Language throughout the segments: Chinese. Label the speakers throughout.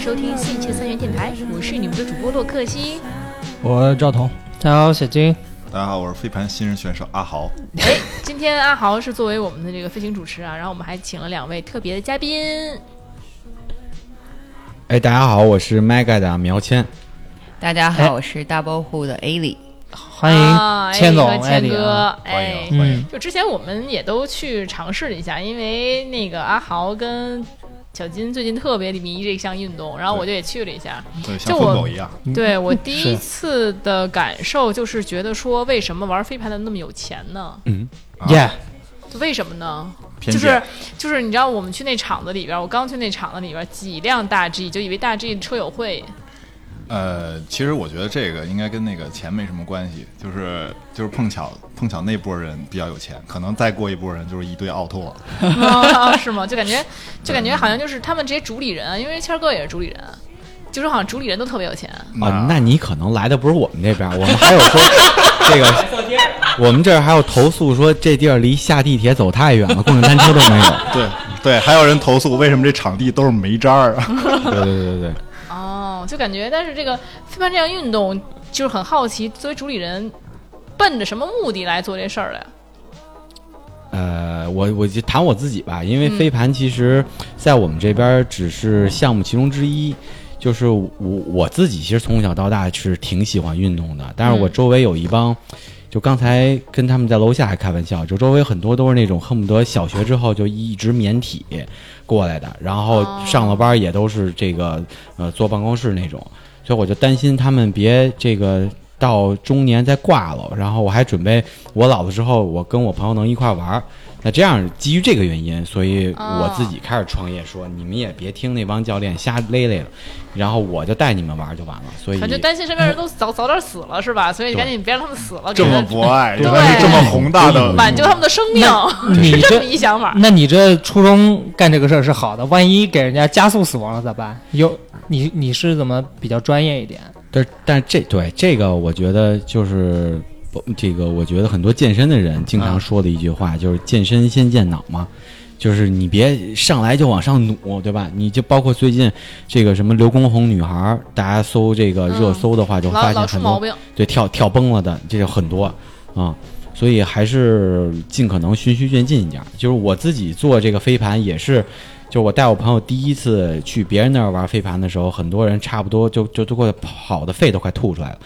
Speaker 1: 收听新一期的三元电台，我是你们的主播洛克西。
Speaker 2: 我赵彤，
Speaker 3: 大家好，小金。
Speaker 4: 大家好，我是飞盘新人选手阿豪。
Speaker 1: 哎，今天阿豪是作为我们的这个飞行主持啊，然后我们还请了两位特别的嘉宾。
Speaker 5: 哎，大家好，我是 Mega 的苗谦。
Speaker 6: 大家
Speaker 3: 哎
Speaker 6: 好，我是大包户的 A 里。
Speaker 3: 欢迎
Speaker 1: 啊
Speaker 3: 千总
Speaker 1: 哎、和
Speaker 3: 艾
Speaker 1: 谦
Speaker 3: 迪啊。
Speaker 1: 哥，哎，
Speaker 4: 欢迎
Speaker 3: 嗯，
Speaker 1: 就之前我们也都去尝试了一下，因为那个阿豪跟小金最近特别地迷这项运动，然后我就也去了一下。
Speaker 4: 对，
Speaker 1: 就
Speaker 4: 像
Speaker 1: 我
Speaker 4: 疯狗一样，
Speaker 1: 对我第一
Speaker 3: 是
Speaker 1: 次的感受就是觉得说，为什么玩飞盘的那么有钱呢？
Speaker 4: 啊
Speaker 3: Yeah，
Speaker 1: 为什么呢？
Speaker 4: 偏
Speaker 1: 就
Speaker 4: 见
Speaker 1: 是就是，你知道我们去那厂子里边，我刚去那厂子里边，几辆大 G，就以为大 G 车友会，
Speaker 4: 呃，其实我觉得这个应该跟那个钱没什么关系，就是就是碰巧碰巧那波人比较有钱，可能再过一波人就是一堆奥拓 了。
Speaker 1: 啊是吗？就感觉就感觉好像就是他们这些主理人，啊因为谦儿哥也是主理人，就是好像主理人都特别有钱。
Speaker 5: 哦，那你可能来的不是我们这边，我们还有说这个，我们这儿还有投诉说这地儿离下地铁走太远了，共享单车都没有。
Speaker 4: 对对，还有人投诉为什么这场地都是煤渣儿啊？
Speaker 5: 对对对对对，
Speaker 1: 哦，就感觉，但是这个飞盘这项运动，就是很好奇，作为主理人，奔着什么目的来做这事儿的呀？
Speaker 5: 呃，我我就谈我自己吧，因为飞盘其实在我们这边只是项目其中之一。就是我我自己其实从小到大是挺喜欢运动的，但是我
Speaker 1: 嗯
Speaker 5: 周围有一帮，就刚才跟他们在楼下还开玩笑，就周围很多都是那种恨不得小学之后就一直免体过来的，然后
Speaker 1: 哦
Speaker 5: 上了班也都是这个呃坐办公室那种，所以我就担心他们别这个到中年再挂了，然后我还准备我老了之后我跟我朋友能一块玩儿。那这样，基于这个原因，所以我自己开始创业说，你们也别听那帮教练瞎勒勒了，然后我就带你们玩儿就完了。所以
Speaker 1: 反正担心身边人都早 早点死了，是吧？所以赶紧别让他们死了，
Speaker 4: 这
Speaker 1: 给
Speaker 4: 么
Speaker 1: 他
Speaker 4: 博爱，
Speaker 1: 对
Speaker 4: 原来是这么宏大的。
Speaker 1: 挽救他们的生命，
Speaker 3: 你
Speaker 1: 是这
Speaker 3: 这
Speaker 1: 么一想法。
Speaker 3: 那你这初衷干这个事儿是好的，万一给人家加速死亡了咋办？有你你是怎么比较专业一点？
Speaker 5: 但但这对这个，我觉得就是不这个，我觉得很多健身的人经
Speaker 1: 啊
Speaker 5: 常说的一句话、就是“健身先健脑”嘛，就是你别上来就往上努，对吧？你就包括最近这个什么刘畊宏女孩儿，大家搜这个热搜的话，就
Speaker 1: 嗯老
Speaker 5: 发
Speaker 1: 老
Speaker 5: 现
Speaker 1: 出
Speaker 5: 很
Speaker 1: 毛
Speaker 5: 多
Speaker 1: 病，
Speaker 5: 对跳跳崩了的，这就很多啊、所以还是尽可能循序渐进一点儿。就是我自己做这个飞盘也是，就我带我朋友第一次去别人那儿玩飞盘的时候，很多人差不多就就都快跑的肺都快吐出来了。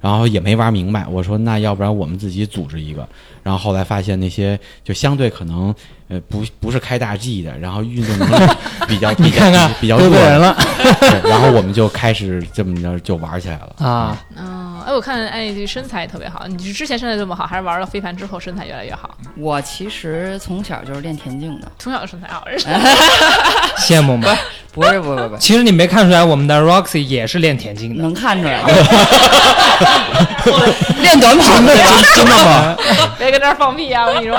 Speaker 5: 然后也没玩明白，我说那要不然我们自己组织一个。然后后来发现那些就相对可能呃不不是开大 G 的，然后运动能力比较比较
Speaker 3: 你看看
Speaker 5: 比较
Speaker 3: 得
Speaker 5: 弱
Speaker 3: 罪人了
Speaker 5: 对然后我们就开始这么着就玩起来了。
Speaker 3: 啊！
Speaker 1: 嗯，哎，我看艾丽这身材特别好，你是之前身材这么好，还是玩了飞盘之后身材越来越好？
Speaker 6: 我其实从小就是练田径的，
Speaker 1: 从小就身材好，
Speaker 3: 羡慕吗？
Speaker 6: 不是，不 是，不是，
Speaker 3: 其实你没看出来，我们的 Roxy 也是练田径的。
Speaker 1: 嗯
Speaker 6: 能看出来。 练短跑 的呀，
Speaker 3: 真的吗？
Speaker 1: 别跟这儿放屁啊！我跟你说，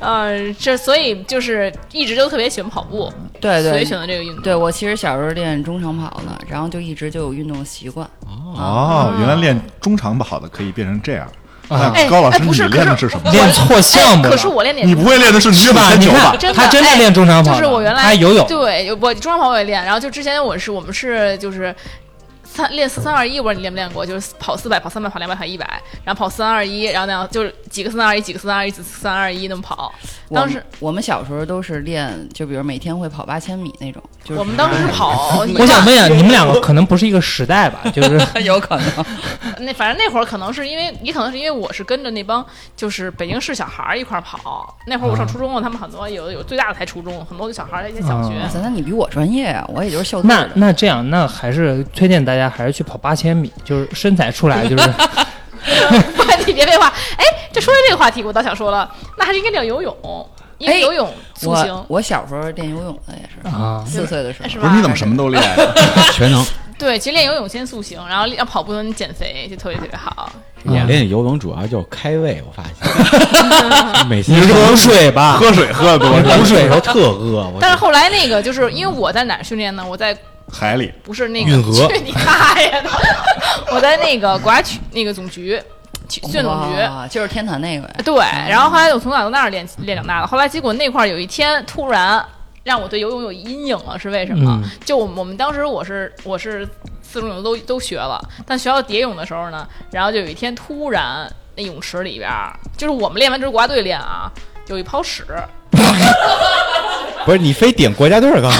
Speaker 1: 嗯，这所以就是一直都特别喜欢跑步，
Speaker 6: 对
Speaker 1: 所以
Speaker 6: 对
Speaker 1: 选择这个运动。哎
Speaker 6: 对，我其实小时候练中长跑的，然后就一直就有运动习惯。
Speaker 1: 嗯
Speaker 4: 哦，原来练中长跑的可以变成这样。
Speaker 3: 啊
Speaker 4: 那高老
Speaker 1: 啊哎
Speaker 4: 师，
Speaker 1: 不
Speaker 4: 你
Speaker 1: 是
Speaker 4: 练的
Speaker 1: 可是
Speaker 4: 是什么？
Speaker 3: 练错项目了
Speaker 1: 哎可是我练点
Speaker 4: 你不会练的是
Speaker 3: 是吧？
Speaker 4: 女
Speaker 3: 你
Speaker 4: 子铅球
Speaker 3: 看
Speaker 4: 吧？
Speaker 1: 真的
Speaker 3: 他真的
Speaker 1: 哎
Speaker 3: 练中长跑
Speaker 1: 就
Speaker 3: 的，
Speaker 1: 是我原来
Speaker 3: 他游泳，
Speaker 1: 对，有我中长跑我也练，然后就之前我是我们是就是。三练四三二一，我不知道你练不练过，就是跑四百、跑三百、跑两百、跑一百，然后跑三二一，然后那样就是几个三二一，几个三二一，几个三二一那么跑。
Speaker 6: 我
Speaker 1: 当时
Speaker 6: 我们小时候都是练，就比如每天会跑八千米那种。就是
Speaker 1: 我们当时是跑，
Speaker 3: 哎我想问一下，你们两个可能不是一个时代 吧？就是
Speaker 6: 有可能，
Speaker 1: 那反正那会儿可能是因为，也可能是因为我是跟着那帮就是北京市小孩儿一块儿跑。那会儿我
Speaker 5: 嗯
Speaker 1: 上初中了，他们很多有有最大的才初中，很多就小孩儿在小学。
Speaker 3: 啊
Speaker 6: 哇 塞，那你比我专业啊，我也就是秀字
Speaker 3: 那
Speaker 6: 儿的。
Speaker 3: 那这样，那还是推荐大家还是去跑八千米，就是身材出来就 是
Speaker 1: 哎
Speaker 5: 嗯
Speaker 1: 你别废 话，哎，这说到这个话题，我倒想说了，那还是应该练游泳，因为
Speaker 6: 哎
Speaker 1: 游泳塑形。
Speaker 6: 我我小时候练游泳的也是，
Speaker 3: 啊，
Speaker 6: 四岁的时候
Speaker 1: 是。吧
Speaker 4: 不是，你怎么什么都练呀？
Speaker 5: 全能，
Speaker 1: 对，其实练游泳先塑形，然后要跑步能减肥，就特别特别好。
Speaker 5: 我练游泳主要就是开胃，我发 现每次
Speaker 3: 喝水吧，
Speaker 4: 喝水喝的多
Speaker 5: 我
Speaker 4: 是吧，
Speaker 5: 补水的时候特饿，我
Speaker 1: 但是后来那个就是因为我在哪儿训练呢？我在
Speaker 4: 海里
Speaker 1: 不是那个
Speaker 5: 运河
Speaker 1: 去你大爷的！ 我在那个国家区那个总局，区县总局。
Speaker 6: 哇就是天坛那个呀。
Speaker 1: 哦对，然后后来我从小到那儿练练长大的。后来结果那块儿有一天突然让我对游泳有阴影了，是为什么？
Speaker 3: 嗯
Speaker 1: 就我们我们当时我是我是四种泳都都学了，但学到蝶泳的时候呢，然后就有一天突然那泳池里边儿，就是我们练完这是国家队练啊，有一泡屎，
Speaker 5: 不是你非点国家队儿干嘛？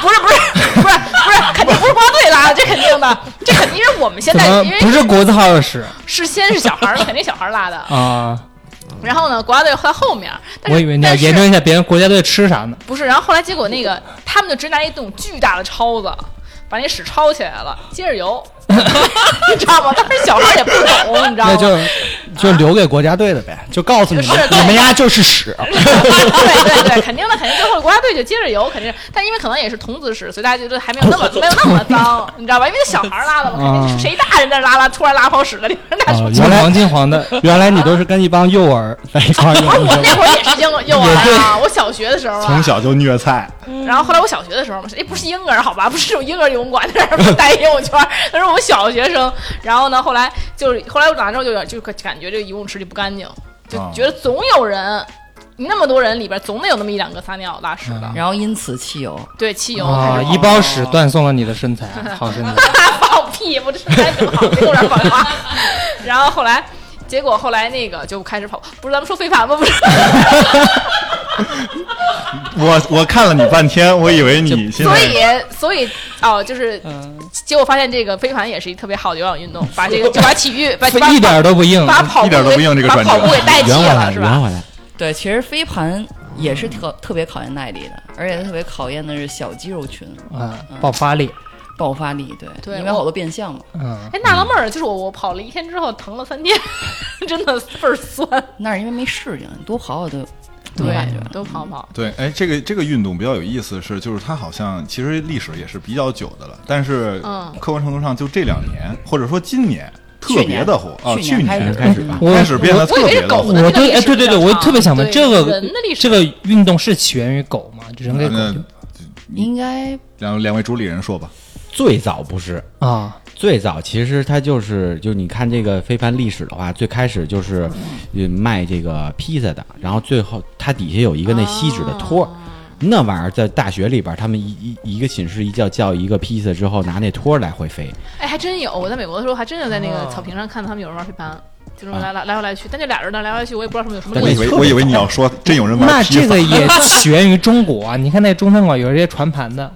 Speaker 1: 不是不 是不是不是，肯定不是国家队拉的，这肯定的，这肯定是我们现
Speaker 3: 怎
Speaker 1: 在
Speaker 3: 么
Speaker 1: 因为
Speaker 3: 不是国字号的屎
Speaker 1: 是先是小孩儿，肯定小孩儿拉的，
Speaker 3: 啊？
Speaker 1: 然后呢，国家队在后面儿，但是
Speaker 3: 我以为你要
Speaker 1: 但是
Speaker 3: 验证一下别人国家队吃啥呢。
Speaker 1: 不是，然后后来结果那个他们就直拿一种巨大的抄子，把那屎抄起来了，接着游， 你知道吗？当时小孩也不懂，你知道
Speaker 2: 那
Speaker 1: 吗？
Speaker 2: 就就 留给国家队的呗，就告诉你们
Speaker 1: 啊是，对
Speaker 2: 你们家就是屎。
Speaker 1: 对对对，肯定的，肯定最后国家队就接着游，肯定是，但因为可能也是童子屎，所以大家觉得还没有那么没有那么脏，你知道吧？因为小孩拉的嘛，肯定是谁大人在那拉拉，突然拉泡屎了，你说那是不是？
Speaker 2: 原
Speaker 3: 金
Speaker 2: 来
Speaker 3: 啊黄金 黄的，
Speaker 2: 原来你都是跟一帮幼儿在一块儿用
Speaker 1: 我那会儿也是婴幼儿啊，我小学的时候啊，
Speaker 4: 从小就虐菜，
Speaker 1: 然后后来我小学的时候嘛，哎，不是婴儿好吧，不是这种婴儿游泳馆，在那儿带游泳圈儿，那是我们小学生。然后呢，后来就是后来我长大之后就有点就感觉这个游泳池里不干净，就
Speaker 4: 啊
Speaker 1: 觉得总有人。那么多人里边，总得有那么一两个撒尿拉屎的，
Speaker 6: 然后因此弃游。
Speaker 1: 对，汽油
Speaker 3: 啊，一包屎断送了你 的身材，好身材。
Speaker 1: 放屁，我这身材挺好，别跟我这儿放话。然后后来，结果后来那个就开始跑，不是咱们说非凡吗？不是，
Speaker 4: 我我看了你半天，我以为你现
Speaker 1: 所
Speaker 4: 在
Speaker 1: 以所以哦，就是结果发现这个飞盘也是一特别好的有氧运动，把这个就把体育把把
Speaker 3: 一点儿都不硬，
Speaker 1: 把跑步
Speaker 4: 一点都不
Speaker 1: 给
Speaker 4: 硬这个
Speaker 1: 把
Speaker 4: 转
Speaker 1: 跑步
Speaker 4: 折
Speaker 1: 给代替
Speaker 5: 圆回
Speaker 1: 了
Speaker 5: 来，
Speaker 1: 是吧
Speaker 5: 圆？回来。
Speaker 6: 对，其实飞盘也是特特别考验耐力的，而且特别考验的是小肌肉群
Speaker 3: 啊，爆发力，
Speaker 6: 爆发力。对，
Speaker 1: 对
Speaker 6: 因为
Speaker 1: 我
Speaker 6: 好多变相嘛。
Speaker 3: 嗯，
Speaker 1: 哎，纳了闷儿，就是我我跑了一天之后疼了三天， 真的倍儿酸。
Speaker 6: 那是因为没适应，多跑跑都
Speaker 1: 对
Speaker 6: 感觉，
Speaker 1: 都跑跑。
Speaker 4: 对，哎，这个这个运动比较有意思是，就是它好像其实历史也是比较久的了，但是
Speaker 1: 嗯
Speaker 4: 客观程度上就这两年或者说今年
Speaker 6: 去年
Speaker 4: 特别的火啊，
Speaker 6: 去
Speaker 4: 去
Speaker 6: 年开始
Speaker 4: 开始吧，
Speaker 1: 嗯
Speaker 3: 我
Speaker 4: 开始变得
Speaker 1: 我
Speaker 4: 特
Speaker 1: 以为
Speaker 4: 别
Speaker 1: 是
Speaker 4: 的
Speaker 1: 狗
Speaker 4: 火。
Speaker 1: 的
Speaker 3: 我
Speaker 1: 那个
Speaker 3: 对，
Speaker 1: 历
Speaker 3: 哎，
Speaker 1: 史
Speaker 3: 对对对，我特别想问
Speaker 1: 对
Speaker 3: 这个
Speaker 1: 人的历史
Speaker 3: 这个运动是起源于狗吗？就人给狗
Speaker 4: 呃那
Speaker 6: 应该
Speaker 4: 两两位主理人说吧，
Speaker 5: 最早不是，
Speaker 3: 啊，
Speaker 5: 最早其实它就是，就你看这个飞盘历史的话，最开始就是呃卖这个披萨的，然后最后它底下有一个那锡纸的托儿。
Speaker 1: 哦
Speaker 5: 那玩意儿在大学里边儿，他们一一一个寝室一觉叫一个披萨之后，拿那托儿来回飞。
Speaker 1: 哎，还真有，我在美国的时候还真有在那个草坪上看到他们有人玩飞盘，就是来来来回来去，但就俩人呢来回来去，我也不知道他们有什么
Speaker 5: 但
Speaker 4: 我
Speaker 1: 乐
Speaker 4: 以
Speaker 1: 趣。
Speaker 4: 为我以为你要说真有人玩
Speaker 3: 那
Speaker 4: 披
Speaker 3: 这
Speaker 4: 萨
Speaker 3: 个也起源于中国啊。你看那中餐馆有这些传盘的，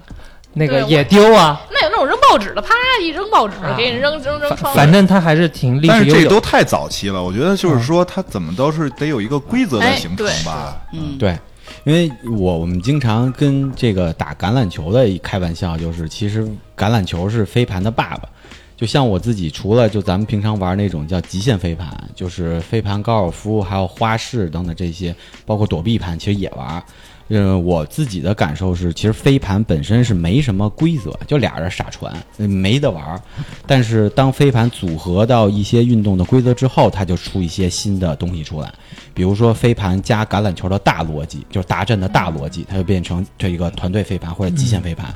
Speaker 3: 那
Speaker 1: 对
Speaker 3: 个
Speaker 1: 我
Speaker 3: 也丢啊，
Speaker 1: 那有那种扔报纸的，啪一扔报纸，给你扔扔扔窗户。
Speaker 3: 反正它还是挺历
Speaker 4: 但
Speaker 3: 史
Speaker 4: 是
Speaker 3: 悠
Speaker 4: 这
Speaker 3: 久
Speaker 4: 都。太早期了，我觉得就是说，它怎么都是得有一个规则来形成吧。
Speaker 6: 嗯，
Speaker 5: 对，因为我我们经常跟这个打橄榄球的开玩笑，就是其实橄榄球是飞盘的爸爸。就像我自己，除了就咱们平常玩那种叫极限飞盘，就是飞盘、高尔夫，还有花式等等这些，包括躲避盘，其实也玩。呃，我自己的感受是，其实飞盘本身是没什么规则，就俩人傻传，呃没得玩儿。但是当飞盘组合到一些运动的规则之后，它就出一些新的东西出来，比如说飞盘加橄榄球的大逻辑，就是达阵的大逻辑，它就变成这一个团队飞盘或者极限飞盘。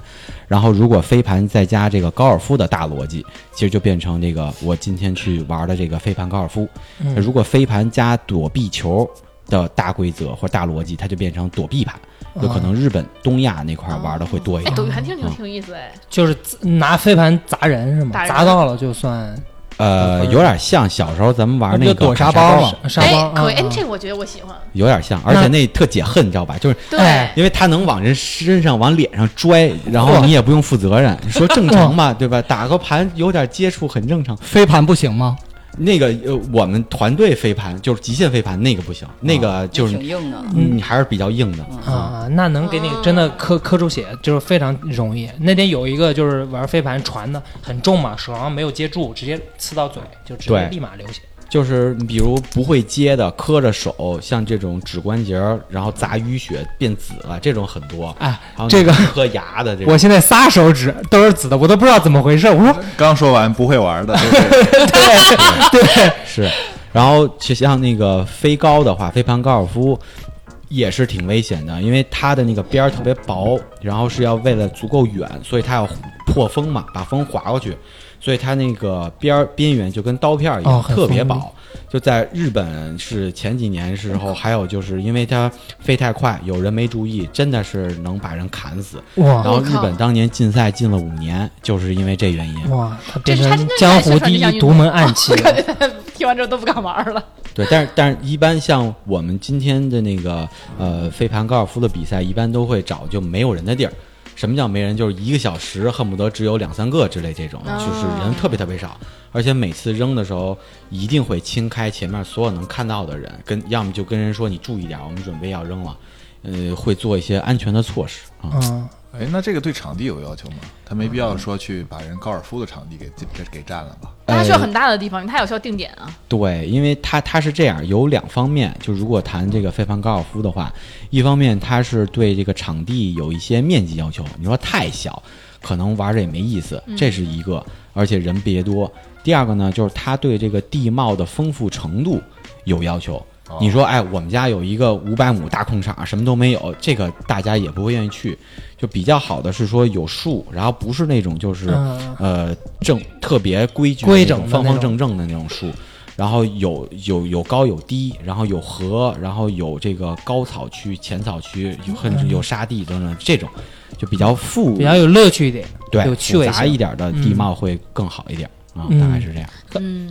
Speaker 5: 然后如果飞盘再加这个高尔夫的大逻辑，其实就变成这个我今天去玩的这个飞盘高尔夫。如果飞盘加躲避球的大规则或者大逻辑，它就变成躲避盘。有可能日本、东亚那块儿玩的会多一
Speaker 1: 哎，
Speaker 5: 点。
Speaker 1: 抖音还挺挺挺有意思哎，
Speaker 3: 就是自拿飞盘砸人是吗
Speaker 1: 打？人
Speaker 3: 砸到了就算，
Speaker 5: 呃，有点像小时候咱们玩
Speaker 3: 嗯
Speaker 5: 那
Speaker 3: 就
Speaker 5: 个
Speaker 3: 躲沙
Speaker 5: 沙
Speaker 3: 包
Speaker 5: 嘛，
Speaker 3: 嘛，沙
Speaker 1: 哎
Speaker 3: 包，
Speaker 1: 可以，
Speaker 3: 啊
Speaker 1: 哎，这我觉得我喜欢。
Speaker 5: 有点像，而且那特解恨，你知道吧？就是
Speaker 1: 对，
Speaker 3: 哎
Speaker 5: 因为他能往人身上、往脸上拽，然后你也不用负责 任，你说正常嘛，对吧？打个盘有点接触很正常。
Speaker 2: 飞盘不行吗？
Speaker 5: 那个呃，我们团队飞盘就是极限飞盘，那个不行，那个就是
Speaker 6: 挺硬的。
Speaker 5: 嗯，你还是比较硬的。
Speaker 3: 啊，那能给你真的磕磕出血，就是非常容易。那天有一个就是玩飞盘传的很重嘛，手上没有接住，直接刺到嘴，就直接
Speaker 5: 对
Speaker 3: 立马流血。
Speaker 5: 就是比如不会接的，磕着手，像这种指关节儿，然后砸淤血变紫了，这种很多。
Speaker 3: 哎
Speaker 5: 还有
Speaker 3: 这个
Speaker 5: 磕牙的这种
Speaker 3: 我。现在仨手指都是紫的，我都不知道怎么回事。我说
Speaker 4: 刚说完不会玩的，对对
Speaker 5: 是，然后就像那个飞高的话，飞盘高尔夫也是挺危险的，因为它的那个边儿特别薄，然后是要为了足够远，所以它要破风嘛，把风划过去，所以它那个边儿边缘就跟刀片儿一样，
Speaker 3: 哦很
Speaker 5: 特别
Speaker 3: 锋利
Speaker 5: 薄。就在日本是前几年时候，还有就是因为它飞太快，有人没注意，真的是能把人砍死。然
Speaker 3: 哇
Speaker 5: 后日本当年禁赛禁了五年，就是因为这原因。
Speaker 3: 哇，他
Speaker 1: 这
Speaker 3: 变
Speaker 1: 是他真
Speaker 3: 成
Speaker 1: 的是
Speaker 3: 江
Speaker 1: 来
Speaker 3: 湖
Speaker 1: 宣传
Speaker 3: 第
Speaker 1: 这项
Speaker 3: 一
Speaker 1: 运
Speaker 3: 独
Speaker 1: 动
Speaker 3: 门
Speaker 1: 的
Speaker 3: 暗器
Speaker 1: 我。感 觉听完之后都不敢玩了。
Speaker 5: 对，但是但是一般像我们今天的那个呃飞盘高尔夫的比赛，一般都会找就没有人的地儿。什么叫没人？就是一个小时恨不得只有两三个之类这种，
Speaker 1: 哦
Speaker 5: 就是人特别特别少，而且每次扔的时候一定会清开前面所有能看到的人，跟要么就跟人说你注意点，我们准备要扔了，呃，会做一些安全的措施啊。
Speaker 3: 嗯，
Speaker 4: 哎，那这个对场地有要求吗？他没必要说去把人高尔夫的场地给给给占了吧？
Speaker 1: 但它需要
Speaker 5: 呃
Speaker 1: 很大的地方，它有需要定点啊。
Speaker 5: 对，因为它它是这样，有两方面，就如果谈这个飞盘高尔夫的话，一方面它是对这个场地有一些面积要求，你说太小，可能玩着也没意思，
Speaker 3: 嗯
Speaker 5: 这是一个，而且人别多。第二个呢，就是它对这个地貌的丰富程度有要求。
Speaker 3: 哦
Speaker 5: 你说，哎，我们家有一个五百亩大空场，什么都没有，这个大家也不会愿意去。就比较好的是说有树，然后不是那种就是、
Speaker 3: 嗯
Speaker 5: 呃正特别规矩的
Speaker 3: 规
Speaker 5: 那种
Speaker 3: 整的
Speaker 5: 方
Speaker 3: 那
Speaker 5: 方
Speaker 3: 种
Speaker 5: 正正的那种树，然后有有有高有低，然后有河，然后有这个高草区、浅草区，有甚至有沙地等等这种，就比较富
Speaker 3: 嗯比较有乐趣一点，
Speaker 5: 对
Speaker 3: 有趣味
Speaker 5: 复杂一
Speaker 3: 性。
Speaker 5: 点的地貌会更好一点啊、
Speaker 3: 嗯
Speaker 5: 大概是这样。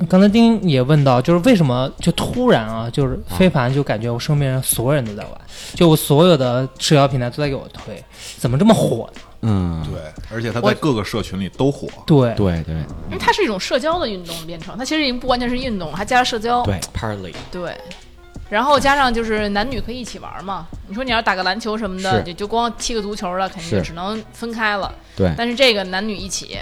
Speaker 3: 刚才丁也问到，就是为什么就突然啊，就是飞盘就感觉我身边人所有人都在玩，就我所有的社交平台都在给我推，怎么这么火呢？
Speaker 5: 嗯，
Speaker 4: 对，而且他
Speaker 1: 我
Speaker 4: 在各个社群里都火。
Speaker 3: 对，
Speaker 5: 对对
Speaker 1: 因为它是一种社交的运动变成，它其实已经不完全是运动了，还加了社交。
Speaker 5: 对，parley
Speaker 1: 对然后加上就是男女可以一起玩嘛。你说你要打个篮球什么的，
Speaker 5: 是
Speaker 1: 也就光踢个足球了，肯定
Speaker 5: 是哎
Speaker 1: 就只能分开了。
Speaker 5: 对。。
Speaker 1: 但是这个男女一起，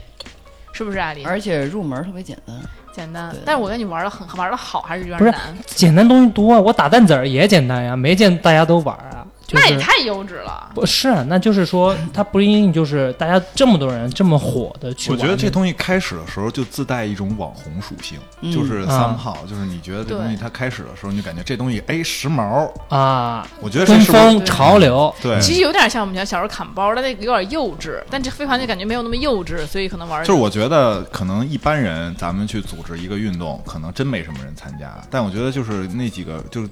Speaker 1: 是不是艾丽？
Speaker 6: 而且入门特别简单。
Speaker 1: 简单
Speaker 6: 对。
Speaker 1: 但是我觉得你玩的很玩的好，还是有
Speaker 3: 不
Speaker 1: 点
Speaker 3: 是
Speaker 1: 难。
Speaker 3: 简单东西多啊，我打蛋子儿也简单呀，没见大家都玩啊。就
Speaker 1: 那
Speaker 3: 是、
Speaker 1: 也太幼稚了。
Speaker 3: 不是啊，那就是说它不一定就是大家这么多人这么火的去
Speaker 4: 我
Speaker 3: 玩。
Speaker 4: 觉得这东西开始的时候就自带一种网红属性，
Speaker 6: 嗯
Speaker 4: 就是
Speaker 3: 啊
Speaker 4: somehow，就是你觉得这
Speaker 1: 对
Speaker 4: 东西它开始的时候，你就感觉这东西哎时髦，
Speaker 3: 啊，
Speaker 4: 我觉得这
Speaker 3: 跟
Speaker 4: 是不是
Speaker 3: 风潮流，
Speaker 4: 对，
Speaker 1: 其实有点像我们小时候砍包，但那个有点幼稚。但这飞盘就感觉没有那么幼稚，所以可能玩
Speaker 4: 就是我觉得可能一般人咱们去组织一个运动，可能真没什么人参加，但我觉得就是那几个就是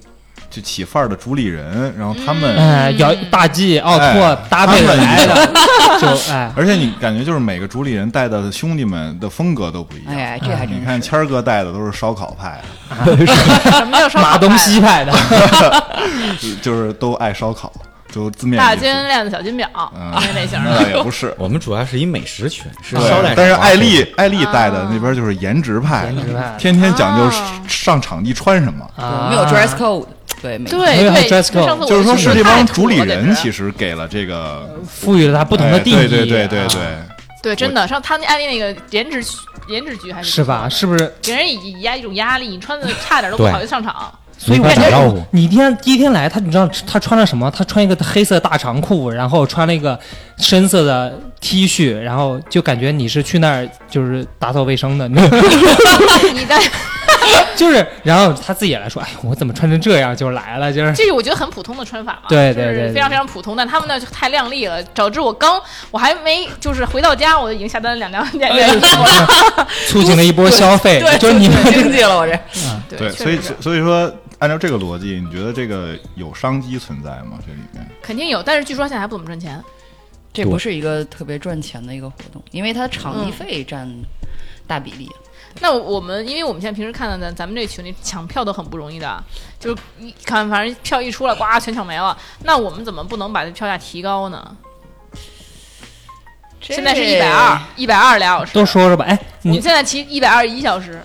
Speaker 4: 就起范儿的主理人，然后他们，
Speaker 1: 嗯
Speaker 3: 哎，摇大 G 奥拓
Speaker 4: 哎
Speaker 3: 搭配
Speaker 4: 他
Speaker 3: 着
Speaker 4: 们
Speaker 3: 来的，就 哎，
Speaker 4: 而且你感觉就是每个主理人带的兄弟们的风格都不一样。
Speaker 6: 哎，这还真
Speaker 4: 你看
Speaker 6: 是。
Speaker 4: 谦儿哥带的都是烧烤派，
Speaker 1: 什么叫烧烤
Speaker 3: 马东
Speaker 1: 派
Speaker 3: 西派的，
Speaker 4: 就是都爱烧烤，就字 面
Speaker 1: 大
Speaker 4: 意思
Speaker 1: 金链子小金表
Speaker 4: 嗯
Speaker 1: 那类型
Speaker 4: 那
Speaker 1: 的。
Speaker 4: 也不是
Speaker 5: 我们主要是以美食群，是
Speaker 4: 对
Speaker 5: 捎带手
Speaker 4: 但是
Speaker 5: 玩
Speaker 4: 艾
Speaker 5: 这
Speaker 4: 丽
Speaker 5: 个
Speaker 4: 艾丽带的
Speaker 1: 啊
Speaker 4: 那边就是颜值派的，
Speaker 3: 颜值派的
Speaker 4: 天天讲究
Speaker 1: 啊
Speaker 4: 上场地穿什么。
Speaker 3: 啊
Speaker 6: 没有 dress code，对，没
Speaker 1: 对
Speaker 3: 没有
Speaker 1: 对，
Speaker 3: dress code
Speaker 1: 上次我
Speaker 4: 就是说，
Speaker 1: 去
Speaker 4: 是这
Speaker 1: 太
Speaker 4: 帮
Speaker 1: 土
Speaker 4: 主理
Speaker 1: 了简
Speaker 4: 人
Speaker 1: 直
Speaker 4: 其实给了这个
Speaker 3: 赋予了它不同的
Speaker 4: 哎
Speaker 3: 定义，
Speaker 4: 对对对对对
Speaker 3: 啊，
Speaker 1: 对，真的上他那按那个颜值颜值局还是
Speaker 3: 是吧？是不是？
Speaker 1: 给人以压一种压力，你穿的差点都不
Speaker 5: 对
Speaker 1: 好意思上 场。
Speaker 3: 所以我
Speaker 5: 没
Speaker 3: 感
Speaker 5: 法打招呼
Speaker 3: 觉你一天第一天来，他你知道他穿了什么？他穿一个黑色大长裤，然后穿了一个深色的 T 恤，然后就感觉你是去那儿就是打扫卫生的，你知道吗
Speaker 1: 你的
Speaker 3: 就是。然后他自己也来说：“哎，我怎么穿成这样就来了？”就是
Speaker 1: 这是我觉得很普通的穿法嘛，
Speaker 3: 对对对
Speaker 1: 就
Speaker 3: 对
Speaker 1: 是非常非常普通。但他们呢就太靓丽了，导致我刚我还没就是回到家，我已经下单了 两辆
Speaker 4: 哎
Speaker 1: 两辆衣服了。
Speaker 3: 促进了一波消费，
Speaker 1: 对
Speaker 3: 就是你 们这
Speaker 6: 经济了，我这
Speaker 4: 对，
Speaker 1: 确
Speaker 4: 所以
Speaker 1: 实是
Speaker 4: 所以说，按照这个逻辑，你觉得这个有商机存在吗？这里面
Speaker 1: 肯定有，但是据说现在还不怎么赚钱。
Speaker 6: 这不是一个特别赚钱的一个活动，因为它场
Speaker 1: 嗯
Speaker 6: 地费占大比例。
Speaker 1: 那我们因为我们现在平时看到的咱们这群里抢票都很不容易的，啊就是一看反正票一出来，呱全抢没了。那我们怎么不能把这票价提高呢？现在是一百二，，一百二俩小时。
Speaker 3: 都说说吧。哎，
Speaker 1: 我们
Speaker 3: 你
Speaker 1: 现在骑一百二一小时，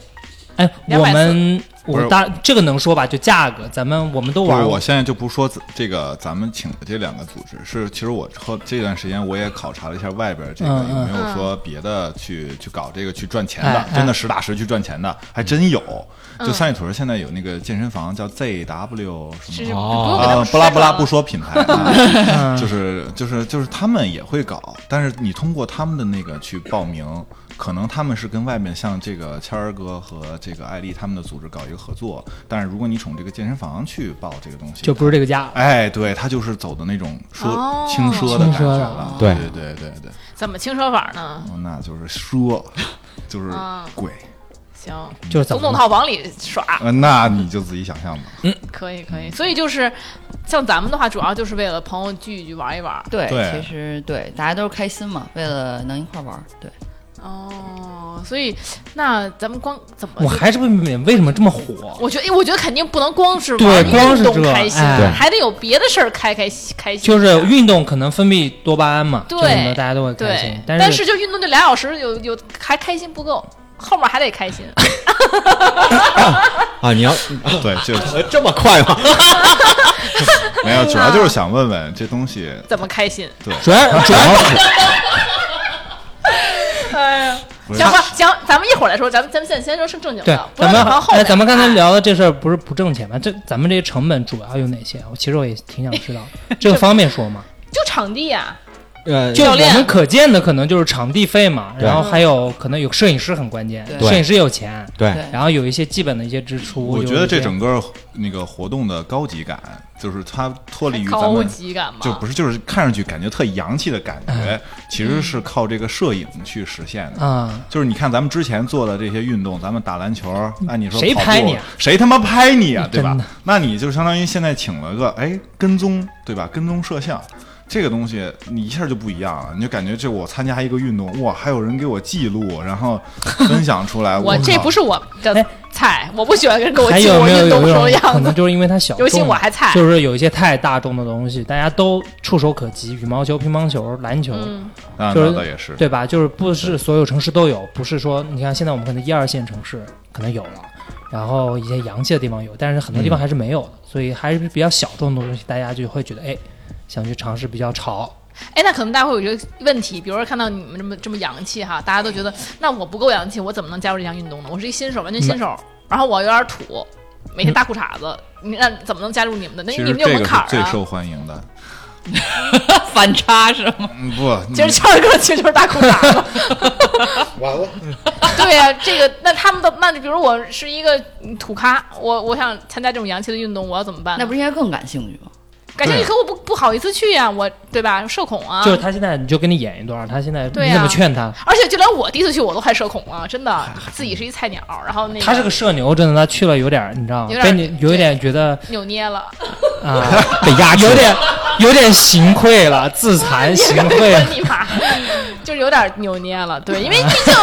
Speaker 3: 哎，
Speaker 1: 240
Speaker 3: 我们
Speaker 4: 不
Speaker 3: 我
Speaker 4: 是
Speaker 3: 大这个能说吧？就价格，咱们我们都
Speaker 4: 不是，
Speaker 3: 玩
Speaker 4: 我
Speaker 3: 过。
Speaker 4: 现在就不说这个咱们请的这两个组织是，其实我后这段时间我也考察了一下外边这个
Speaker 3: 嗯
Speaker 4: 有
Speaker 3: 嗯
Speaker 4: 没有说别的去去搞这个去赚钱
Speaker 3: 哎
Speaker 4: 的，
Speaker 3: 哎嗯
Speaker 4: 真的实打实去赚钱的，还真有。就三里屯现在有那个健身房叫 ZW 什
Speaker 1: 是
Speaker 4: 么
Speaker 1: 不
Speaker 5: 哦
Speaker 1: 用给他
Speaker 4: 啊，
Speaker 1: 们
Speaker 4: 不拉不拉
Speaker 1: 说
Speaker 4: 不
Speaker 1: 了
Speaker 4: 说 品牌，啊
Speaker 3: 嗯
Speaker 4: 就是就是就是他们也会搞，但是你通过他们的那个去报名，可能他们是跟外面像这个谦儿哥和这个艾丽他们的组织搞一个合作，但是如果你从这个健身房去报这个东西，
Speaker 3: 就不是这个价，
Speaker 4: 哎，对他就是走的那种
Speaker 1: 哦
Speaker 4: 说轻奢的感觉了，
Speaker 5: 轻奢的
Speaker 4: 对对对对对，
Speaker 1: 怎么轻奢法呢？
Speaker 4: 哦那就是说，就是
Speaker 1: 啊
Speaker 4: 贵，
Speaker 1: 行，
Speaker 3: 就是怎
Speaker 1: 总
Speaker 3: 么
Speaker 1: 统套房里耍，
Speaker 4: 呃，那你就自己想象吧。
Speaker 1: 可以可以。所以就是像咱们的话，主要就是为了朋友聚一聚，玩一玩。
Speaker 6: 对，
Speaker 4: 对
Speaker 6: 其实对，大家都是开心嘛，为了能一块儿玩儿，对，
Speaker 1: 哦，所以那咱们光怎么
Speaker 3: 我还是不明白为什么这么火。
Speaker 1: 我觉得，哎，我觉得肯定不能光是
Speaker 3: 对
Speaker 1: 玩
Speaker 3: 光是
Speaker 1: 运动
Speaker 3: 这
Speaker 1: 开心，
Speaker 3: 哎
Speaker 5: 对
Speaker 1: 还得有别的事儿开开心开心。
Speaker 3: 就是运动可能分泌多巴胺嘛，
Speaker 1: 啊对
Speaker 3: 就什么的大家都会开
Speaker 1: 对
Speaker 3: 心，。
Speaker 1: 但
Speaker 3: 但
Speaker 1: 就运动就俩小时有有还开心不够，后面还得开 心。
Speaker 5: 啊！你要
Speaker 4: 对，就
Speaker 5: 这么快 吗？
Speaker 4: 没有，主要就是想问问这东西，
Speaker 1: 怎么开心？
Speaker 3: 主要主要
Speaker 1: 哎呀，
Speaker 4: 不是
Speaker 1: 行吧，行，咱们一会儿再说，咱们咱们现在先说正正经
Speaker 3: 对
Speaker 1: 的，，不要
Speaker 3: 咱
Speaker 1: 往
Speaker 3: 们
Speaker 1: 后
Speaker 3: 哎，
Speaker 1: 面。
Speaker 3: 咱们 刚才聊的这事儿不是不挣钱吗？这咱们这些成本主要有哪些？我其实我也挺想知道 的，这个方便说吗？
Speaker 1: 就场地啊，
Speaker 5: 呃，
Speaker 3: 就
Speaker 1: 教
Speaker 3: 我
Speaker 1: 练
Speaker 3: 们可见的可能就是场地费嘛，
Speaker 5: 对
Speaker 3: 然后还有可能有摄影师很关键，
Speaker 6: 对
Speaker 3: 摄影师有钱，
Speaker 5: 对
Speaker 6: 对
Speaker 3: 然后有一些基本的一些支出。
Speaker 4: 我
Speaker 3: 有
Speaker 4: 觉
Speaker 3: 一
Speaker 4: 得
Speaker 3: 些
Speaker 4: 这整个那个活动的高级感，就是它脱离于咱
Speaker 1: 高
Speaker 4: 们。
Speaker 1: 级感嘛，
Speaker 4: 就不是，就是看上去感觉特洋气的感
Speaker 3: 哎
Speaker 4: 觉，其实是靠这个摄影去实现的。
Speaker 3: 啊，
Speaker 4: 就是你看咱们之前做的这些运动，咱们打篮球，按你说
Speaker 3: 谁
Speaker 4: 跑步
Speaker 3: 拍你啊嗯
Speaker 4: 谁他妈拍你啊？对吧
Speaker 3: 真的？
Speaker 4: 那你就相当于现在请了个哎跟踪，对吧？跟踪摄像。这个东西你一下就不一样了，你就感觉这我参加一个运动，哇，还有人给我记录，然后分享出 来。
Speaker 1: 我这
Speaker 4: 靠
Speaker 1: 不是我的
Speaker 3: 哎
Speaker 1: 菜，我不喜欢跟人给我
Speaker 3: 还
Speaker 1: 记
Speaker 3: 有
Speaker 1: 我
Speaker 3: 没有
Speaker 1: 运
Speaker 3: 有
Speaker 1: 动
Speaker 3: 没
Speaker 1: 时候
Speaker 3: 有
Speaker 1: 的
Speaker 3: 可
Speaker 1: 样
Speaker 3: 能
Speaker 1: 子。
Speaker 3: 就是因为它小众，
Speaker 1: 尤其我还菜
Speaker 3: 就是有一些太大众的东西，大家都触手可及，羽毛球、乒乓球、篮球，
Speaker 1: 嗯，
Speaker 4: 啊，
Speaker 3: 就是
Speaker 4: 那倒也是，
Speaker 3: 对吧？就是不是所有城市都有，不是说你看现在我们可能一二线城市可能有了，然后一些洋气的地方有，但是很多
Speaker 5: 嗯
Speaker 3: 地方还是没有的，所以还是比较小众的东西，大家就会觉得哎，想去尝试比较潮。
Speaker 1: 哎，那可能大家会有一个问题，比如说看到你们这么这么洋气哈，大家都觉得那我不够洋气，我怎么能加入这项运动呢？我是一新手，完全新手，然后我有点土，每天大裤衩子，你那怎么能加入你们的？那
Speaker 4: 其
Speaker 1: 哎你
Speaker 4: 实
Speaker 1: 们有
Speaker 4: 这
Speaker 1: 门
Speaker 4: 个是
Speaker 1: 槛儿
Speaker 4: 最
Speaker 1: 啊。
Speaker 4: 受嗯欢迎的。
Speaker 6: 反差是吗？
Speaker 4: 嗯，不，
Speaker 1: 其实谦儿哥其实 就是大裤衩子。
Speaker 4: 完了，
Speaker 1: 对呀、这个那他们的那比如我是一个土咖，我我想参加这种洋气的运动，我要怎么办？
Speaker 6: 那不是应该更感兴趣吗？
Speaker 1: 感兴趣，可我不不好意思去呀、我对吧？社恐啊，
Speaker 3: 就是他现在你就跟你演一段，他现在
Speaker 1: 对
Speaker 3: 你怎
Speaker 1: 啊
Speaker 3: 么劝他？
Speaker 1: 而且就连我第一次去我都还社恐啊，真 的，自己是一菜鸟，然后那
Speaker 3: 他是个社牛，真的，他去了有点儿，你知道吗
Speaker 1: 哎有？点儿
Speaker 3: 被你有一点觉得
Speaker 1: 扭捏了，
Speaker 3: 啊，
Speaker 5: 被 压制
Speaker 3: 有点有点行愧了，自惭形秽了。
Speaker 1: 你 妈，就是有点扭捏了，对，因为毕竟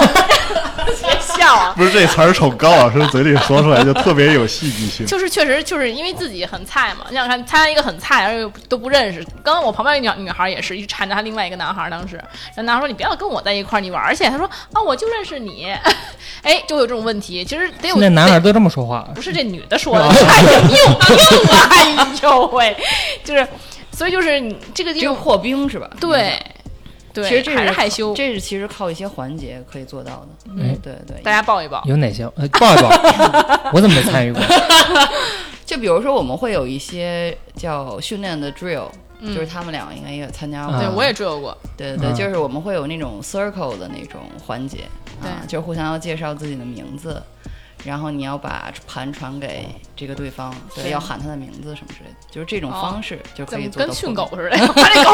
Speaker 1: 别笑啊。
Speaker 4: 不是这词儿从高老师嘴里说出来就特别有戏剧性。
Speaker 1: 就是确实就是因为自己很菜嘛，你想看参加一个很菜，而且又都不认识。刚刚我旁边一个女女孩也是，一直缠着她另外一个男孩，当时然后男孩说你不要跟我在一块儿，你玩儿去。她说啊我就认识你， 哎就有这种问题，其实得有
Speaker 3: 现在男孩都这么说话
Speaker 1: 不是这女的说的，
Speaker 6: 哦
Speaker 1: 哎呦硬硬啊，哎呦喂，就是所以就是你这个
Speaker 6: 这
Speaker 1: 就
Speaker 6: 个破冰是吧？
Speaker 1: 对对，
Speaker 6: 嗯其实这
Speaker 1: 还是
Speaker 6: 是
Speaker 1: 害羞，
Speaker 6: 这是其实靠一些环节可以做到的。
Speaker 3: 嗯
Speaker 6: 对对，
Speaker 1: 大家抱一抱。
Speaker 3: 有哪些？呃，报 一报，我怎么没参与过？
Speaker 6: 就比如说我们会有一些叫训练的 drill，、就是他们俩应该也参加过。
Speaker 1: 嗯对，
Speaker 3: 啊
Speaker 1: 我也追求过，
Speaker 6: 对对对，
Speaker 3: 嗯
Speaker 6: 就是我们会有那种 circle 的那种环节，啊，
Speaker 1: 对
Speaker 6: 就是互相要介绍自己的名字，然后你要把盘传给这个对方，
Speaker 1: 对
Speaker 6: 对，要喊他的名字什么之类的，就是这种
Speaker 1: 哦
Speaker 6: 方式就可
Speaker 1: 怎
Speaker 6: 以
Speaker 1: 么
Speaker 6: 做到
Speaker 1: 跟训
Speaker 6: 破
Speaker 1: 狗似的？ 把这狗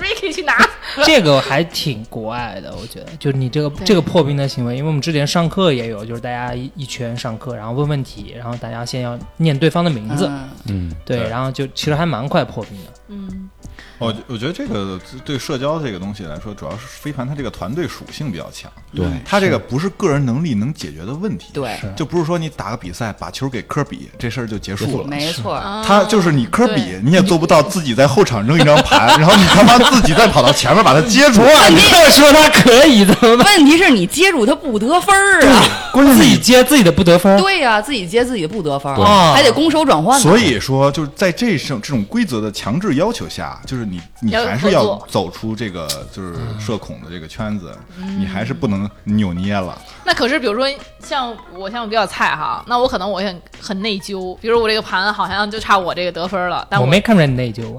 Speaker 1: Ricky 去拿。
Speaker 3: 这个还挺国外的，我觉得，就你这个
Speaker 1: 对
Speaker 3: 这个破冰的行为，因为我们之前上课也有，就是大家一一圈上课，然后问问题，然后大家先要念对方的名
Speaker 6: 冰。
Speaker 3: 字，
Speaker 6: 嗯，
Speaker 5: 嗯，
Speaker 3: 对，
Speaker 4: 对
Speaker 3: 然后就其实还蛮快破冰的。
Speaker 1: 嗯，
Speaker 4: 我觉我觉得这个对社交这个东西来说，主要是飞盘它这个团队属性比较强，
Speaker 5: 对，
Speaker 4: 它这个不是个人能力能解决的问题，
Speaker 6: 对，
Speaker 4: 就不是说你打个比赛把球给科比这事儿就结束了。
Speaker 6: 没错。
Speaker 4: 他就是你科比
Speaker 1: 啊对，
Speaker 4: 你也做不到自己在后场扔一张盘，然后你他妈自己再跑到前面把它接住。啊
Speaker 3: 哇，你这么说他可以怎
Speaker 1: 嗯
Speaker 3: 么办？
Speaker 6: 问题是你接住他不得分儿啊！
Speaker 3: 关键自己接自己的不得分儿，
Speaker 6: 对呀、自己接自己不得分儿，啊
Speaker 3: 对
Speaker 6: 还得攻守转换呢。
Speaker 4: 所以说，就是在这种这种规则的强制要求下，就是你你
Speaker 1: 要有
Speaker 4: 还是
Speaker 1: 合
Speaker 4: 要
Speaker 1: 作
Speaker 4: 走出这个就是
Speaker 2: 嗯
Speaker 4: 社恐的这个圈子，
Speaker 1: 嗯
Speaker 4: 你还是不能扭捏 了。
Speaker 1: 那可是比如说像我像我比较菜哈，那我可能我也很很内疚，比如我这个盘好像就差我这个得分了，但
Speaker 3: 我
Speaker 1: 我
Speaker 3: 没看出来你内 疚。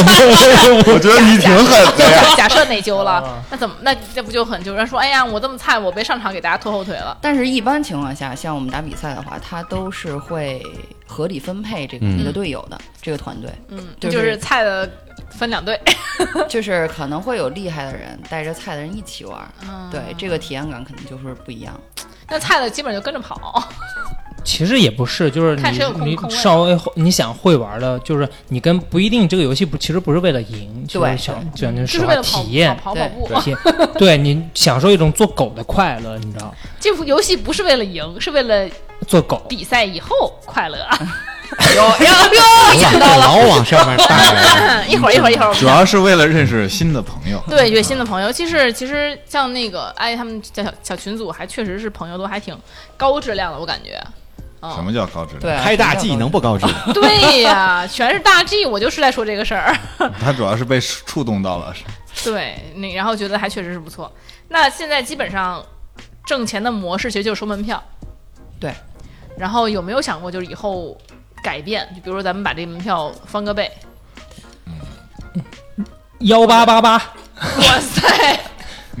Speaker 4: 我觉得你挺 狠 的呀。
Speaker 1: 假假设内疚
Speaker 3: 哦
Speaker 1: 了，那怎么那那不就很就人说，哎呀，我这么菜，我别上场给大家拖后腿了。
Speaker 6: 但是，一般情况下，像我们打比赛的话，他都是会合理分配这个你的队友的、这个团队，
Speaker 1: 嗯，
Speaker 6: 就
Speaker 1: 就是是菜的分两 队，
Speaker 6: 就是可嗯能会有厉害的人带着菜的人一起玩儿，对这个体验感肯定就是不一样。
Speaker 1: 那菜的基本就跟着跑。
Speaker 3: 其实也不是，就是
Speaker 1: 看谁有空
Speaker 3: 你
Speaker 1: 空
Speaker 3: 你
Speaker 1: 位
Speaker 3: 稍微会你想会玩的，就是你跟不一定这个游戏不其实不是为了赢，其实
Speaker 6: 对
Speaker 3: 想讲究
Speaker 1: 就
Speaker 3: 实
Speaker 1: 是
Speaker 3: 话
Speaker 1: 为了跑
Speaker 3: 体验，
Speaker 1: 跑跑跑步。
Speaker 3: 体验，对你享受一种做狗的快乐，你知道，
Speaker 1: 这部游戏不是为了赢，是为了
Speaker 3: 做狗
Speaker 1: 比赛以后快 乐。
Speaker 6: 有有有，
Speaker 5: 老往老往上面 带，
Speaker 1: 一会儿一会儿一会儿，
Speaker 4: 主要是为了认识新的朋友。
Speaker 1: 对，约新的朋友，其实其实像那个哎，他们小小群组还确实是朋友都还挺高质量的，我感觉。嗯
Speaker 4: 什么叫高质量？
Speaker 6: 对，啊
Speaker 5: 开大 G 能不高质？
Speaker 1: 对呀、全是大 G，我就是在说这个事儿。
Speaker 4: 他主要是被触动到了，
Speaker 1: 对，那然后觉得还确实是不错。那现在基本上挣钱的模式其实就是收门票。
Speaker 6: 对。
Speaker 1: 然后有没有想过，就是以后改变？就比如说咱们把这门票翻个倍。
Speaker 3: 幺八八八，
Speaker 1: 哇塞！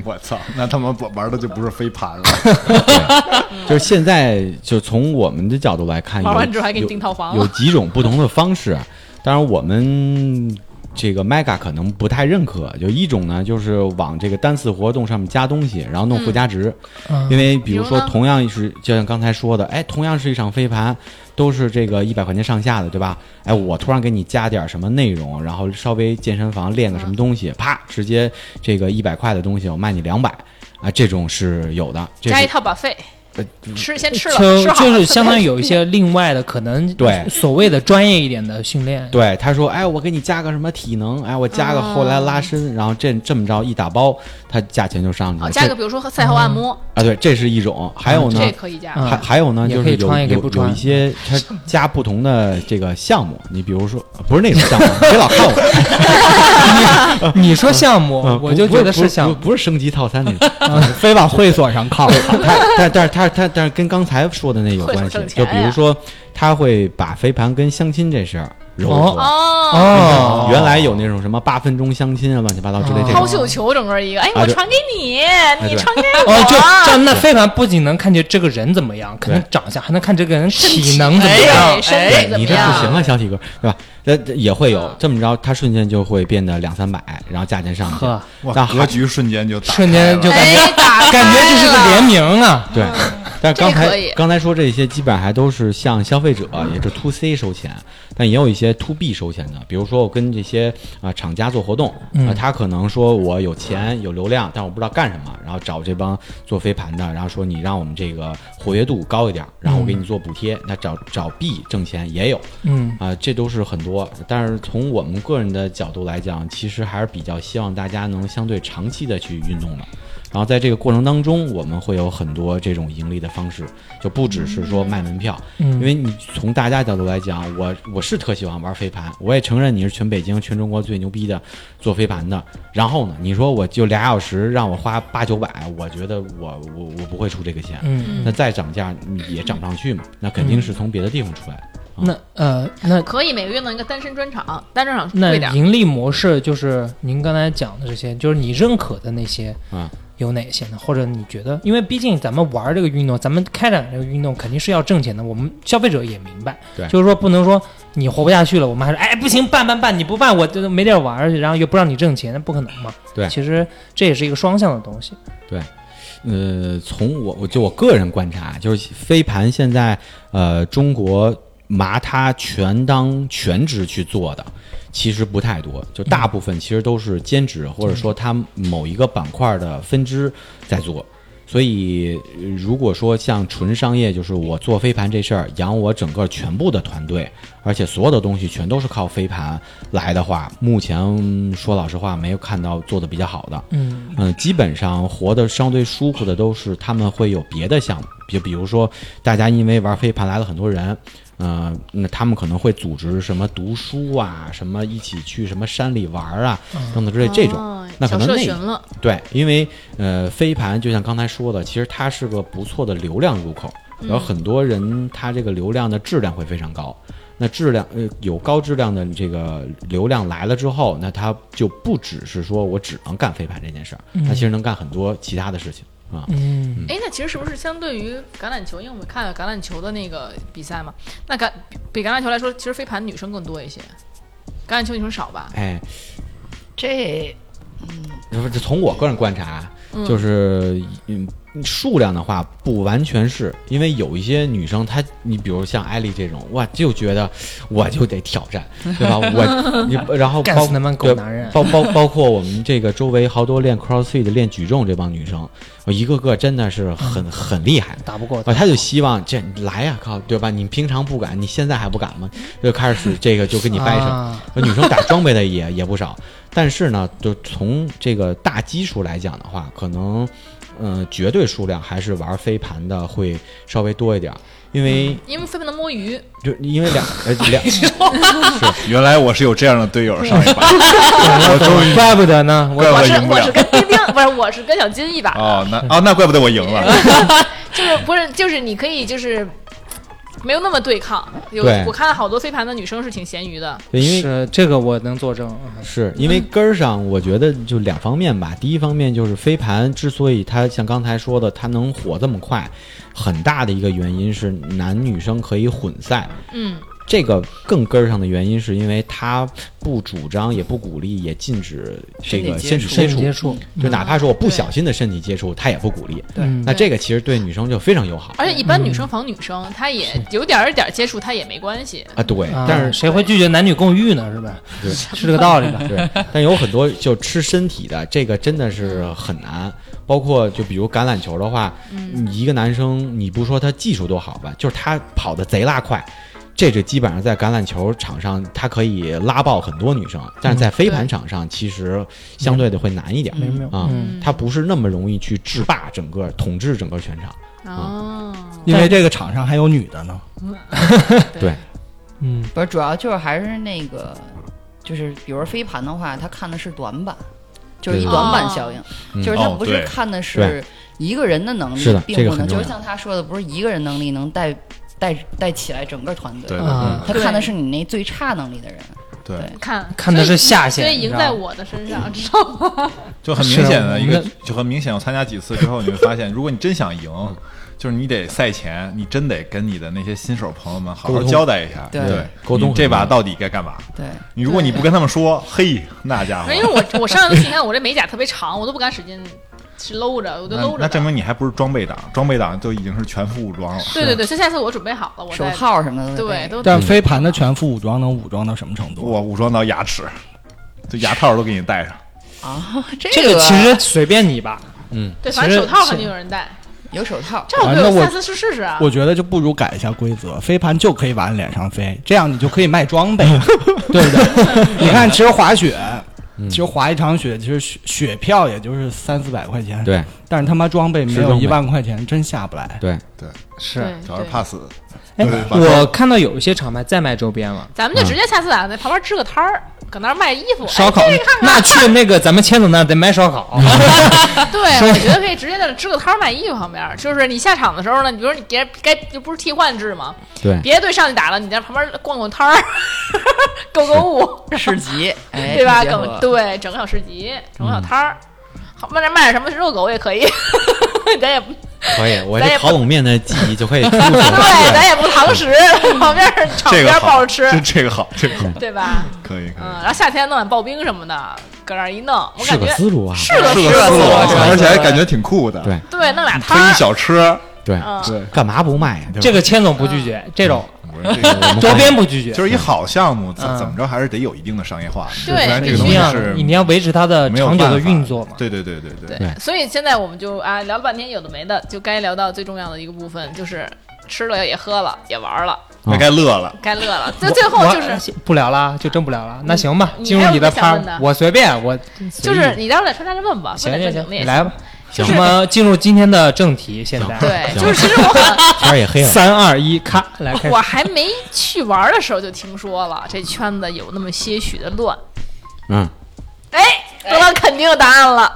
Speaker 4: 我操，那他妈玩的就不是飞盘 了。
Speaker 5: 就是现在，就从我们的角度来看，
Speaker 1: 玩完
Speaker 5: 有
Speaker 1: 之后还给你
Speaker 5: 有
Speaker 1: 订套房
Speaker 5: 有几种不同的方式。啊当然，我们这个 Mega 可能不太认可。就一种呢，就是往这个单次活动上面加东西，然后弄附加值。因为比如
Speaker 1: 嗯比如
Speaker 5: 说，
Speaker 1: 呢
Speaker 5: 同样是就像刚才说的，哎，同样是一场飞盘，都是这个一百块钱上下的，对吧？哎，我突然给你加点什么内容，然后稍微健身房练个什么东西，啪，直接这个一百块的东西我卖你两百。啊，这种是有的，这
Speaker 1: 加一
Speaker 5: 是
Speaker 1: 套把费，吃先吃了，
Speaker 3: 就
Speaker 1: 吃好
Speaker 3: 就
Speaker 1: 了
Speaker 3: 是相当于有一些另外的可能，
Speaker 5: 对
Speaker 3: 所谓的专业一点的训练，
Speaker 5: 对，他说，哎，我给你加个什么体能，哎，我加个后来拉伸，然后这这么着一打包，它价钱就上去
Speaker 1: 啊，
Speaker 5: 了。
Speaker 1: 加个
Speaker 5: 这
Speaker 1: 比如说赛后按摩，
Speaker 5: 啊，对，这是一种，还有呢
Speaker 1: 这，可以加。
Speaker 3: 嗯
Speaker 5: 还还有呢，
Speaker 3: 也
Speaker 5: 就
Speaker 3: 可
Speaker 5: 是
Speaker 3: 以
Speaker 5: 有
Speaker 3: 穿也可以
Speaker 5: 有
Speaker 3: 不穿
Speaker 5: 有一些它加不同的这个项目，你比如说啊不是那种项目，别老看我，
Speaker 3: 你说项目
Speaker 5: 嗯，
Speaker 3: 我
Speaker 5: 不
Speaker 3: 就
Speaker 5: 不
Speaker 3: 觉得
Speaker 5: 不是
Speaker 3: 项目
Speaker 5: 不，不是升级套餐那种，
Speaker 2: 非往会所上 靠。
Speaker 5: 它但但是它它但是跟刚才说的那有
Speaker 1: 会
Speaker 5: 关系
Speaker 1: 挣，
Speaker 5: 就
Speaker 1: 钱
Speaker 5: 比如
Speaker 1: 呀
Speaker 5: 说他会把飞盘跟相亲这事儿揉
Speaker 3: 哦
Speaker 5: 合。
Speaker 1: 哦，
Speaker 3: 哦，
Speaker 5: 原来有那种什么八分钟相亲啊，乱七八糟之类这
Speaker 1: 抛
Speaker 5: 种，
Speaker 1: 绣球，整个一个，哎，
Speaker 5: 啊
Speaker 1: 我
Speaker 5: 对啊
Speaker 1: 传给你，你
Speaker 5: 对
Speaker 1: 传给我，
Speaker 3: 哦，就这样，那飞盘不仅能看见这个人怎么样，可能长相还能看这个人体能怎么
Speaker 1: 哎
Speaker 3: 样。
Speaker 1: 呀，身
Speaker 5: 对
Speaker 1: 体怎
Speaker 5: 你
Speaker 1: 么
Speaker 5: 这不行
Speaker 1: 样？
Speaker 5: 啊，小体格，对吧？那这也会有
Speaker 1: 嗯
Speaker 5: 这么着，它瞬间就会变得两三百，然后价钱上去。
Speaker 3: 呵，
Speaker 4: 哇，
Speaker 5: 但
Speaker 4: 格局瞬间就打
Speaker 3: 瞬间就
Speaker 4: 开了
Speaker 1: 哎，打开
Speaker 3: 感觉这是个
Speaker 1: 了
Speaker 3: 联名啊！
Speaker 5: 对，但是刚
Speaker 1: 嗯这个可
Speaker 5: 才
Speaker 1: 以嗯
Speaker 5: 刚才说这些，基本上还都是向消费者，也是 to C 收钱，但也有一些 to B 收钱的。比如说我跟这些啊、厂家做活动，
Speaker 3: 嗯
Speaker 5: 啊，他可能说我有钱有流量，但我不知道干什么，然后找这帮做飞盘的，然后说你让我们这个活跃度高一点，然后我给你做补贴。那找找 B 挣钱也有，
Speaker 3: 嗯，
Speaker 5: 啊、这都是很多。但是从我们个人的角度来讲，其实还是比较希望大家能相对长期的去运动的。然后在这个过程当中，我们会有很多这种盈利的方式，就不只是说卖门票，
Speaker 3: 嗯
Speaker 5: 因为你从大家角度来讲，我我是特喜欢玩飞盘，我也承认你是全北京、全中国最牛逼的做飞盘的。然后呢，你说我就俩小时让我花八九百，我觉得我我我不会出这个钱，
Speaker 3: 嗯，
Speaker 5: 那再涨价也涨不上去嘛，那肯定是从别的地方出来的。
Speaker 3: 那呃，那
Speaker 1: 可以每个月弄一个单身专 场，单专场贵点
Speaker 3: 那
Speaker 1: 儿。
Speaker 3: 盈利模式就是您刚才讲的这些，就是你认可的那些
Speaker 5: 嗯
Speaker 3: 有哪些呢？或者你觉得，因为毕竟咱们玩这个运动，咱们开展这个运动肯定是要挣钱的，我们消费者也明白，
Speaker 5: 对
Speaker 3: 就是说不能说你活不下去了，我们还说哎不行办办办，你不办我就没地儿玩去，然后又不让你挣钱，那不可能嘛。
Speaker 5: 对
Speaker 3: 其实这也是一个双向的东西。
Speaker 5: 呃，从我我就我个人观察，啊就是飞盘现在呃中国拿它全当全职去做的，其实不太多，就大部分其实都是兼职，或者说它某一个板块的分支在做。所以，呃如果说像纯商业，就是我做飞盘这事儿，养我整个全部的团队，而且所有的东西全都是靠飞盘来的话，目前说老实话，没有看到做的比较好的。
Speaker 3: 嗯，
Speaker 5: 嗯，基本上活得相对舒服的都是他们会有别的项目，就比如说大家因为玩飞盘来了很多人，嗯、那他们可能会组织什么读书啊，什么一起去什么山里玩啊，等等之类这种。
Speaker 1: 哦
Speaker 5: 那可能
Speaker 1: 小社
Speaker 5: 那
Speaker 1: 群了，
Speaker 5: 对，因为呃，飞盘就像刚才说的，其实它是个不错的流量入口，有很多人他这个流量的质量会非常高。那质量呃有高质量的这个流量来了之后，那它就不只是说我只能干飞盘这件事儿，它其实能干很多其他的事情啊。
Speaker 3: 嗯，
Speaker 1: 哎，那其实是不是相对于橄榄球？因为我们看了橄榄球的那个比赛嘛，那橄比比橄榄球来说，其实飞盘女生更多一些，橄榄球女生少吧？
Speaker 5: 哎，
Speaker 6: 这
Speaker 5: 啊不是从我个人观察，就是嗯，数量的话，不完全是因为有一些女生，她你比如像艾丽这种，哇，就觉得我就得挑战，对吧？我你然后
Speaker 3: 干
Speaker 5: 包
Speaker 3: 死那帮狗
Speaker 5: 对
Speaker 3: 男人
Speaker 5: 包包包括我们这个周围好多练 CrossFit 的、练举重这帮女生，我一个个真的是很很厉害。
Speaker 3: 打不过
Speaker 5: 啊，他就希望这你来呀、靠，对吧？你平常不敢，你现在还不敢吗？就开始这个就跟你掰扯。
Speaker 3: 啊
Speaker 5: 女生打装备的也也不少，但是呢，就从这个大基数来讲的话，可能，嗯、绝对数量还是玩飞盘的会稍微多一点儿，因
Speaker 3: 嗯
Speaker 5: 为、
Speaker 1: 因为飞不能摸鱼，
Speaker 5: 就因为两呃 两
Speaker 4: 原来我是有这样的队友，上 一把我终
Speaker 5: 哎
Speaker 4: 于
Speaker 3: 怪不得呢，我
Speaker 4: 怪
Speaker 1: 我
Speaker 4: 不
Speaker 1: 是
Speaker 4: 得赢不
Speaker 1: 我是
Speaker 4: 了。
Speaker 1: 跟 丁丁，不是我是跟小金一把，
Speaker 4: 哦，那哦，那怪不得我赢了。
Speaker 1: 就是不是就是你可以就是没有那么对抗。有
Speaker 5: 对
Speaker 1: 我看好多飞盘的女生是挺咸鱼的，
Speaker 5: 对因为
Speaker 3: 是这个我能作证。嗯
Speaker 5: 是因为根儿上，我觉得就两方面吧。第一方面就是飞盘之所以它像刚才说的，它能火这么快，很大的一个原因是男女生可以混赛。
Speaker 1: 嗯，
Speaker 5: 这个更根儿上的原因是因为它不主张，也不鼓励，也禁止这个身
Speaker 6: 身
Speaker 5: 体
Speaker 6: 体
Speaker 5: 接
Speaker 3: 身体接
Speaker 5: 触。
Speaker 3: 触，
Speaker 5: 就哪怕说我不
Speaker 1: 对
Speaker 5: 小心的身体接触，它也不鼓励。
Speaker 3: 对，嗯
Speaker 5: 那这个其实对女生就非常友好
Speaker 1: 而且一般女生防女生，她也有点儿一点儿接触，她也没关系。
Speaker 5: 啊。对，
Speaker 3: 啊
Speaker 5: 但是
Speaker 3: 谁会拒绝男女共浴呢？是吧？
Speaker 5: 对
Speaker 3: 是这个道理吧？
Speaker 5: 对，但有很多就吃身体的，这个真的是很难。包括就比如橄榄球的话，
Speaker 3: 嗯
Speaker 5: 你一个男生，你不说他技术多好吧，就是他跑得贼拉快，这是基本上在橄榄球场上他可以拉爆很多女生，但是在飞盘场上其实相对的会难一点
Speaker 3: 没有，
Speaker 5: 啊，
Speaker 3: 嗯，
Speaker 5: 他不是那么容易去制霸整个统治整个全场。
Speaker 1: 哦，
Speaker 2: 因为这个场上还有女的呢。
Speaker 5: 对，
Speaker 3: 嗯，
Speaker 6: 不是，主要就是还是那个，就是比如飞盘的话，他看的是短板，就是
Speaker 5: 对
Speaker 6: 以
Speaker 5: 对
Speaker 6: 短板
Speaker 1: 对
Speaker 6: 效应，
Speaker 5: 嗯
Speaker 6: 就是他
Speaker 4: 哦
Speaker 6: 不是
Speaker 4: 对
Speaker 6: 看的是
Speaker 5: 对
Speaker 6: 一个人的能力，
Speaker 5: 是的这
Speaker 6: 并
Speaker 5: 个
Speaker 6: 不能
Speaker 5: 很重要
Speaker 6: 就是像他说的，不是一个人能力能带带带起来整个团
Speaker 4: 对，
Speaker 6: 队
Speaker 3: 啊
Speaker 6: 他看的是你那最差能力的人。
Speaker 4: 对，
Speaker 6: 对
Speaker 1: 看
Speaker 3: 看的是下
Speaker 1: 所
Speaker 3: 限，
Speaker 1: 以
Speaker 3: 你
Speaker 1: 赢
Speaker 3: 知
Speaker 1: 在
Speaker 3: 道吗
Speaker 1: 我的身上，知道吗？
Speaker 4: 就很
Speaker 5: 啊
Speaker 4: 明显的一
Speaker 3: 是
Speaker 4: 个
Speaker 3: 我们，
Speaker 4: 就很明显。我参加几次之后，你会发现，如果你真想赢，就是你得赛前，你真得跟你的那些新手朋友们好
Speaker 5: 沟
Speaker 4: 好
Speaker 5: 通
Speaker 4: 交代一下，
Speaker 6: 对
Speaker 5: 对
Speaker 4: 对，
Speaker 5: 沟通
Speaker 4: 你这把
Speaker 5: 很重
Speaker 4: 到
Speaker 5: 要
Speaker 4: 底该干嘛？
Speaker 6: 对，
Speaker 4: 你如果你不跟他们说，嘿，那家 伙
Speaker 1: 因，为我我上一次你看我这美甲特别长，我都不敢使劲去搂着，我就
Speaker 4: 那
Speaker 1: 搂着
Speaker 4: 那
Speaker 1: 的。
Speaker 4: 证明你还不是装备党，装备党就已经是全副武装了。
Speaker 1: 对对对，所以下次我准备好了，我
Speaker 6: 手
Speaker 1: 再
Speaker 6: 套什么的，
Speaker 1: 对都
Speaker 5: 嗯
Speaker 2: 但嗯飞盘的全副武装能武装到什么程度？啊
Speaker 4: 我武装到牙齿，这牙套都给你戴上。
Speaker 6: 啊，
Speaker 3: 这
Speaker 6: 个
Speaker 3: 个其实随便你吧，
Speaker 1: 对，反正手套肯定有人戴，
Speaker 6: 有手套，
Speaker 1: 这样
Speaker 2: 啊那
Speaker 1: 我
Speaker 2: 我
Speaker 1: 下次试试啊。
Speaker 2: 我觉得就不如改一下规则，飞盘就可以往脸上飞，这样你就可以卖装备， 对不对？你看，其实滑雪，其实滑一场雪，其实雪雪票也就是三四百块钱，。
Speaker 5: 对
Speaker 2: 但是他妈装备没
Speaker 5: 是
Speaker 2: 有
Speaker 5: 装备
Speaker 2: 一万块钱，真下不来。
Speaker 5: 对，
Speaker 3: 是
Speaker 1: 对，
Speaker 4: 主要是
Speaker 1: 对
Speaker 4: 怕死。
Speaker 3: 哎
Speaker 4: 对，把
Speaker 3: 我看到有一些厂牌在卖周边了，
Speaker 1: 咱们就直接下次啊，在旁边支个摊儿，搁那儿卖衣服。
Speaker 3: 烧烤
Speaker 1: 哎这个看，看
Speaker 3: 那去那个咱们千总那儿得买烧烤，啊
Speaker 1: 对，我觉得可以直接在那支个摊儿卖衣服旁边儿。就是你下场的时候呢，你比如你别该就不是替换制吗？
Speaker 5: 对
Speaker 1: 别的队上去打了，你在旁边逛逛摊儿，购购物，
Speaker 6: 市集，哎，
Speaker 1: 对吧？
Speaker 6: 结合
Speaker 1: 整对整个小市集，整个小摊儿，好，卖点卖点什么热狗也可以，咱也不
Speaker 5: 可以，我
Speaker 1: 咱
Speaker 5: 这
Speaker 1: 也不
Speaker 5: 烤冷面的技艺 就可以出手
Speaker 1: 对，咱也不堂食，旁边儿场
Speaker 4: 这
Speaker 1: 边
Speaker 4: 个
Speaker 1: 儿抱
Speaker 4: 好，
Speaker 1: 着吃，
Speaker 4: 这这个好，这个好，
Speaker 1: 对吧？
Speaker 4: 可以可
Speaker 1: 嗯，
Speaker 4: 以。
Speaker 1: 然后夏天弄点刨冰什么的，搁那儿一弄，我
Speaker 5: 是
Speaker 1: 感
Speaker 5: 个
Speaker 1: 觉
Speaker 5: 思路啊。
Speaker 1: 是个
Speaker 4: 是
Speaker 1: 是
Speaker 4: 个
Speaker 1: 个
Speaker 4: 思
Speaker 1: 思
Speaker 4: 路
Speaker 1: 路，
Speaker 3: 是吧
Speaker 4: 而且还感觉挺酷的。
Speaker 5: 对
Speaker 1: 对，弄俩
Speaker 4: 推
Speaker 1: 摊
Speaker 4: 一
Speaker 1: 儿，
Speaker 4: 小车，
Speaker 5: 对，
Speaker 1: 嗯，
Speaker 4: 对，
Speaker 5: 干嘛不卖呀？对吧
Speaker 3: 这个千总不拒绝，这种
Speaker 4: 我说这个
Speaker 5: 我们
Speaker 3: 周
Speaker 5: 欢迎
Speaker 3: 边不拒绝，
Speaker 4: 就是一好项目，怎
Speaker 3: 嗯
Speaker 4: 怎么着还是得有一定的商业化，不
Speaker 1: 对
Speaker 4: 然这
Speaker 3: 一
Speaker 4: 个东西
Speaker 3: 定要
Speaker 4: 是
Speaker 3: 你要维持它的
Speaker 4: 没有
Speaker 3: 长久的
Speaker 4: 办法
Speaker 3: 运作嘛。
Speaker 4: 对对对对对，
Speaker 1: 对，所以现在我们就啊聊了半天有的没的，就该聊到最重要的一个部分，就是吃了也喝了也玩了，
Speaker 4: 那
Speaker 3: 嗯
Speaker 4: 该乐了。
Speaker 1: 该乐 了。最最后就是
Speaker 3: 我不聊啦，就真不聊了。那行吧，
Speaker 1: 你
Speaker 3: 进入
Speaker 1: 还有
Speaker 3: 你的
Speaker 1: 什么想
Speaker 3: 趴
Speaker 1: 问的，
Speaker 3: 我随便，我
Speaker 1: 就
Speaker 3: 随意
Speaker 1: 是你待会儿在穿插着问吧，
Speaker 3: 行
Speaker 1: 问
Speaker 3: 行
Speaker 1: 点正经
Speaker 3: 行，
Speaker 1: 的也
Speaker 3: 你来吧。
Speaker 1: 就
Speaker 3: 我
Speaker 1: 是
Speaker 3: 们进入今天的正题，现在
Speaker 1: 对，
Speaker 5: 行
Speaker 1: 就是其实我 很
Speaker 5: 天儿也黑了。
Speaker 3: 三二一，咔，来开始
Speaker 1: 我。还没去玩的时候就听说了，这圈子有那么些许的乱。
Speaker 5: 嗯，
Speaker 1: 哎，得到肯定的答案了。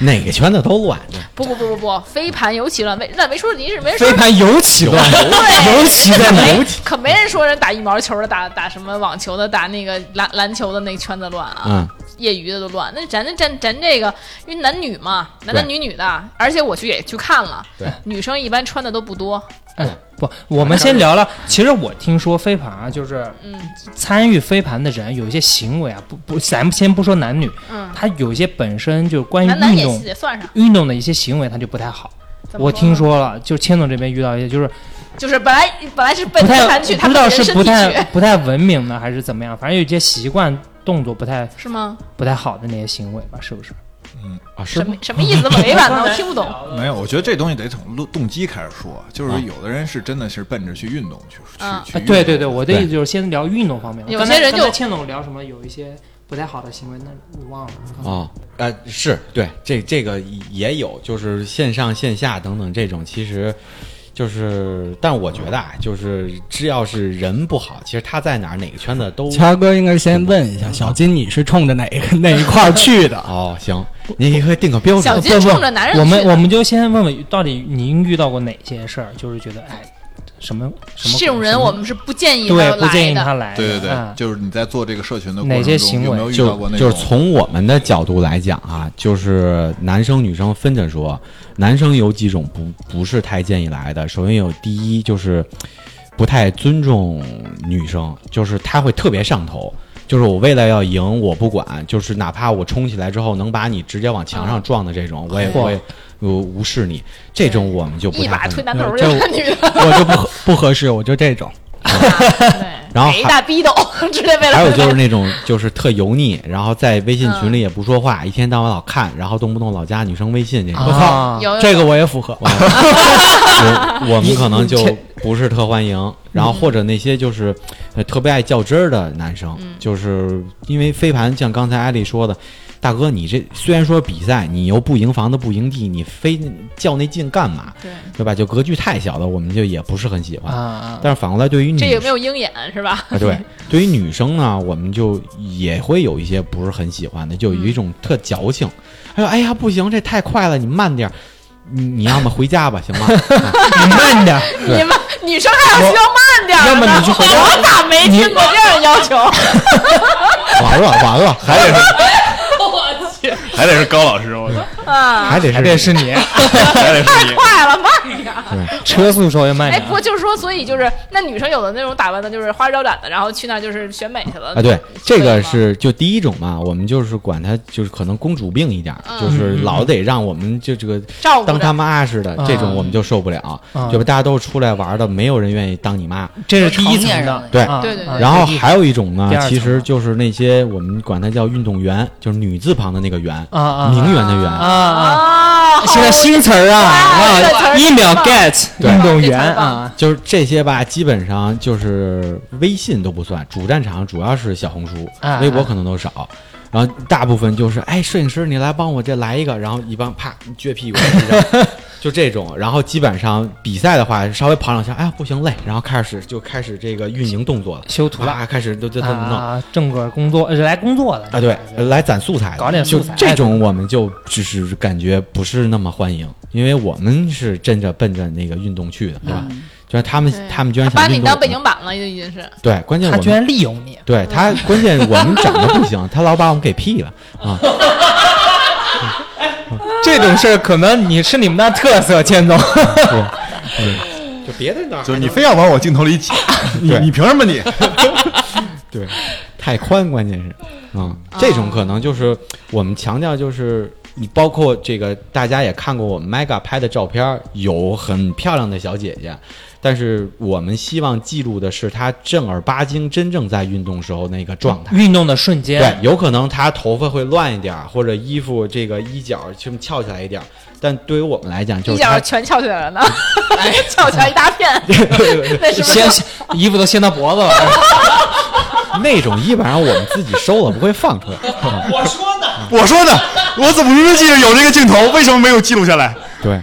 Speaker 5: 哪个圈子都乱。对
Speaker 1: 不不不不不，飞盘尤其乱，没那没说你是没人说
Speaker 3: 飞盘尤其乱，
Speaker 1: 对
Speaker 3: 尤其在尤其
Speaker 1: 可没人说人打羽毛球的打打什么网球的打那个篮篮球的那圈子乱啊，
Speaker 5: 嗯，
Speaker 1: 业余的都乱。那咱咱咱这个，因为男女嘛，男男女女的，而且我去也去看了，
Speaker 5: 对
Speaker 1: 女生一般穿的都不多，
Speaker 3: 哎，不，我们先聊聊。其实我听说飞盘啊，就是
Speaker 1: 嗯
Speaker 3: 参与飞盘的人有一些行为啊，不不，咱们先不说男女，
Speaker 1: 嗯，
Speaker 3: 他有一些本身就是关于
Speaker 1: 男男
Speaker 3: 运
Speaker 1: 也
Speaker 3: 动
Speaker 1: 也算上，
Speaker 3: 运动的一些行为，他就不太好。
Speaker 1: 怎么
Speaker 3: 我听
Speaker 1: 呢
Speaker 3: 说了，就千总这边遇到一些就是
Speaker 1: 就是本来本来是奔
Speaker 3: 不
Speaker 1: 着
Speaker 3: 太
Speaker 1: 盘去，
Speaker 3: 不
Speaker 1: 他
Speaker 3: 知
Speaker 1: 们
Speaker 3: 道
Speaker 1: 人
Speaker 3: 是
Speaker 1: 身
Speaker 3: 不
Speaker 1: 体
Speaker 3: 太
Speaker 1: 去
Speaker 3: 不太文明呢，还是怎么样，反正有一些习惯动作不太
Speaker 1: 是吗？
Speaker 3: 不太好的那些行为吧，是不是？
Speaker 5: 啊，是
Speaker 1: 什
Speaker 5: 吗
Speaker 1: 么什么意思？怎么委婉呢？我听 不懂。
Speaker 4: 没有，我觉得这东西得从动动机开始说，就
Speaker 5: 啊
Speaker 4: 是有的人是真的是奔着去运动去
Speaker 1: 啊
Speaker 4: 去去
Speaker 3: 啊，
Speaker 4: 运动。
Speaker 3: 嗯对对对，我的
Speaker 5: 对
Speaker 3: 意思就是先聊运动方面。
Speaker 1: 有
Speaker 3: 刚
Speaker 1: 些
Speaker 3: 才
Speaker 1: 人
Speaker 3: 刚才
Speaker 1: 就
Speaker 3: 倩总聊什么有一些不太好的行为，那我忘了。
Speaker 5: 啊，呃，是对这这个也有，就是线上线下等等这种，其实就是，但我觉得啊，就是只要是人不好，其实他在哪儿哪个圈子都
Speaker 2: 谦儿哥应该先问一下小金，你是冲着哪 个哪一块儿去的？
Speaker 5: 哦行，您给我定个标
Speaker 1: 小
Speaker 5: 准
Speaker 1: 金冲着男人去
Speaker 3: 我们
Speaker 1: 的
Speaker 3: 我们就先问问，到底您遇到过哪些事儿？就是觉得哎，什么什么
Speaker 1: 这种人，
Speaker 3: 什么
Speaker 1: 我们是不建议他
Speaker 3: 对不建
Speaker 1: 来
Speaker 3: 议他
Speaker 1: 的。
Speaker 3: 来的。
Speaker 4: 对对对
Speaker 3: 啊
Speaker 4: 就是你在做这个社群的过
Speaker 3: 哪
Speaker 4: 程
Speaker 3: 些
Speaker 4: 中，
Speaker 3: 行为
Speaker 4: 有没有遇到过
Speaker 5: 就
Speaker 4: 那
Speaker 5: 就
Speaker 4: 种？
Speaker 5: 是从我们的角度来讲啊，就是男生女生分着说，男生有几种不不是太建议来的。首先有第一就是不太尊重女生，就是他会特别上头，就是我为了要赢我不管，就是哪怕我冲起来之后能把你直接往墙上撞的这种，我也
Speaker 3: 嚯
Speaker 5: 会无无视你。这种我们就不
Speaker 1: 啊一把
Speaker 5: 太
Speaker 1: 推
Speaker 5: 分。
Speaker 1: 男头
Speaker 2: 就
Speaker 1: 就女的，
Speaker 2: 我就不合不合适，我就这种。
Speaker 1: 对，
Speaker 5: 然后
Speaker 1: 给一大逼斗，直接 为了
Speaker 5: 还有就是那种就是特油腻，然后在微信群里也不说话，
Speaker 1: 嗯
Speaker 5: 一天到晚老看，然后动不动老加女生微信这 种。
Speaker 1: 哦
Speaker 3: 啊，
Speaker 1: 有
Speaker 2: 这个我也符合。
Speaker 5: 我我们可能就不是特欢
Speaker 1: 嗯
Speaker 5: 迎。然后或者那些就是呃特别爱较真儿的男生，
Speaker 1: 嗯
Speaker 5: 就是因为飞盘像刚才艾丽说的，大哥你这虽然说比赛你又不赢房子不赢地，你非较那劲干嘛？
Speaker 1: 对，嗯
Speaker 5: 对吧？就格局太小了，我们就也不是很喜
Speaker 3: 啊
Speaker 5: 欢。
Speaker 3: 啊，
Speaker 5: 但是反过来，对于女
Speaker 1: 这
Speaker 5: 生
Speaker 1: 有没有鹰眼是吧？
Speaker 5: 啊，对，对于女生呢，我们就也会有一些不是很喜欢的，就有一种特矫情。哎呦，哎呀，不行，这太快了，你慢点儿，你你要么回家吧，行吗？
Speaker 2: 你慢点，
Speaker 5: 对
Speaker 1: 你们女生还要需要慢点儿
Speaker 2: 要
Speaker 1: 的，
Speaker 2: 么你去回家
Speaker 1: 我咋没听过这样的要求？
Speaker 5: 完了完了，
Speaker 4: 还得是
Speaker 1: 我去
Speaker 4: 还得是高老师， 我
Speaker 1: 啊！
Speaker 5: 还得是
Speaker 3: 这是你
Speaker 4: 还得是你。
Speaker 1: 快了，慢点儿。
Speaker 3: 车速稍微慢
Speaker 1: 哎，
Speaker 3: 点
Speaker 1: 不过
Speaker 3: 啊。
Speaker 1: 就是说，所以就是那女生有的那种打扮的，就是花枝招展的，然后去那儿就是选美去了
Speaker 5: 啊，对，这
Speaker 1: 可以
Speaker 5: 个
Speaker 1: 吗
Speaker 5: 是就第一种嘛，我们就是管他就是可能公主病一点儿，
Speaker 1: 嗯
Speaker 5: 就是老得让我们就这个
Speaker 1: 照顾
Speaker 5: 当
Speaker 1: 着
Speaker 5: 他妈似的，这种我们就受不了，
Speaker 3: 啊
Speaker 5: 就大家都出来玩的，没有人愿意当你妈。
Speaker 3: 这是第 一
Speaker 6: 成
Speaker 3: 层
Speaker 6: 年人
Speaker 3: 的
Speaker 6: 了，
Speaker 5: 对
Speaker 3: 啊
Speaker 1: 对对对
Speaker 3: 啊
Speaker 5: 然后还有一种呢
Speaker 3: 第二，层
Speaker 5: 其实就是那些我们管它叫运动员，就是女字旁的那个员，
Speaker 3: 啊啊
Speaker 5: 名媛的
Speaker 3: 啊啊，
Speaker 5: 媛。
Speaker 1: 啊，
Speaker 3: 现在新词儿啊
Speaker 1: 哎这词
Speaker 3: 啊，
Speaker 1: 儿
Speaker 3: 一秒
Speaker 1: 棒
Speaker 3: get
Speaker 5: 对
Speaker 3: 运动员
Speaker 1: 这词儿棒
Speaker 3: 啊，
Speaker 5: 就是这些吧，基本上就是微信都不算，主战场主要是小红书
Speaker 3: 啊，
Speaker 5: 微博可能都少。然后大部分就是，哎，摄影师你来帮我这来一个，然后一帮啪撅屁股， 就这种。然后基本上比赛的话，稍微跑两下，哎呀不行累，然后开始就开始这个运营动作了，
Speaker 3: 修图
Speaker 5: 啦，开始就啊就这么弄。
Speaker 3: 啊，正个工作呃来工作的
Speaker 5: 啊，对，来攒素材的，
Speaker 3: 搞点素材哎
Speaker 5: 就这种我们就只是感觉不是那么欢迎，因为我们是真着奔着那个运动去的，对吧？就是他们
Speaker 1: 嗯对
Speaker 5: 他们居然
Speaker 1: 把
Speaker 5: 想
Speaker 1: 你
Speaker 5: 运动，
Speaker 1: 当背景板了，就已经是。
Speaker 5: 对，关键
Speaker 3: 他
Speaker 5: 我
Speaker 3: 居
Speaker 5: 们
Speaker 3: 然利用你，
Speaker 5: 对 他关键我们长得不行，他老把我们给 P 了啊！
Speaker 3: 这种事儿可能你是你们那特色，千总。
Speaker 5: 嗯就别的那
Speaker 4: 就是你非要往我镜头 里挤，你
Speaker 5: 对
Speaker 4: 你凭什么你？
Speaker 5: 对太宽，关键是啊，
Speaker 1: 嗯
Speaker 5: 这种可能就是我们强调就是。你包括这个，大家也看过我们 Mega 拍的照片儿，有很漂亮的小姐姐，但是我们希望记录的是她正儿八经、真正在运动时候那个状
Speaker 1: 嗯
Speaker 5: 态。
Speaker 3: 运动的瞬
Speaker 5: 对
Speaker 3: 间，，
Speaker 5: 有可能她头发会乱一点儿，或者衣服这个衣角这么翘起来一点儿，但对于我们来讲，就
Speaker 1: 一
Speaker 5: 是
Speaker 1: 脚
Speaker 5: 她
Speaker 1: 全翘起来了呢， 翘起来一大 片，那是不是
Speaker 3: 掀衣服都掀到脖子了。
Speaker 5: 那种衣，反正我们自己收了，不会放出来。
Speaker 4: 我说的，我怎么明明记得有这个镜头，为什么没有记录下来？
Speaker 5: 对，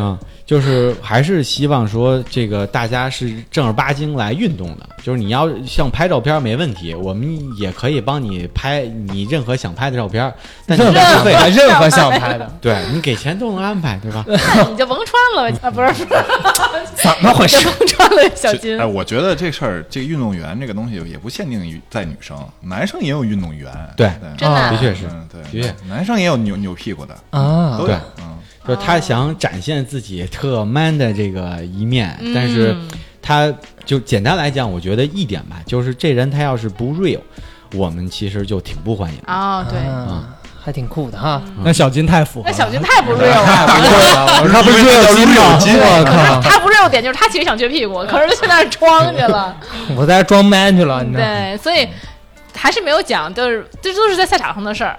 Speaker 5: 啊、就是还是希望说这个大家是正儿八经来运动的，就是你要像拍照片没问题，我们也可以帮你拍你任何想拍的照片，但你
Speaker 3: 任
Speaker 5: 不
Speaker 3: 何
Speaker 5: 会。
Speaker 3: 想任何想拍的，
Speaker 5: 对你给钱都能安排，对 吧？
Speaker 1: 那你就甭穿了吧啊，不是，不是
Speaker 3: 怎么
Speaker 5: 哎
Speaker 3: 回
Speaker 1: 就
Speaker 3: 事？
Speaker 1: 甭穿了，小
Speaker 4: 这
Speaker 1: 金
Speaker 4: 哎，。我觉得这事儿，这个运动员这个东西也不限定于在女生，男生也有运动员。
Speaker 5: 对
Speaker 1: 真的啊
Speaker 5: 的确是，
Speaker 4: 嗯，
Speaker 5: 的确
Speaker 4: 对，男生也有扭扭屁股的，
Speaker 3: 啊
Speaker 4: 都
Speaker 5: 对
Speaker 4: 有，嗯，
Speaker 5: 就是他想展现自己特 man 的这个一面，
Speaker 3: 嗯
Speaker 5: 但是他就简单来讲，我觉得一点吧，就是这人他要是不 real，我们其实就挺不欢迎的。
Speaker 1: 哦，对，
Speaker 3: 啊，还挺酷的哈。
Speaker 5: 嗯
Speaker 2: 那小金太符合
Speaker 1: 那
Speaker 2: 了，
Speaker 1: 小军啊太不 real 了。
Speaker 4: 我
Speaker 2: 他不是有金吗？
Speaker 5: 嗯
Speaker 3: 我
Speaker 1: 他
Speaker 3: 靠，
Speaker 1: 他不 real 点就是他其实想撅屁股，可是他去那儿装去了。
Speaker 3: 我在这装 man 去了，你知道？
Speaker 1: 对，所以还是没有讲，就是这都是在赛场上的事儿。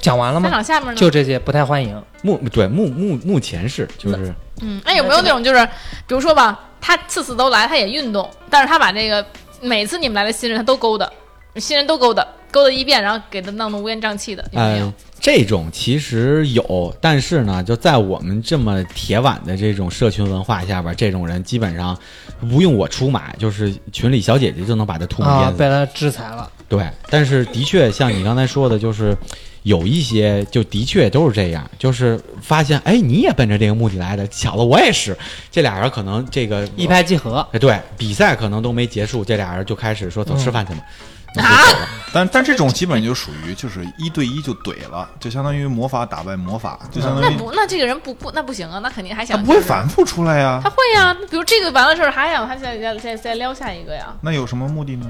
Speaker 3: 讲完了
Speaker 1: 赛
Speaker 3: 吗？
Speaker 1: 场下面呢
Speaker 3: 就，这些不太欢迎。
Speaker 5: 目对目目目前是就是
Speaker 1: 嗯，那有没有那种就是，比如说吧，他次次都来，他也运动，但是他把那个每次你们来的新人他都勾搭，新人都勾搭，勾搭一遍，然后给他弄得乌烟瘴气的，有没有？
Speaker 3: 哎
Speaker 5: 呃，这种其实有，但是呢，就在我们这么铁碗的这种社群文化下边，这种人基本上不用我出马，就是群里小姐姐就能把他吐沫
Speaker 3: 啊
Speaker 5: 淹，死。
Speaker 3: 被他制裁了。
Speaker 5: 对，但是的确像你刚才说的，就是有一些就的确都是这样，就是发现哎，你也奔着这个目的来的，巧了，我也是，这俩人可能这个
Speaker 3: 一拍即合，
Speaker 5: 哎，对，比赛可能都没结束，这俩人就开始
Speaker 3: 嗯
Speaker 5: 说走吃饭去吧。那就
Speaker 1: 啊
Speaker 5: 走了
Speaker 4: 但但这种基本就属于就是一对一就怼了，就相当于魔法打败魔法，就相
Speaker 1: 那
Speaker 4: 当于
Speaker 1: 不，那这个人不不，那不行啊，那肯定还
Speaker 4: 他
Speaker 1: 想
Speaker 4: 不会
Speaker 1: 就是
Speaker 4: 反复出来呀
Speaker 1: 他。会呀、比如这个完了事儿，还想还再再再再撩下一个呀？
Speaker 4: 那有什么目的呢？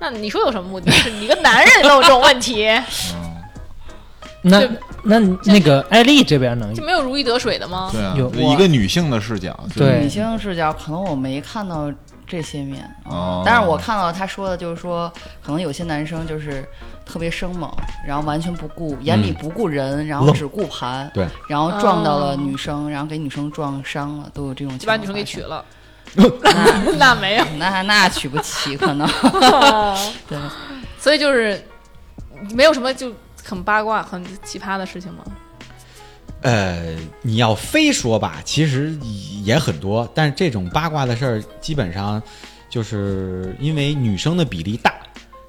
Speaker 1: 那你说有什么目的？是你一个男人都有这种问 题，
Speaker 4: 嗯，
Speaker 3: 那
Speaker 1: 对
Speaker 3: 那那个艾丽这边能
Speaker 1: 就没有如鱼得水的吗？
Speaker 4: 对啊
Speaker 3: 有，
Speaker 4: 一个女性的视角，就是
Speaker 3: 对
Speaker 6: 女性视角，可能我没看到这些面，嗯
Speaker 4: 哦
Speaker 6: 但是我看到他说的就是说，可能有些男生就是特别生猛，然后完全不顾眼里不顾人，然后
Speaker 5: 愣
Speaker 6: 只顾盘，
Speaker 5: 对，
Speaker 6: 然后撞到
Speaker 1: 哦
Speaker 6: 了女生，然后给女生撞伤了，都有这种
Speaker 1: 就
Speaker 6: 情
Speaker 1: 把
Speaker 6: 况。
Speaker 1: 女生给娶，
Speaker 3: 嗯
Speaker 1: 了？
Speaker 6: 那
Speaker 1: 那没有，
Speaker 6: 那那娶不起，可 能对。
Speaker 1: 所以就是没有什么就很八卦、很奇葩的事情吗？
Speaker 5: 呃，你要非说吧，其实也很多，但是这种八卦的事儿，基本上就是因为女生的比例大，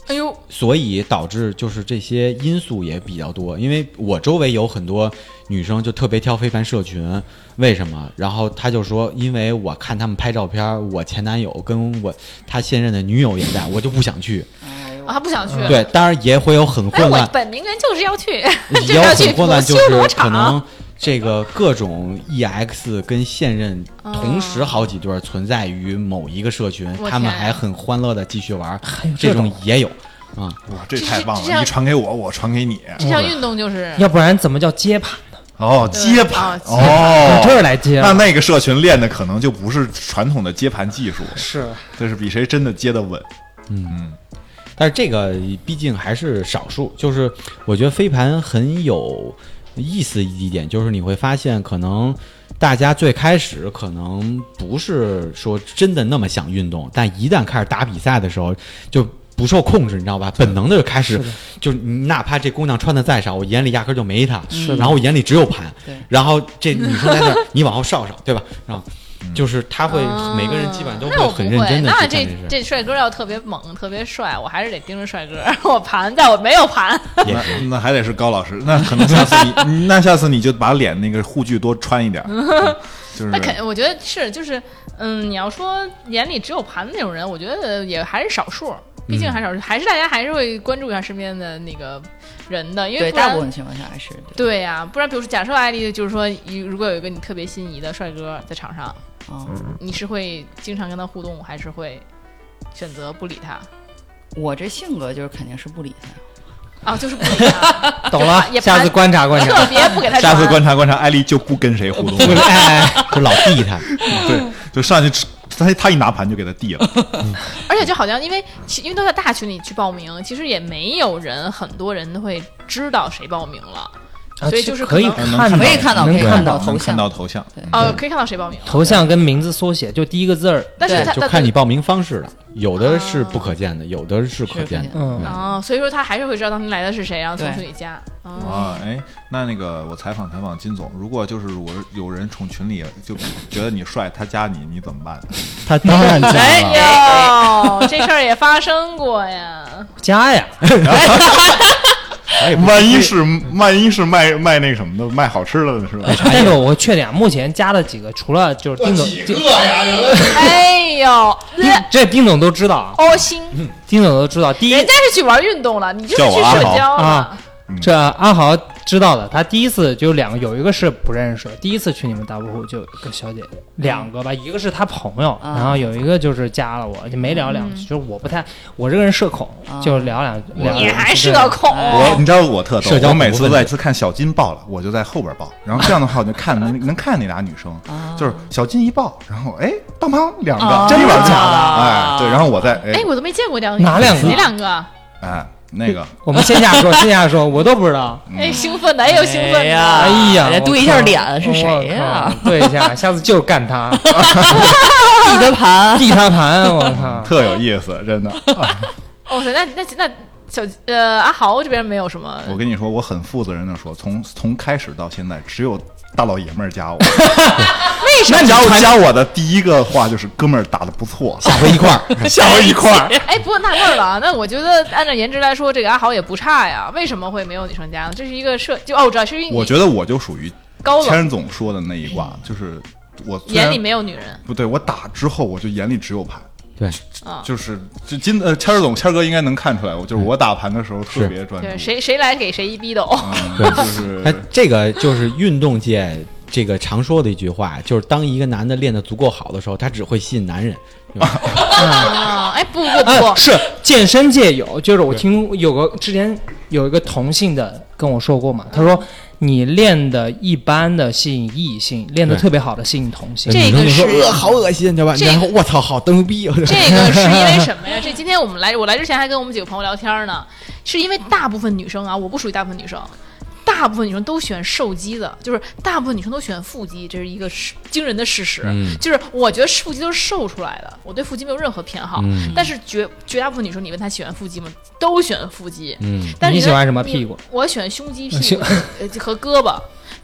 Speaker 1: 哎呦，
Speaker 5: 所以导致就是这些因素也比较多。因为我周围有很多女生就特别挑非凡社群，为什么？然后她就说，因为我看他们拍照片儿，我前男友跟我他现任的女友也在，我就不想去。
Speaker 6: 哎呦
Speaker 1: 啊，他不想去。
Speaker 5: 嗯对，当然也会有 很
Speaker 1: 哎，
Speaker 5: 混
Speaker 1: 我
Speaker 5: 乱，
Speaker 1: 本名人就是要去，
Speaker 5: 比
Speaker 1: 就
Speaker 5: 较
Speaker 1: 是要去
Speaker 5: 很混乱，就
Speaker 1: 修罗
Speaker 5: 是可能
Speaker 1: 场。
Speaker 5: 这个各种 EX 跟现任同时好几对儿存在于某一个社群，
Speaker 1: 哦我
Speaker 5: 他们
Speaker 1: 天啊
Speaker 5: 还很欢乐的继续玩儿，
Speaker 3: 这
Speaker 5: 这
Speaker 3: 种
Speaker 5: 种也有啊。
Speaker 4: 哇，这太棒
Speaker 1: 这哎这
Speaker 4: 了！你传给我，我传给你。
Speaker 1: 这项运动就是
Speaker 3: 要不然怎么叫接盘呢？
Speaker 4: 哦，接盘
Speaker 1: 对
Speaker 4: 哦
Speaker 3: 从，这儿来接
Speaker 4: 那那个社群练的可能就不是传统的接盘技术，
Speaker 3: 是
Speaker 4: 这是比谁真的接得稳。
Speaker 5: 但是这个毕竟还是少数，就是我觉得飞盘很有意思一点，就是你会发现可能。大家最开始可能不是说真的那么想运动，但一旦开始打比赛的时候，就不受控制，你知道吧？本能的就开始
Speaker 3: 是的，
Speaker 5: 就是你哪怕这姑娘穿的再少，我眼里压根儿就没她，
Speaker 6: 是的
Speaker 5: 然后我眼里只有盘
Speaker 6: 对，
Speaker 5: 然后这女生在那儿，你往后稍稍，对吧？然后就是她会，每个人基本上都
Speaker 1: 嗯那我不
Speaker 5: 很认真的
Speaker 1: 那
Speaker 5: 去干
Speaker 1: 这
Speaker 5: 事，
Speaker 1: 这帅哥要特别猛、特别帅，我还是得盯着帅哥。 我盘，但我没有盘。
Speaker 5: 也
Speaker 4: 那
Speaker 5: 是
Speaker 4: 那还得是高老师，那可能下次你那下次你就把脸那个护具多穿一点儿，就是
Speaker 1: 那肯，我觉得是，就是，嗯，你要说眼里只有盘的那种人，我觉得也还是少数，毕
Speaker 5: 嗯
Speaker 1: 竟还是少数，还是大家还是会关注一下身边的那个人的，因为
Speaker 6: 对，
Speaker 1: 不
Speaker 6: 大
Speaker 1: 然
Speaker 6: 部分情况下还是对。
Speaker 1: 对呀、不然比如说假设艾丽，就是说，如果有一个你特别心仪的帅哥在场上，
Speaker 6: 哦
Speaker 3: 嗯
Speaker 1: 你是会经常跟他互动，还是会选择不理他？
Speaker 6: 我这性格就是肯定是不理他，
Speaker 1: 啊，就是不理他，
Speaker 3: 懂了
Speaker 1: 也，
Speaker 3: 啊下次
Speaker 1: 盘
Speaker 3: 观察观察。
Speaker 1: 特别不 给他
Speaker 4: 下次
Speaker 1: 传
Speaker 4: 观察观察，艾丽就不跟谁互动
Speaker 5: 不是
Speaker 4: 了，
Speaker 5: 哎，哎就老避他。
Speaker 4: 对，就上去吃他他一拿盘就给他递了，
Speaker 1: 而且就好像因为其因为都在大群里去报名，其实也没有人很多人都会知道谁报名了，
Speaker 3: 啊
Speaker 1: 所以
Speaker 3: 其
Speaker 1: 就是
Speaker 3: 可以
Speaker 1: 可
Speaker 4: 能
Speaker 3: 看到，
Speaker 4: 可
Speaker 6: 以看到
Speaker 3: 能
Speaker 6: 可以
Speaker 3: 看
Speaker 6: 看到
Speaker 3: 到
Speaker 6: 头
Speaker 4: 能
Speaker 6: 像
Speaker 4: 看到头像，
Speaker 6: 对
Speaker 4: 嗯
Speaker 1: 呃，可以看到谁报名了。
Speaker 3: 头像跟名字缩写，就第一个字儿。
Speaker 1: 但是哦
Speaker 6: 对
Speaker 1: 他呃
Speaker 5: 就
Speaker 1: 他
Speaker 5: 看你报名方式了，有的是不可见的，有的是可见
Speaker 6: 是可见
Speaker 5: 的。
Speaker 6: 的
Speaker 3: 嗯，
Speaker 1: 哦，所以说他还是会知道当天来的是谁，然后从
Speaker 6: 对
Speaker 1: 去你家。哦，
Speaker 4: 啊，哎，那那个我采访采访金总，如果就是我有人从群里就觉得你帅，他加你，你怎么办？
Speaker 2: 他当然加
Speaker 1: 哎
Speaker 2: 了。
Speaker 1: 呦，这事儿也发生过呀。
Speaker 3: 加呀，
Speaker 5: 哎也不
Speaker 4: 万一是万一是卖卖那个什么的，卖好吃的的是吧？
Speaker 3: 但是我缺点，目前加了几个，除了就是丁总，丁
Speaker 1: 哎呦，
Speaker 3: 丁这丁总都知道啊，
Speaker 1: 哦心，
Speaker 3: 丁总都知道。第一
Speaker 1: 人家是去玩运动了，你就是
Speaker 4: 叫我
Speaker 1: 去
Speaker 4: 阿
Speaker 1: 社
Speaker 4: 豪
Speaker 1: 交了
Speaker 3: 啊。这阿豪知道的，他第一次就有两个，有一个是不认识，第一次去你们大布户就有一个小姐姐，
Speaker 6: 嗯
Speaker 3: 两个吧，一个是他朋友，
Speaker 6: 啊
Speaker 3: 然后有一个就是加了我，就没聊
Speaker 6: 嗯
Speaker 3: 两句，就是我不太，我这个人社恐，
Speaker 6: 啊
Speaker 3: 就聊两聊两句。
Speaker 1: 你还社恐？
Speaker 4: 我你知道我特逗
Speaker 5: 社，交
Speaker 4: 我每
Speaker 5: 恐怖
Speaker 4: 次
Speaker 5: 分子
Speaker 4: 每次看小金爆了，我就在后边爆，然后这样的话我就看能能看那俩女生，就是小金一爆，然后哎，棒棒两
Speaker 6: 啊
Speaker 4: 个，真一碗
Speaker 6: 真的假的
Speaker 4: 哎，对，然后我再
Speaker 1: 哎
Speaker 4: 哎，
Speaker 1: 我都没见过这样
Speaker 3: 哪两个
Speaker 1: 哪两个？
Speaker 4: 哎那个
Speaker 3: 我们线下说，线下说，我都不知道。
Speaker 4: 嗯
Speaker 1: 哎，兴奋的，也有兴奋的。
Speaker 3: 哎呀，
Speaker 6: 得
Speaker 3: 我
Speaker 6: 对一下
Speaker 3: 靠
Speaker 6: 脸是谁
Speaker 3: 我
Speaker 6: 呀
Speaker 3: 靠对一下，下次就干 他，
Speaker 6: 地的盘，
Speaker 3: 地他盘，我操！
Speaker 4: 特有意思，真的。哎
Speaker 1: 哦，对，那那那小呃阿豪这边没有什么，
Speaker 4: 我跟你说，我很负责任的说，从从开始到现在，只有大老爷们儿加我，
Speaker 1: 为什
Speaker 4: 那
Speaker 1: 么？
Speaker 4: 加我加我的第一个话就是哥们儿打的不错，
Speaker 5: 下回一 块儿。
Speaker 4: 下回一块儿。
Speaker 1: 哎，不过纳闷儿了啊，那我觉得按照颜值来说，这个阿豪也不差呀，为什么会没有女生加呢？这是一个社就哦，我知道，是因为你
Speaker 4: 我觉得我就属于
Speaker 1: 高冷
Speaker 4: 千总说的那一挂，就是我虽然
Speaker 1: 眼里没有女人
Speaker 4: 不对，我打之后我就眼里只有盘。
Speaker 5: 对，
Speaker 1: 啊。
Speaker 4: 就是就金呃，谦儿总、谦儿哥应该能看出来，我就是我打盘的时候特别专注，
Speaker 1: 对，谁谁来给谁一逼斗，
Speaker 4: 嗯就是
Speaker 5: 他哎这个就是运动界这个常说的一句话，就是当一个男的练得足够好的时候，他只会吸引男人。对
Speaker 1: 哦
Speaker 5: 吧
Speaker 4: 嗯
Speaker 1: 啊！ 哎，不不
Speaker 3: 啊，
Speaker 1: 不，
Speaker 3: 是健身界有，就是我听有个之前有一个同性的跟我说过嘛，他说你练的一般的吸引异性，练的
Speaker 5: 对
Speaker 3: 特别好的吸引同性。
Speaker 1: 这个
Speaker 5: 你说
Speaker 1: 是
Speaker 5: 呃好恶心，你知道吧？
Speaker 1: 这个
Speaker 5: 然后我操，好逗逼！
Speaker 1: 这 个是因为什么呀？这今天我们来，我来之前还跟我们几个朋友聊天呢，是因为大部分女生啊，我不属于大部分女生。大部分女生都选瘦肌的，就是大部分女生都选腹肌，这是一个事惊人的事实。
Speaker 5: 嗯
Speaker 1: 就是我觉得腹肌都是瘦出来的，我对腹肌没有任何偏好。
Speaker 5: 嗯
Speaker 1: 但是绝绝大部分女生，你问她喜欢腹肌吗？都选腹肌。
Speaker 5: 嗯，
Speaker 1: 但是
Speaker 3: 你喜欢
Speaker 1: 问
Speaker 3: 什么
Speaker 1: 你
Speaker 3: 屁股？啊
Speaker 1: 我喜欢胸肌、屁
Speaker 3: 胸
Speaker 1: 股呃和胳膊。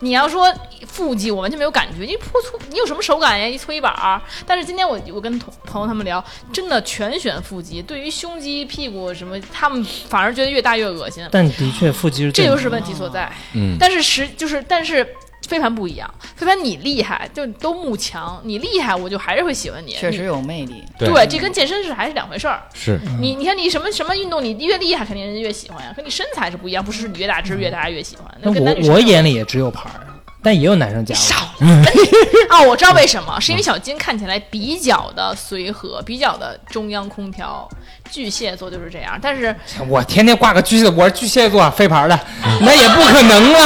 Speaker 1: 你要说腹肌，我完全没有感觉。你搓搓，你有什么手感呀？一搓衣板儿。但是今天我我跟同朋友他们聊，真的全选腹肌。对于胸肌、屁股什么，他们反而觉得越大越恶心。
Speaker 3: 但的确，腹肌是
Speaker 1: 这
Speaker 3: 最
Speaker 1: 就是问题所在。
Speaker 5: 嗯
Speaker 1: 但是实就是，但是非凡不一样，非凡你厉害，就都慕强，你厉害，我就还是会喜欢你。
Speaker 6: 确实
Speaker 1: 你。
Speaker 6: 有魅力。
Speaker 5: 对
Speaker 1: 对，这跟健身是还是两回事儿。
Speaker 5: 是
Speaker 3: 嗯
Speaker 1: 你你看你什么什么运动，你越厉害，肯定人越喜欢呀。可你身材是不一样，不是你越大只越大家越喜欢。
Speaker 3: 嗯那
Speaker 1: 跟男女
Speaker 3: 我
Speaker 1: 生
Speaker 3: 我
Speaker 1: 有
Speaker 3: 眼里也只嗯有牌儿，但也有男生加
Speaker 1: 少
Speaker 3: 我。
Speaker 1: 了 啊！我知道为什么，
Speaker 3: 嗯
Speaker 1: 是因为小金看起来比较的随和，比较的中央空调。巨蟹座就是这样，但 是
Speaker 3: 我天天挂个巨蟹，我是巨蟹座飞盘的，那也不可能啊！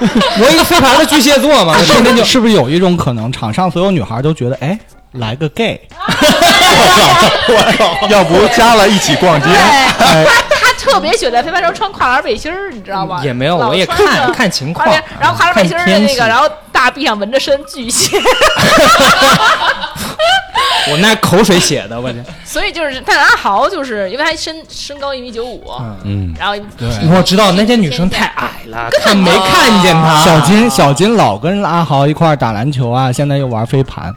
Speaker 3: 我一个飞盘的巨蟹座嘛，我
Speaker 2: 是
Speaker 3: 天
Speaker 2: 不
Speaker 3: 天啊就是
Speaker 2: 是不是有一种可能，场上所有女孩都觉得，哎，来个 gay，
Speaker 4: 要不加了一起逛街
Speaker 1: 对，
Speaker 3: 哎
Speaker 1: 他他特别喜欢在飞盘上穿跨栏背心儿，你知道吗？
Speaker 3: 也没有，
Speaker 1: 老
Speaker 3: 我也
Speaker 1: 穿
Speaker 3: 看
Speaker 1: 着
Speaker 3: 看情
Speaker 1: 跨
Speaker 3: 况
Speaker 1: 栏，，然后跨栏背
Speaker 3: 看
Speaker 1: 心儿的
Speaker 3: 天
Speaker 1: 那
Speaker 3: 气
Speaker 1: 个，然后大臂上纹着身巨蟹，
Speaker 3: 我那口水写的，我这，
Speaker 1: 所以就是，但是阿豪就是因为他身身高一米九五，
Speaker 5: 嗯，
Speaker 1: 然后
Speaker 3: 我知道那些女生太矮了，他没看见她。
Speaker 2: 哦小金小金老跟阿豪一块儿打篮球啊，现在又玩飞盘，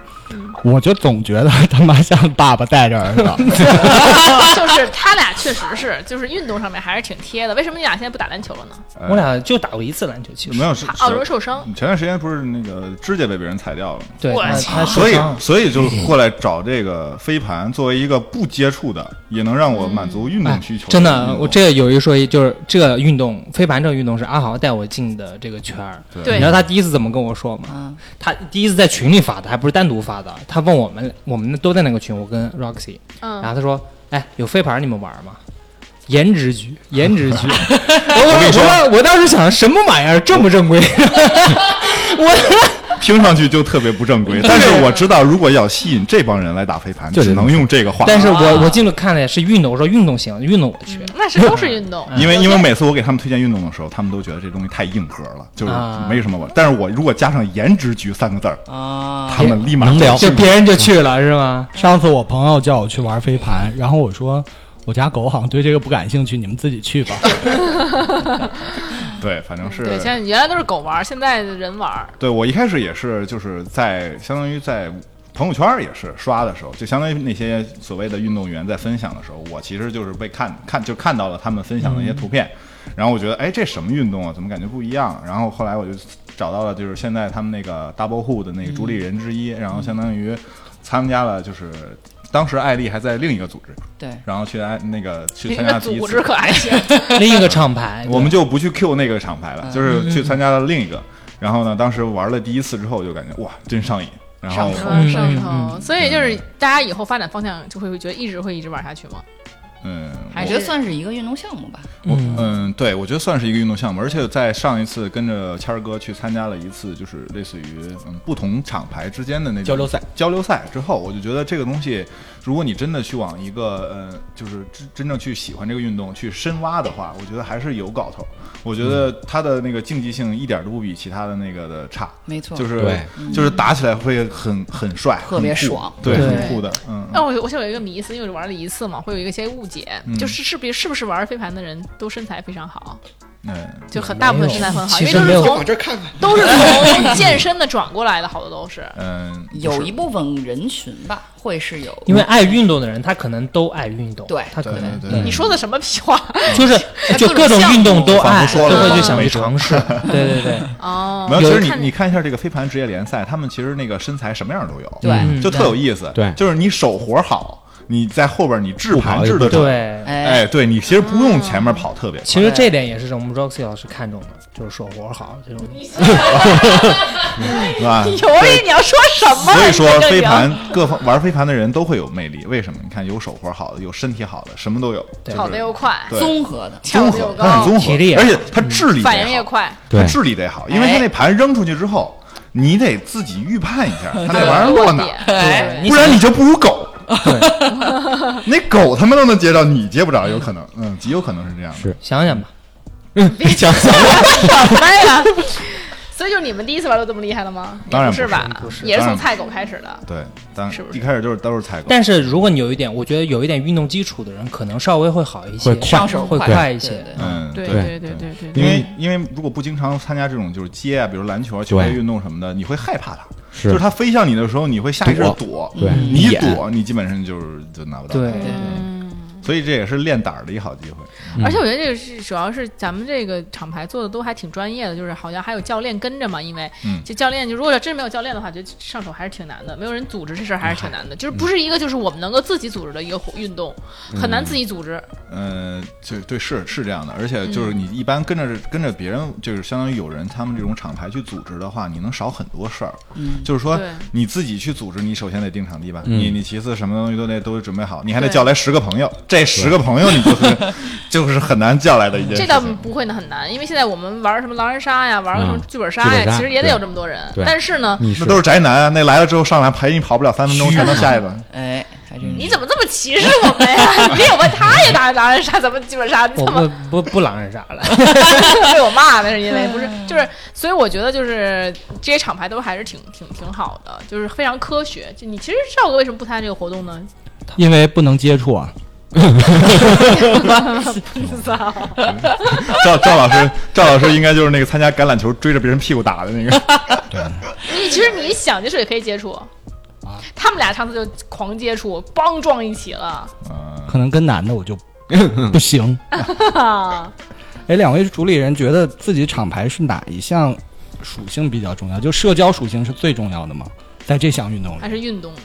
Speaker 2: 我就总觉得他妈像爸爸带着儿 子。
Speaker 1: 就是他俩确实是，就是运动上面还是挺贴的。为什么你俩现在不打篮球了呢？
Speaker 4: 哎
Speaker 3: 我俩就打过一次篮球，其实
Speaker 4: 没有是
Speaker 1: 怕哦，容易受伤。
Speaker 4: 前段时间不是那个指甲被别人踩掉了吗，
Speaker 3: 对，
Speaker 1: 我
Speaker 3: 他
Speaker 1: 操
Speaker 3: 他受
Speaker 4: 所以
Speaker 3: 伤了
Speaker 4: 所以就过来找这个飞盘，作为一个不接触的，也能
Speaker 1: 嗯
Speaker 4: 让我满足运
Speaker 3: 哎
Speaker 4: 动需求。
Speaker 3: 真的，我这个有一说一，就是这个运动飞盘这个运动是阿豪带我进的这个圈儿。
Speaker 1: 对
Speaker 3: 你知道他第一次怎么跟我说吗？
Speaker 6: 嗯，
Speaker 3: 他第一次在群里发的，还不是单独发的。他问我们，我们都在那个群，我跟 Roxy，
Speaker 1: 嗯，
Speaker 3: 然后他说：“哎，有飞盘你们玩吗？”颜值局，颜值 局。我
Speaker 4: 我跟你说
Speaker 3: 我我当时想什么玩意儿，正不正规？
Speaker 4: 听上去就特别不正
Speaker 3: 嗯
Speaker 4: 规，但是我知道，如果要吸引这帮人来打飞盘，
Speaker 5: 就得
Speaker 4: 只能用这个话。
Speaker 3: 但是
Speaker 1: 啊
Speaker 3: 我我进去看了是运动，我说运动行，运动我去。
Speaker 1: 那是都是运动，
Speaker 4: 因为因为每次我给他们推荐运动的时候，他们都觉得这东西太硬核了，就是
Speaker 3: 啊
Speaker 4: 没什么玩。但是我如果加上“颜值局”三个字儿，
Speaker 6: 啊，
Speaker 4: 他们立马
Speaker 5: 能聊
Speaker 4: 就
Speaker 3: 就别人就去了是吗？
Speaker 2: 上次我朋友叫我去玩飞盘，然后我说我家狗好像对这个不感兴趣，你们自己去吧。
Speaker 4: 对，反正是
Speaker 1: 对，像原来都是狗玩，现在人玩。
Speaker 4: 对我一开始也是，就是在相当于在朋友圈儿也是刷的时候，就相当于那些所谓的运动员在分享的时候，我其实就是被看看就看到了他们分享的一些图片，然后我觉得哎这什么运动啊，怎么感觉不一样？然后后来我就找到了就是现在他们那个 Double Who 的那个主理人之一，然后相当于参加了就是。当时艾丽还在另一个组织，
Speaker 6: 对，
Speaker 4: 然后去艾那个去参加
Speaker 1: 那
Speaker 4: 了第一
Speaker 1: 组
Speaker 4: 次
Speaker 1: 织可还行，
Speaker 3: 另一个厂牌，
Speaker 4: 我们就不去 Q 那个厂牌了，
Speaker 6: 嗯
Speaker 4: 就是去参加了另一个。然后呢，当时玩了第一次之后，我就感觉哇，真上瘾。然后
Speaker 6: 上头
Speaker 1: 嗯上
Speaker 3: 嗯
Speaker 1: 头。所以就是大家以后发展方向就会觉得一直会一直玩下去吗？
Speaker 4: 嗯，
Speaker 1: 还
Speaker 6: 我
Speaker 1: 是
Speaker 6: 觉得算是一个运动项目吧。
Speaker 4: 我
Speaker 3: 嗯
Speaker 4: 嗯，对，我觉得算是一个运动项目。而且在上一次跟着谦儿哥去参加了一次，就是类似于嗯不同厂牌之间的那种
Speaker 5: 交流赛，
Speaker 4: 交流赛之后，我就觉得这个东西，如果你真的去往一个呃，就是真真正去喜欢这个运动去深挖的话，我觉得还是有搞头。我
Speaker 5: 嗯
Speaker 4: 觉得它的那个竞技性一点都不比其他的那个的差。
Speaker 6: 没错，
Speaker 4: 就是
Speaker 5: 对
Speaker 1: 嗯
Speaker 4: 就是打起来会很很帅，
Speaker 6: 特别
Speaker 4: 很酷
Speaker 6: 爽
Speaker 4: 对，
Speaker 3: 对
Speaker 4: 很酷的，嗯，
Speaker 1: 那我我想有一个迷思，因为我玩了一次嘛，会有一个些误解，
Speaker 4: 嗯
Speaker 1: 就是是不是是不是玩飞盘的人都身材非常好，
Speaker 4: 嗯，
Speaker 1: 就很大部分
Speaker 3: 没有
Speaker 1: 身材很好，因
Speaker 3: 其
Speaker 1: 为
Speaker 3: 实
Speaker 1: 都
Speaker 3: 没
Speaker 1: 是
Speaker 3: 有
Speaker 1: 从
Speaker 5: 这看看，
Speaker 1: 都是从健身的转过来的，好多都是。
Speaker 4: 嗯，不
Speaker 6: 有
Speaker 4: 是
Speaker 6: 一部分人群吧，会是有，
Speaker 3: 因为爱运动的人，他可能都爱运动，
Speaker 6: 对
Speaker 3: 他可
Speaker 4: 对
Speaker 3: 能
Speaker 4: 对对，
Speaker 1: 你说的什么屁话？
Speaker 3: 就是就各种运动都爱，都
Speaker 4: 各种项目我反复说了
Speaker 3: 会去想去尝 试。对对对，
Speaker 1: 哦，
Speaker 4: 没有，其实
Speaker 1: 看
Speaker 4: 你你看一下这个飞盘职业联赛，他们其实那个身材什么样都有，
Speaker 6: 对
Speaker 3: 嗯
Speaker 4: 就特有意思，
Speaker 5: 对
Speaker 4: 就是你手活好，你在后边你制
Speaker 5: 不
Speaker 4: 盘
Speaker 5: 跑也
Speaker 4: 制的
Speaker 5: 不
Speaker 4: 准，
Speaker 3: 对，
Speaker 4: 哎，对你其实不用前
Speaker 1: 啊
Speaker 4: 面跑特别快，
Speaker 3: 其实这点也是我们 Roxy 老师看中的，就是手活好这种。
Speaker 4: 是吧？
Speaker 1: 有你要说什么？
Speaker 4: 所以说
Speaker 1: 你这个
Speaker 4: 飞
Speaker 1: 人
Speaker 4: 盘各方玩飞盘的人都会有魅力，为什么？你看有手活好的，有身体好的，什么都有，
Speaker 3: 对
Speaker 4: 就是
Speaker 1: 跑得又快，
Speaker 4: 对
Speaker 6: 综合的，
Speaker 1: 跳得
Speaker 4: 综
Speaker 1: 又
Speaker 4: 合，他很
Speaker 1: 高，
Speaker 4: 综合，
Speaker 3: 体力也
Speaker 4: 而且他智力
Speaker 1: 反应
Speaker 4: 好
Speaker 1: 也快。
Speaker 5: 对
Speaker 4: 他智力得好，因为
Speaker 1: 哎
Speaker 4: 他那盘扔出去之后，你得自己预判一 下，他那玩意儿
Speaker 1: 呃落
Speaker 4: 落哪
Speaker 1: 点
Speaker 4: 儿，
Speaker 6: 哎，
Speaker 3: 你
Speaker 4: 不然你就不如狗。 那狗他妈都能接着，你接不着，有可能，嗯，极有可能是这样的。
Speaker 5: 是
Speaker 3: 想想吧，
Speaker 5: 讲
Speaker 1: 什么哎 呀？所以就是你们第一次玩就这么厉害了吗？
Speaker 4: 当然
Speaker 1: 也不是吧，
Speaker 4: 不是
Speaker 1: 也是
Speaker 4: 当
Speaker 1: 从
Speaker 4: 然
Speaker 1: 菜狗开始的。
Speaker 4: 对，当
Speaker 1: 是不是
Speaker 4: 一开始就是都是采购，
Speaker 3: 但是如果你有一点，我觉得有一点运动基础的人，可能稍微会好一些
Speaker 5: 会，快
Speaker 6: 上手
Speaker 3: 会
Speaker 6: 快
Speaker 3: 快一
Speaker 6: 对
Speaker 3: 些
Speaker 6: 对。
Speaker 4: 嗯，
Speaker 1: 对
Speaker 5: 对
Speaker 1: 对对对
Speaker 4: 因
Speaker 1: 对，
Speaker 4: 为因为如果不经常参加这种就是街啊，比如篮球啊、球类
Speaker 5: 对
Speaker 4: 运动什么的，你会害怕它，
Speaker 5: 是
Speaker 4: 就是它飞向你的时候，你会下意识地躲，
Speaker 5: 对
Speaker 6: 嗯
Speaker 4: 你一
Speaker 5: 眼
Speaker 4: 躲，你基本上就是就拿不到，
Speaker 1: 嗯
Speaker 3: 对，
Speaker 4: 嗯所以这也是练胆儿的一好机会。
Speaker 1: 而且我觉得这个是主要是咱们这个厂牌做的都还挺专业的，就是好像还有教练跟着嘛，因为
Speaker 4: 嗯
Speaker 1: 就教练就如果真没有教练的话，觉得上手还是挺难的，没有人组织这事儿
Speaker 4: 嗯
Speaker 1: 还是挺难的，就是不是一个就是我们能够自己组织的一个活运动，很难自己组织。
Speaker 4: 嗯，就对，是是这样的，而且就是你一般跟着、跟着别人，就是相当于有人他们这种厂牌去组织的话，你能少很多事儿。
Speaker 6: 嗯，
Speaker 4: 就是说
Speaker 1: 对
Speaker 4: 你自己去组织，你首先得定场地吧，
Speaker 5: 嗯
Speaker 4: 你你其次什么东西都得都得准备好，你还得
Speaker 1: 对
Speaker 4: 叫来十个朋友，这十个朋友你就是 就是很难叫来的一件事
Speaker 1: 这
Speaker 4: 情。
Speaker 1: 倒不会很难，因为现在我们玩什么狼人杀呀，玩什么
Speaker 5: 嗯
Speaker 1: 剧本杀
Speaker 5: 剧
Speaker 1: 呀，
Speaker 5: 本杀
Speaker 1: 其实也得有这么多人。
Speaker 5: 对嗯
Speaker 1: 但是呢，
Speaker 5: 你
Speaker 4: 那都是宅男啊！那来了之后上来陪你跑不了三分钟，才能下一轮。
Speaker 6: 哎，还真
Speaker 1: 你
Speaker 6: 是。
Speaker 1: 怎么这么歧视我们呀？你别有问他也打狼人杀，怎么剧本杀？你
Speaker 3: 我
Speaker 1: 怎么
Speaker 3: 不不不狼人杀了，
Speaker 1: 被我骂？那是因为不是，就是所以我觉得就是这些厂牌都还是挺挺挺好的，就是非常科学。就你其实赵哥为什么不参加这个活动呢？
Speaker 2: 因为不能接触啊。
Speaker 4: 赵赵老师，赵老师应该就是那个参加橄榄球追着别人屁股打的那个。
Speaker 1: 你其实你想接触也可以接触。
Speaker 5: 啊
Speaker 1: 他们俩上次就狂接触，梆撞一起了，
Speaker 4: 嗯，
Speaker 2: 可能跟男的 我就不行。
Speaker 1: 哈，
Speaker 2: 哎，两位主理人觉得自己厂牌是哪一项属性比较重要？就社交属性是最重要的吗？在这项运动
Speaker 1: 还
Speaker 2: 里，
Speaker 1: 是运动
Speaker 5: 哦
Speaker 1: 的，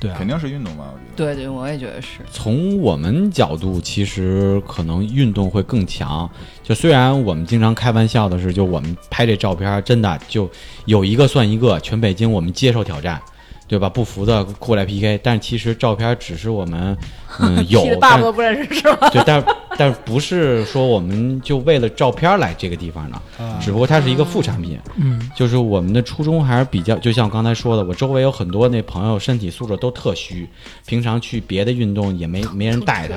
Speaker 2: 对啊
Speaker 4: 肯，定是运动吧，我觉得。
Speaker 6: 对对，我也觉得是。
Speaker 5: 从我们角度，其实可能运动会更强。就虽然我们经常开玩笑的是，就我们拍这照片儿，真的就有一个算一个，全北京我们接受挑战，对吧？不服的过来 PK。但其实照片儿只是我们 嗯有
Speaker 1: 踢的，爸
Speaker 5: 但
Speaker 1: 爸都不认识是吧？
Speaker 5: 对，但但不是说我们就为了照片儿来这个地方的，
Speaker 4: 啊
Speaker 5: 只不过它是一个副产品。
Speaker 3: 嗯，
Speaker 5: 就是我们的初衷还是比较，就像我刚才说的，我周围有很多那朋友身体素质都特虚，平常去别的运动也没没人带他。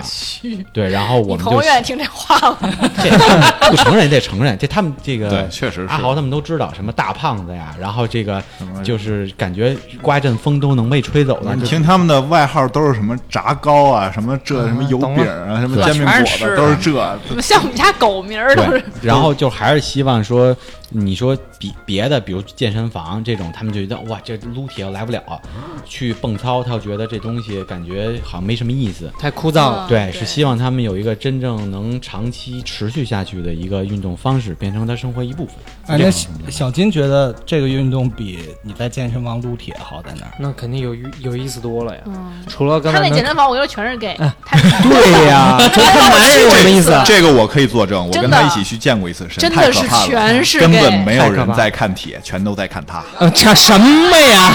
Speaker 5: 对，然后我
Speaker 1: 你
Speaker 5: 们
Speaker 1: 朋友
Speaker 5: 就
Speaker 1: 愿意啊听这话吗？
Speaker 5: 这这不承认得承认，这他们这个
Speaker 4: 对确实是
Speaker 5: 阿豪他们都知道什么大胖子呀，然后这个
Speaker 4: 么
Speaker 5: 就是感觉刮一阵风都能被吹走的，
Speaker 4: 你
Speaker 5: 就
Speaker 4: 听他们的外号都是什么炸糕啊，什么这什么油饼啊，什么煎饼果子
Speaker 1: 是
Speaker 4: 都是这，
Speaker 1: 像我们家狗名儿都
Speaker 5: 对
Speaker 1: 是，
Speaker 5: 然后就还是希望说，你说比别的，比如健身房这种，他们就觉得哇，这撸铁又来不了，啊去蹦操，他又觉得这东西感觉好像没什么意思。
Speaker 3: 太枯燥
Speaker 1: 嗯
Speaker 3: 了。
Speaker 5: 对，是希望他们有一个真正能长期持续下去的一个运动方式，变成他生活一部分。这
Speaker 2: 哎，那
Speaker 5: 样
Speaker 2: 小小金觉得这个运动比你在健身房撸铁好在哪儿？
Speaker 3: 那肯定有有意思多了呀。
Speaker 1: 嗯，
Speaker 3: 除了刚
Speaker 1: 他
Speaker 3: 才
Speaker 1: 那
Speaker 3: 能哎
Speaker 1: 健身房我跟你说全是 gay，太
Speaker 3: 对 呀，这看男人有什么意思啊？
Speaker 4: 这个我可以作证，我
Speaker 1: 真
Speaker 4: 跟
Speaker 1: 的
Speaker 4: 他一起去见过一次身，
Speaker 1: 真
Speaker 4: 太
Speaker 1: 的
Speaker 4: 可
Speaker 1: 是
Speaker 4: 怕了，啊
Speaker 1: 全是
Speaker 4: 根
Speaker 1: gay
Speaker 4: 本没有
Speaker 3: 太可
Speaker 4: 人
Speaker 3: 怕
Speaker 4: 在看铁，全都在看他。
Speaker 3: 呃，这什么呀？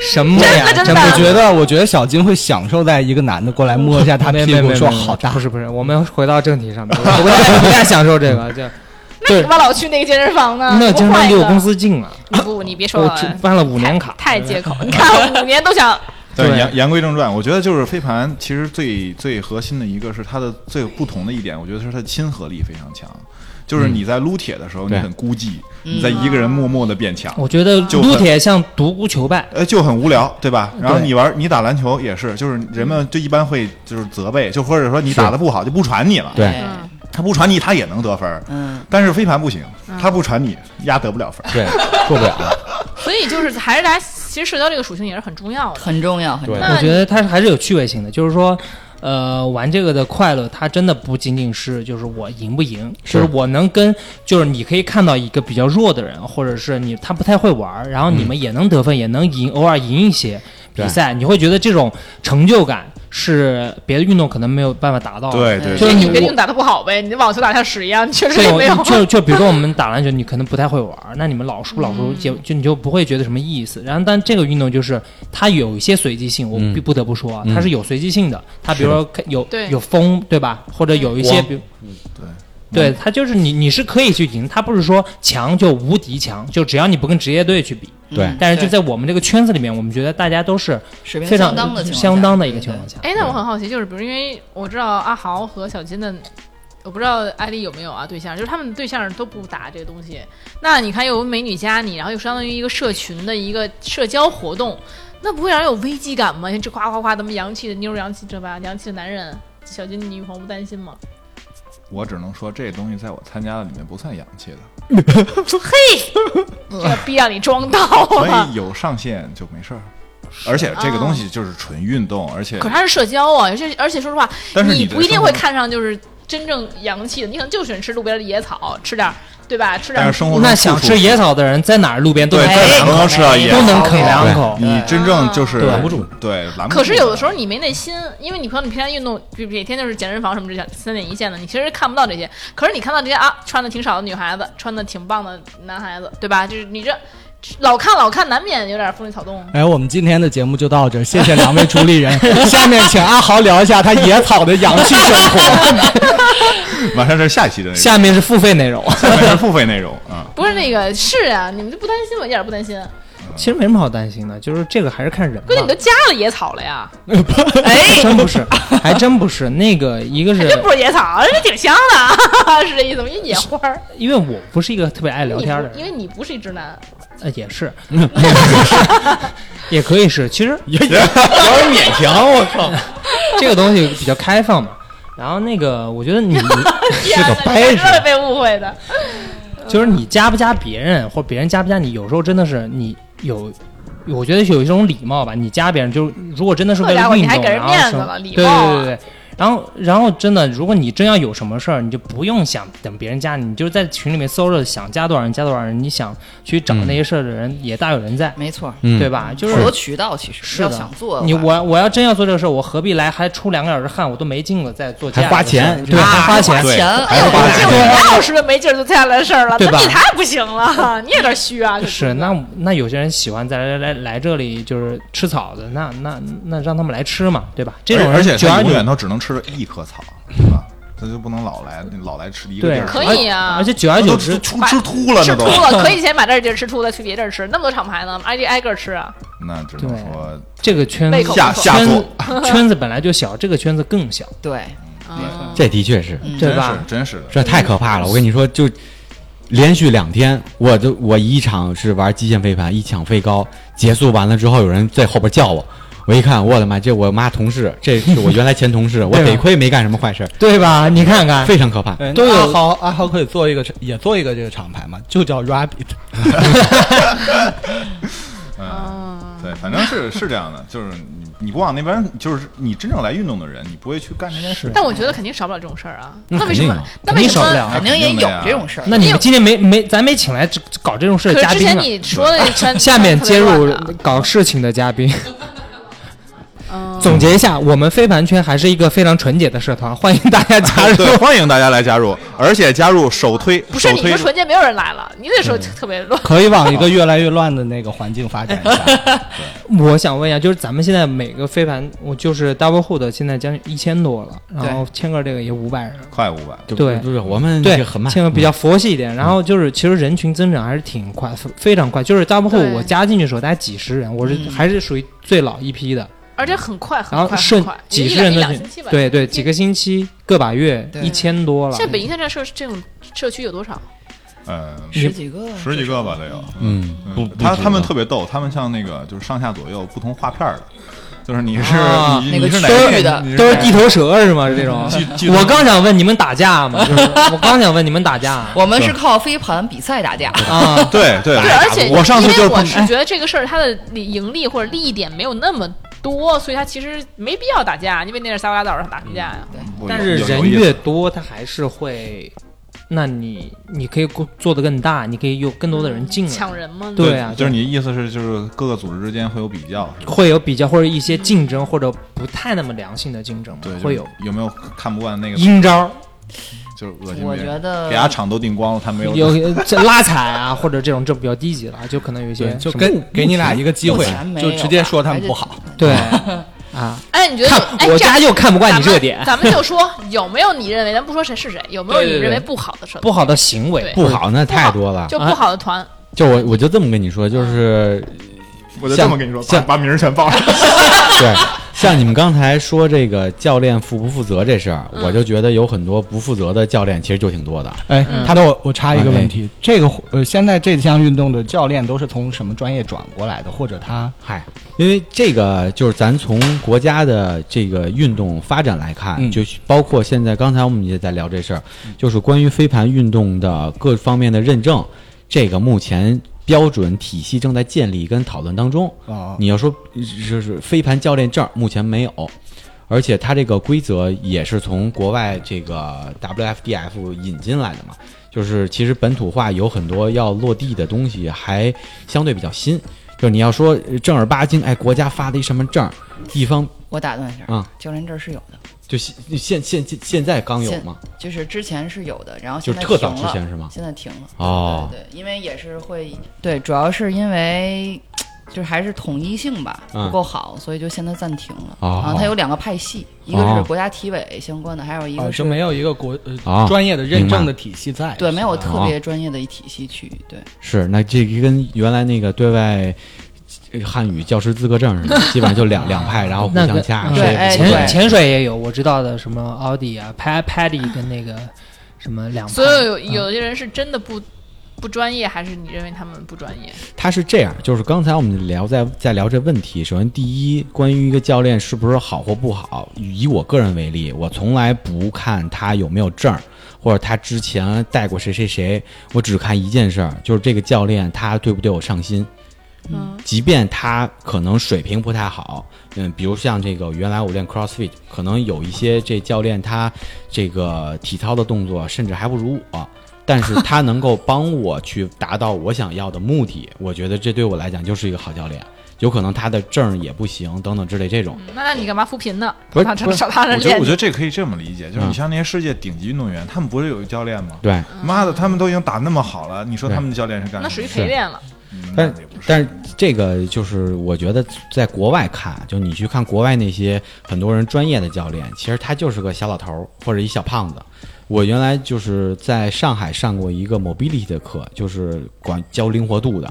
Speaker 3: 什么呀？
Speaker 1: 真的真的
Speaker 3: 不
Speaker 2: 我
Speaker 3: 觉
Speaker 2: 觉得，我觉得小金会享受在一个男的过来摸一下他
Speaker 3: 没
Speaker 2: 屁
Speaker 3: 没
Speaker 2: 股，
Speaker 3: 没
Speaker 2: 说
Speaker 3: 没
Speaker 2: 好大
Speaker 3: 不。是不是，我们回到正题 上面，我我不太享受这个，这
Speaker 1: 那
Speaker 3: 对
Speaker 1: 你干嘛老去那个健身房呢？
Speaker 3: 那
Speaker 1: 多
Speaker 3: 经常
Speaker 1: 坏
Speaker 3: 离我
Speaker 1: 的
Speaker 3: 公司近啊，
Speaker 1: 呃不，你别说
Speaker 3: 我
Speaker 1: 了，
Speaker 3: 只办了五年卡，
Speaker 1: 太借口。你看我五年都 想，
Speaker 4: 但是
Speaker 3: 对
Speaker 4: 言言归正传，我觉得就是飞盘，其实最最核心的一个是它的最不同的一点，我觉得是它的亲和力非常强。
Speaker 3: 嗯
Speaker 4: 就是你在撸铁的时候，你
Speaker 5: 对
Speaker 4: 很孤寂，你在一个人默默的变强，
Speaker 3: 我觉得
Speaker 4: 就
Speaker 3: 撸
Speaker 4: 很
Speaker 3: 铁像独孤求败，
Speaker 4: 呃，就很无聊，对吧？然后
Speaker 3: 对
Speaker 4: 你玩你打篮球也是，就是人们就一般会就是责备，就或者说你打的不好就不传你了，
Speaker 5: 对
Speaker 1: 嗯
Speaker 4: 他不传你他也能得分儿，
Speaker 6: 哎嗯，
Speaker 4: 但是飞盘不行，他不传你压得不了分儿。
Speaker 5: 对， 做不了。
Speaker 1: 所以就是还是大家其实社交这个属性也是很重要的。
Speaker 6: 很重要，很重要。
Speaker 1: 那
Speaker 3: 我觉得它还是有趣味性的，就是说。呃，玩这个的快乐，它真的不仅仅是就是我赢不赢，就
Speaker 5: 是
Speaker 3: 是我能跟，就是你可以看到一个比较弱的人，或者是你他不太会玩儿，然后
Speaker 2: 嗯
Speaker 3: 你们也能得分，也能赢，偶尔赢一些比
Speaker 5: 对
Speaker 3: 赛，你会觉得这种成就感是别的运动可能没有办法达到的。
Speaker 4: 对哦对，
Speaker 3: 就
Speaker 4: 对
Speaker 3: 是
Speaker 1: 你
Speaker 3: 我
Speaker 1: 别运动打得不好呗，你网球打得像屎一样，你 确实
Speaker 3: 这
Speaker 1: 也
Speaker 3: 种
Speaker 1: 没有。
Speaker 3: 就就比如说 我们打篮球，你可能不太会玩儿，那你们老输老输，
Speaker 1: 嗯
Speaker 3: 就就你就不会觉得什么意思。然后，但这个运动就是它有一些随机性，我
Speaker 5: 嗯
Speaker 3: 必不得不说啊，
Speaker 5: 嗯
Speaker 3: 它是有随机性的。它比如说看有
Speaker 1: 对
Speaker 3: 有风，对吧？或者有一些，比如对它就是你你是可以去赢，它不是说强就无敌强，就只要你不跟职业队去比。
Speaker 5: 对
Speaker 6: 嗯
Speaker 3: 但是就在我们这个圈子里面，我们觉得大家都是
Speaker 6: 水平
Speaker 3: 非常
Speaker 6: 当的情况下
Speaker 3: 相当的一个情况下。
Speaker 1: 哎，那我很好奇，就是比如因为我知道阿豪和小金的，我不知道艾丽有没有啊对象，就是他们对象都不打这个东西。那你看又有美女加你，然后又相当于一个社群的一个社交活动，那不会让人有危机感吗？像这夸夸夸，咱们洋气的妞儿，洋气这吧，洋气的男人。小金，你女朋友不担心吗？
Speaker 4: 我只能说这东西在我参加的里面不算洋气的，
Speaker 1: 这个逼让你装到
Speaker 4: 嗯所
Speaker 1: 啊
Speaker 4: 以！有上限就没事儿。而且这个东西就是纯运动，而且
Speaker 1: 可是它是社交啊，而且而且说实话，
Speaker 4: 但是
Speaker 1: 你
Speaker 4: 你的
Speaker 1: 不一定
Speaker 4: 生活
Speaker 1: 会看上就是真正洋气的，你可能就喜欢吃路边的野草，吃点儿对吧？吃点
Speaker 4: 但
Speaker 1: 儿
Speaker 4: 是生活中
Speaker 3: 那
Speaker 4: 处
Speaker 3: 想
Speaker 4: 处
Speaker 3: 吃野草的人，在哪儿路边都
Speaker 4: 对
Speaker 3: 能
Speaker 4: 在哪儿都能
Speaker 6: 哎
Speaker 4: 吃到野
Speaker 3: 都能啃
Speaker 6: 对
Speaker 3: 两口。
Speaker 4: 你真正就是
Speaker 3: 对拦不
Speaker 4: 住，对，拦不住。
Speaker 1: 可是有的时候你没那心，因为你可能你平常运动，比每天就是健身房什么这些三点一线的，你其实看不到这些。可是你看到这些啊，穿的挺少的女孩子，穿的挺棒的男孩子，对吧？就是你这老看老看，难免有点风吹草动。
Speaker 2: 哎，我们今天的节目就到这儿，谢谢两位主理人。下面请阿豪聊一下他野草的洋气生活。
Speaker 4: 马上这是下一期的内容，
Speaker 3: 下面是付费内容。
Speaker 4: 下面是付费内容啊。
Speaker 1: 不是那个是啊，你们就不担心吗？一点儿不担心。
Speaker 3: 其实没什么好担心的，就是这个还是看人
Speaker 1: 关键你都。
Speaker 3: 吧
Speaker 1: 加了野草了呀，
Speaker 3: 还真不是， 还真不是。那个一个是
Speaker 1: 哎这不是野草，这挺香的，是 这意思吗？因为野花儿，
Speaker 3: 因为我不是一个特别爱聊天
Speaker 1: 你
Speaker 3: 的
Speaker 1: 不因
Speaker 3: 人，
Speaker 1: 为你不是一直男，
Speaker 3: 呃，也是，也可以是。其实
Speaker 5: 有点勉强，我靠，
Speaker 3: 这个东西比较开放嘛。然后那个，我觉 得你
Speaker 1: 天哪，
Speaker 3: 掰
Speaker 1: 啊你这是被误会的。
Speaker 3: 就是
Speaker 1: 嗯
Speaker 3: 你加不加别人，或者别人加不加你，有时候真的是你有，我觉得有一种礼貌吧。你加别人，就是如果真的是为
Speaker 1: 好家伙
Speaker 3: 了运
Speaker 1: 你还
Speaker 3: 动，
Speaker 1: 给人
Speaker 3: 然后
Speaker 1: 面子
Speaker 3: 什么
Speaker 1: 了礼
Speaker 3: 对
Speaker 1: 貌啊
Speaker 3: 对对对。然后，然后真的，如果你真要有什么事儿，你就不用想等别人加你，你就在群里面搜着想加多少人加多少人，你想去找那些事儿的人、也大有人在，
Speaker 6: 没错，
Speaker 5: 嗯，
Speaker 3: 对？吧？就是
Speaker 6: 好多渠道其实
Speaker 3: 是
Speaker 6: 要
Speaker 3: 的
Speaker 6: 想做的话
Speaker 3: 你我我要真要做这个事儿，我何必来还出两个小时汗，我都没劲了再做这
Speaker 5: 还
Speaker 3: 样
Speaker 5: 花
Speaker 3: 的事儿
Speaker 5: 钱
Speaker 3: 对，还花钱，
Speaker 4: 对
Speaker 6: 钱，
Speaker 4: 还
Speaker 6: 哎呦
Speaker 4: 花
Speaker 6: 我
Speaker 4: 钱
Speaker 6: 这
Speaker 1: 就
Speaker 6: 个人
Speaker 1: 那我是没劲儿就这样的事儿了，
Speaker 3: 对
Speaker 1: 那
Speaker 3: 吧
Speaker 1: 你太不行了，你也有点虚啊。这
Speaker 3: 是，那那有些人喜欢在来来来这里就是吃草的，那那那让他们来吃嘛，对吧？这种
Speaker 4: 而而
Speaker 3: 人
Speaker 4: 且
Speaker 3: 久
Speaker 4: 他
Speaker 3: 而
Speaker 4: 永
Speaker 3: 久
Speaker 4: 远都只能吃一棵草，对吧？他就不能老来，老来吃一个地
Speaker 3: 对
Speaker 4: 儿。
Speaker 1: 可以啊
Speaker 3: 而且久而
Speaker 4: 那
Speaker 3: 久
Speaker 4: 都
Speaker 3: 之
Speaker 4: 吃，秃吃秃了，
Speaker 1: 吃
Speaker 4: 那
Speaker 1: 秃
Speaker 4: 都
Speaker 1: 了，可以先把这儿地儿吃秃了，去别地儿吃，那么多厂牌呢，挨着挨个儿吃啊。
Speaker 4: 那只能
Speaker 3: 对
Speaker 4: 说
Speaker 3: 这个圈
Speaker 1: 胃
Speaker 3: 子
Speaker 1: 口
Speaker 4: 下
Speaker 1: 不错
Speaker 4: 下
Speaker 3: 圈
Speaker 4: 作
Speaker 3: 子。圈子本来就小，这个圈子更小，
Speaker 6: 对，
Speaker 1: 嗯
Speaker 5: 这的确是，
Speaker 3: 对
Speaker 6: 嗯
Speaker 4: 真是
Speaker 3: 吧？
Speaker 4: 真是的，
Speaker 5: 这太可怕了！我跟你说，就连续两天，我都我一场是玩极限飞盘，一场飞高，结束完了之后，有人在后边叫我，我一看，我的妈，这我妈同事，这是我原来前 同事，我
Speaker 3: 对啊吧
Speaker 5: 得亏没干什么坏事儿，
Speaker 3: 对吧？你看看，
Speaker 5: 非常可怕。
Speaker 2: 对
Speaker 3: 都有
Speaker 2: 那阿豪，阿豪可以做一个，也做一个这个厂牌嘛，就叫 Rabbit。
Speaker 1: 嗯，
Speaker 4: 对，反正是是这样的，就是你你不往那边，就是你真正来运动的人，你不会去干这件事。
Speaker 1: 但我觉得肯定少不了这种事儿啊。
Speaker 5: 那
Speaker 1: 那为什
Speaker 5: 肯定
Speaker 1: 么
Speaker 5: 啊？
Speaker 1: 那
Speaker 3: 肯
Speaker 1: 为
Speaker 3: 定
Speaker 1: 什
Speaker 3: 少不了
Speaker 1: 么？
Speaker 6: 肯定也
Speaker 4: 肯定
Speaker 6: 有
Speaker 4: 的呀
Speaker 6: 这种事儿。
Speaker 3: 那你们今天没没咱没请来这搞这种事
Speaker 1: 可
Speaker 3: 的嘉
Speaker 1: 是之
Speaker 3: 宾
Speaker 1: 前
Speaker 3: 啊。
Speaker 1: 你说的那圈，
Speaker 3: 下面接入
Speaker 1: 特别乱啊的
Speaker 3: 搞事情的 嘉宾，
Speaker 1: 嗯，
Speaker 3: 总结一下，我们非凡圈还是一个非常纯洁的社团，欢迎大家加 入。
Speaker 4: 对，欢迎大家来加入，而且加入首推，
Speaker 1: 不是
Speaker 4: 首
Speaker 1: 你
Speaker 4: 推
Speaker 1: 说纯洁没有人来了，你那时候就特别乱。
Speaker 2: 可以 往一个越来越乱的那个环境发展一下。
Speaker 3: 我想问一下，就是咱们现在每个非凡，我就是 Double Hood 现在将近一千多了，然后千个这个也五百人，
Speaker 4: 快五百，
Speaker 5: 就
Speaker 3: 对
Speaker 5: 不是我们这
Speaker 3: 对
Speaker 5: 个很慢，嗯
Speaker 3: 千个比较佛系一点。然后就是其实人群增长还是挺快，非常快。就是 Double
Speaker 1: 对
Speaker 3: Hood 我加进去的时候，大概几十人，我是
Speaker 6: 嗯
Speaker 3: 还是属于最老一批的。
Speaker 1: 而且很快，很
Speaker 3: 然后
Speaker 1: 快，
Speaker 3: 剩
Speaker 1: 很快，
Speaker 3: 几
Speaker 1: 一
Speaker 3: 十
Speaker 1: 两
Speaker 3: 人
Speaker 1: 一
Speaker 3: 的
Speaker 1: 两
Speaker 3: 群
Speaker 1: 星期吧。
Speaker 3: 对对，几个星期、个把月，
Speaker 6: 对
Speaker 3: 一千多了
Speaker 1: 现。在北京现在社这种社区有多少？
Speaker 4: 嗯，
Speaker 6: 十几个，
Speaker 4: 十几个吧得有。
Speaker 5: 嗯，不
Speaker 4: 嗯，
Speaker 5: 不
Speaker 4: 他
Speaker 5: 止
Speaker 4: 他们
Speaker 5: 了
Speaker 4: 特别逗，他们像那个就是上下左右不同画片儿的，就是你是
Speaker 3: 啊
Speaker 4: 你
Speaker 6: 那个
Speaker 4: 你是哪
Speaker 6: 区域的
Speaker 4: 你
Speaker 3: 都是
Speaker 4: 哪
Speaker 3: 地头蛇是吗？这 种
Speaker 4: 记记，得
Speaker 3: 我刚想问你们打架吗？就是我刚想问你们打架
Speaker 6: 我们是靠飞盘比赛打架。
Speaker 3: 啊，
Speaker 4: 对对
Speaker 1: 对，而且
Speaker 4: 我上次
Speaker 1: 因
Speaker 4: 就
Speaker 1: 为
Speaker 4: 是
Speaker 1: 我
Speaker 4: 碰
Speaker 1: 是
Speaker 3: 哎
Speaker 1: 觉得这个事儿它的利盈利或者利益点没有那么多，所以它其实没必要打架，因为那是撒拉岛上打什么架呀？
Speaker 4: 我
Speaker 3: 但是
Speaker 4: 有有
Speaker 3: 人
Speaker 4: 有意思
Speaker 3: 越多，他还是会，那你你可以过做的更大，你可以有更多的人进
Speaker 1: 嗯
Speaker 3: 来，
Speaker 1: 抢人吗？
Speaker 3: 对啊
Speaker 4: 就是你的意思是就是各个组织之间会有比较，是吧
Speaker 3: 会有比较或者一些竞争或者不太那么良性的竞争
Speaker 4: 对，，
Speaker 3: 会
Speaker 4: 就
Speaker 3: 有
Speaker 4: 是有没有看不惯那个
Speaker 3: 阴招，
Speaker 4: 就是恶心别人，
Speaker 6: 我觉得
Speaker 4: 给他场都订光了，他没有
Speaker 3: 有这拉踩啊或者这种这比较低级了，就可能有一些
Speaker 2: 就
Speaker 3: 什么
Speaker 2: 跟给你俩一个机
Speaker 6: 目
Speaker 2: 会
Speaker 6: 前，没有
Speaker 2: 就直接说他
Speaker 6: 吧
Speaker 2: 们不好。
Speaker 3: 对啊，
Speaker 1: 哎，你觉得有？哎，
Speaker 3: 看我
Speaker 1: 这样
Speaker 3: 家就看不惯你这个点，
Speaker 1: 咱们咱们就说有没有你认为，咱不说谁是谁，有没有
Speaker 3: 对
Speaker 1: 你
Speaker 3: 对对
Speaker 1: 认为不好的社
Speaker 3: 不
Speaker 1: 团？
Speaker 3: 好的行为
Speaker 1: 对
Speaker 5: 不好那太多了。
Speaker 3: 啊
Speaker 1: 就不好的团，
Speaker 5: 就我我就这么跟你说，就是
Speaker 4: 我
Speaker 5: 就这么跟
Speaker 4: 你说
Speaker 5: 像
Speaker 4: 把名儿全报上。
Speaker 5: 对，像你们刚才说这个教练负不负责这事儿，
Speaker 1: 嗯
Speaker 5: 我就觉得有很多不负责的教练其实就挺多的。
Speaker 2: 哎，他的我我插一个问题，这个呃，现在这项运动的教练都是从什么专业转过来的，或者他
Speaker 5: 嗨，因为这个就是咱从国家的这个运动发展来看，
Speaker 2: 嗯
Speaker 5: 就包括现在刚才我们也在聊这事儿，就是关于飞盘运动的各方面的认证，这个目前标准体系正在建立跟讨论当中。
Speaker 2: 啊
Speaker 5: 你要说就是飞盘教练证，目前没有，而且它这个规则也是从国外这个 WFDF 引进来的嘛，就是其实本土化有很多要落地的东西，还相对比较新。就是你要说呃正儿八经，哎，国家发的一什么证，地方
Speaker 6: 我打断一下，
Speaker 5: 啊
Speaker 6: 教练证是有的，
Speaker 5: 就现现现现现在刚有
Speaker 6: 现
Speaker 5: 嘛，
Speaker 6: 就是之前是有的，然后
Speaker 5: 就
Speaker 6: 现
Speaker 5: 是
Speaker 6: 在
Speaker 5: 特早
Speaker 6: 停
Speaker 5: 之
Speaker 6: 了
Speaker 5: 前是吗？
Speaker 6: 现在停了。
Speaker 5: 哦
Speaker 6: 对，对因为也是会对，主要是因为就是还是统一性吧
Speaker 5: 嗯
Speaker 6: 不够好，所以就现在暂停了。
Speaker 5: 哦
Speaker 6: 然后它有两个派系，一个是国家体委相关的，还有一
Speaker 3: 哦
Speaker 2: 啊
Speaker 6: 个
Speaker 2: 就是没有一个国
Speaker 5: 啊
Speaker 4: 哦
Speaker 2: 呃专业的认证
Speaker 5: 明白
Speaker 2: 的体系在，
Speaker 6: 对没有
Speaker 5: 哦
Speaker 2: 是吧
Speaker 6: 特别专业的一体系去对。
Speaker 5: 是，那这个跟原来那个对外呃汉语教师资格证似的，基本上就两两派，然后互
Speaker 3: 那
Speaker 5: 相
Speaker 3: 个
Speaker 5: 掐
Speaker 3: 嗯。
Speaker 5: 谁
Speaker 6: 对哎
Speaker 5: 也不
Speaker 6: 对
Speaker 5: 管
Speaker 3: 潜潜水也有我知道的，什么奥迪啊、Pad Paddy 跟那个什么两派。
Speaker 1: 所以有
Speaker 3: 嗯
Speaker 1: 有些人是真的不不专业，还是你认为他们不专业？
Speaker 5: 他是这样，就是刚才我们聊在在聊这问题。首先，第一，关于一个教练是不是好或不好，以我个人为例，我从来不看他有没有证儿，或者他之前带过谁谁谁，我只看一件事儿，就是这个教练他对不对我上心。
Speaker 1: 嗯，
Speaker 5: 即便他可能水平不太好，嗯，比如像这个原来我练 CrossFit，可能有一些这教练他这个体操的动作甚至还不如我，但是他能够帮我去达到我想要的目的， 我觉得这对我来讲就是一个好教练。有可能他的证儿也不行，等等之类这种，
Speaker 1: 嗯那那你干嘛扶贫呢？
Speaker 5: 不是
Speaker 1: 跑
Speaker 5: 不
Speaker 1: 他
Speaker 5: 是
Speaker 1: 找他那
Speaker 4: 我觉得
Speaker 1: 练
Speaker 4: 我
Speaker 1: 去。
Speaker 4: 觉得这可以这么理解，就是
Speaker 5: 嗯
Speaker 4: 你像那些世界顶级运动员，他们不是有一教练吗？
Speaker 5: 对。
Speaker 4: 妈的，他们都已经打那么好了，你说他们的教练是干什么？
Speaker 1: 那属于陪练了，
Speaker 4: 嗯那
Speaker 5: 但
Speaker 4: 也不是，
Speaker 5: 但是这个就是我觉得在国外看，就你去看国外那些很多人专业的教练，其实他就是个小老头儿或者一小胖子。我原来就是在上海上过一个 mobility 的课，就是管教灵活度的。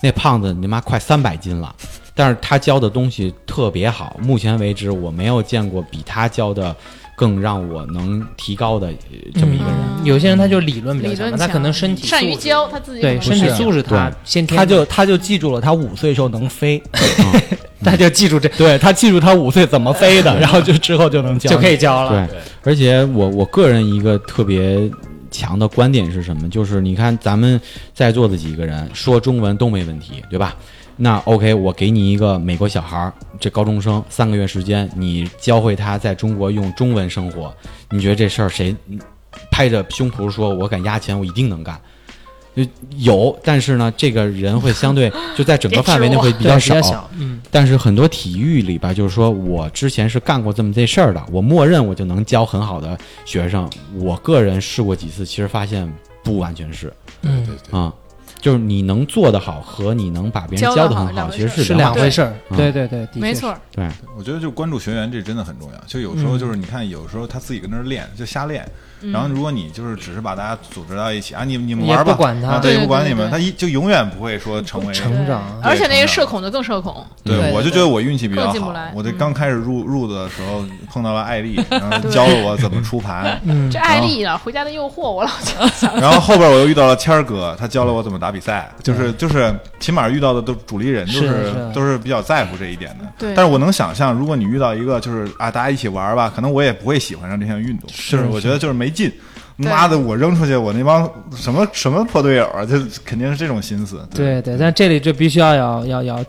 Speaker 5: 那胖子你妈快三百斤了，但是他教的东西特别好。目前为止，我没有见过比他教的更让我能提高的呃这么一个人。
Speaker 3: 嗯有些人他就理论比较
Speaker 1: 理论
Speaker 3: 强，他可能身体
Speaker 1: 善于
Speaker 3: 素质
Speaker 1: 教他自己可
Speaker 3: 对
Speaker 1: 能
Speaker 3: 身体素质他
Speaker 5: 对
Speaker 3: 先天
Speaker 2: 他就他就记住了，他五岁时候能飞，
Speaker 3: 大家就记住这
Speaker 2: 对他记住他五岁怎么飞的，然后就之后就能教，
Speaker 3: 就可以教了。
Speaker 5: 对，而且我我个人一个特别强的观点是什么？就是你看咱们在座的几个人说中文都没问题，对吧？那 OK，我给你一个美国小孩儿，这高中生三个月时间，你教会他在中国用中文生活，你觉得这事儿谁拍着胸脯说我敢压钱，我一定能干？就有，但是呢，这个人会相对就在整个范围内会比
Speaker 3: 对
Speaker 5: 较
Speaker 3: 比较
Speaker 5: 少，
Speaker 3: 小，嗯，
Speaker 5: 但是很多体育里边，就是说我之前是干过这么这事儿的，我默认我就能教很好的学生。我个人试过几次，其实发现不完全是
Speaker 4: 对
Speaker 3: 嗯
Speaker 4: 对对。
Speaker 5: 啊、就是你能做得好和你能把别人
Speaker 1: 教
Speaker 5: 教
Speaker 1: 得
Speaker 5: 得
Speaker 1: 好
Speaker 5: 很好，
Speaker 1: 两
Speaker 5: 其实
Speaker 1: 回事
Speaker 5: 是
Speaker 3: 是两
Speaker 5: 回
Speaker 3: 回事儿。
Speaker 5: 嗯
Speaker 3: 对对对，的确
Speaker 1: 没
Speaker 3: 是
Speaker 1: 错，
Speaker 5: 对，
Speaker 4: 我觉得就关注学员这真的很重要。就有时候就是你看，有时候他自己跟那儿练，就瞎练。然后如果你就是只是把大家组织到一起啊，你你们玩
Speaker 3: 也
Speaker 4: 吧，
Speaker 3: 不管他
Speaker 4: 啊对，
Speaker 1: 对
Speaker 4: 不管你
Speaker 1: 对
Speaker 4: 们，
Speaker 1: 对
Speaker 4: 他一就永远不会说成为。
Speaker 3: 成成长
Speaker 1: 而且那
Speaker 4: 对成
Speaker 1: 个
Speaker 4: 长
Speaker 1: 社恐的更社恐，
Speaker 4: 对
Speaker 6: 对
Speaker 4: 我就
Speaker 6: 对
Speaker 4: 觉得我运气比较
Speaker 1: 更进不
Speaker 4: 好
Speaker 1: 来。嗯
Speaker 4: 我这刚开始入入的时候碰到了艾丽，然后教了我怎么出盘，
Speaker 3: 嗯
Speaker 1: 这，艾丽啊，《回家的诱惑》，我老觉得
Speaker 4: 然后后边我又遇到了谦儿哥，他教了我怎么打比赛，就是就是起码遇到的都主力人，都
Speaker 3: 是
Speaker 4: 是
Speaker 3: 是
Speaker 4: 都是比较在乎这一点的。
Speaker 1: 对
Speaker 4: 但是我能想象，如果你遇到一个就是啊，大家一起玩儿吧，可能我也不会喜欢上这项运动，就是我觉得就是没劲。
Speaker 1: 对
Speaker 4: 妈的，我扔出去，我那帮什么什么破队友啊，就肯定是这种心思。
Speaker 3: 对对，但这里就必须要要要要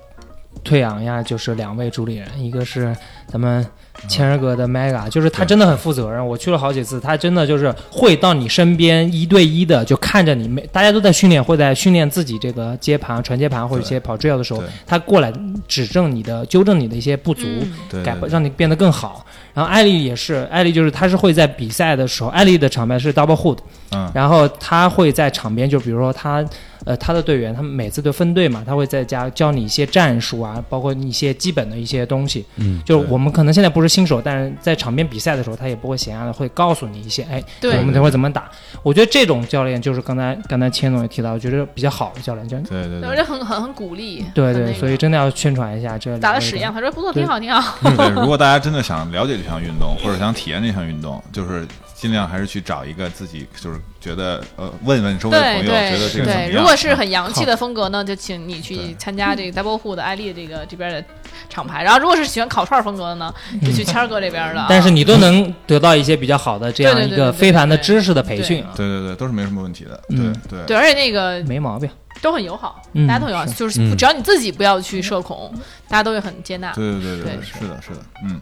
Speaker 3: 退养一下，就是两位主理人，一个是咱们谦儿哥的 Mega，就是他
Speaker 4: 对
Speaker 3: 真的很负责任，我去了好几次，他真的就是会到你身边一对一的，就看着你，每大家都在训练，会在训练自己这个接盘、传接盘或者一些跑 trail 的时候
Speaker 4: 对，
Speaker 3: 他过来指正你的、纠正你的一些不足，
Speaker 1: 嗯
Speaker 4: 对，
Speaker 3: 改
Speaker 4: 对
Speaker 3: 让你变得更好。然后艾丽也是，艾丽就是她是会在比赛的时候，艾丽的场面是 double hood，
Speaker 4: 嗯
Speaker 3: 然后她会在场边，就比如说她，呃，她的队员，他们每次都分队嘛，她会在家教你一些战术啊，包括一些基本的一些东西。
Speaker 5: 嗯，
Speaker 3: 就是
Speaker 4: 对
Speaker 3: 我们可能现在不是新手，但是在场边比赛的时候，他也不会闲下来，会告诉你一些，哎，
Speaker 1: 对
Speaker 3: 我们等会儿怎么打。我觉得这种教练就是刚才刚才千总也提到，我觉得比较好的教练，就
Speaker 4: 对对
Speaker 1: 对， 而且
Speaker 4: 对
Speaker 1: 很很很鼓励。
Speaker 3: 对
Speaker 1: 很那
Speaker 3: 对，所以
Speaker 1: 个
Speaker 3: 真的要宣传一下这
Speaker 1: 打
Speaker 3: 两
Speaker 1: 的
Speaker 3: 位
Speaker 1: 屎一
Speaker 3: 的
Speaker 1: 样，他说不错，
Speaker 3: 对
Speaker 1: 挺好，挺好。
Speaker 4: 对，如果大家真的想了解这项运动，或者想体验这项运动，就是尽量还是去找一个自己就是觉得呃问问周围的
Speaker 1: 对
Speaker 4: 朋友，觉得
Speaker 1: 对
Speaker 4: 这个怎么
Speaker 1: 对，
Speaker 4: 样？
Speaker 1: 如果是很洋
Speaker 4: 嗯
Speaker 1: 气的风格呢，就请你
Speaker 4: 对
Speaker 1: 去参加这个 Double Hood 艾丽这个这边的厂牌。然后，如果是喜欢烤串风格的呢，就去谦儿哥这边
Speaker 4: 嗯
Speaker 1: 的啊。
Speaker 3: 但是你都能得到一些比较好的这样一
Speaker 1: 对对对对
Speaker 3: 个
Speaker 1: 对
Speaker 3: 飞盘的知识的培训啊，
Speaker 4: 对对对，都是没什么问题的。
Speaker 3: 嗯
Speaker 4: 对对
Speaker 1: 啊对，而且那个
Speaker 3: 没毛病。
Speaker 1: 都很友好，
Speaker 3: 嗯
Speaker 1: 大家都很友好，就是
Speaker 5: 嗯
Speaker 1: 只要你自己不要去社恐，大家都会很接纳。
Speaker 4: 对对对对，
Speaker 1: 啊对
Speaker 4: 是的，是的，嗯，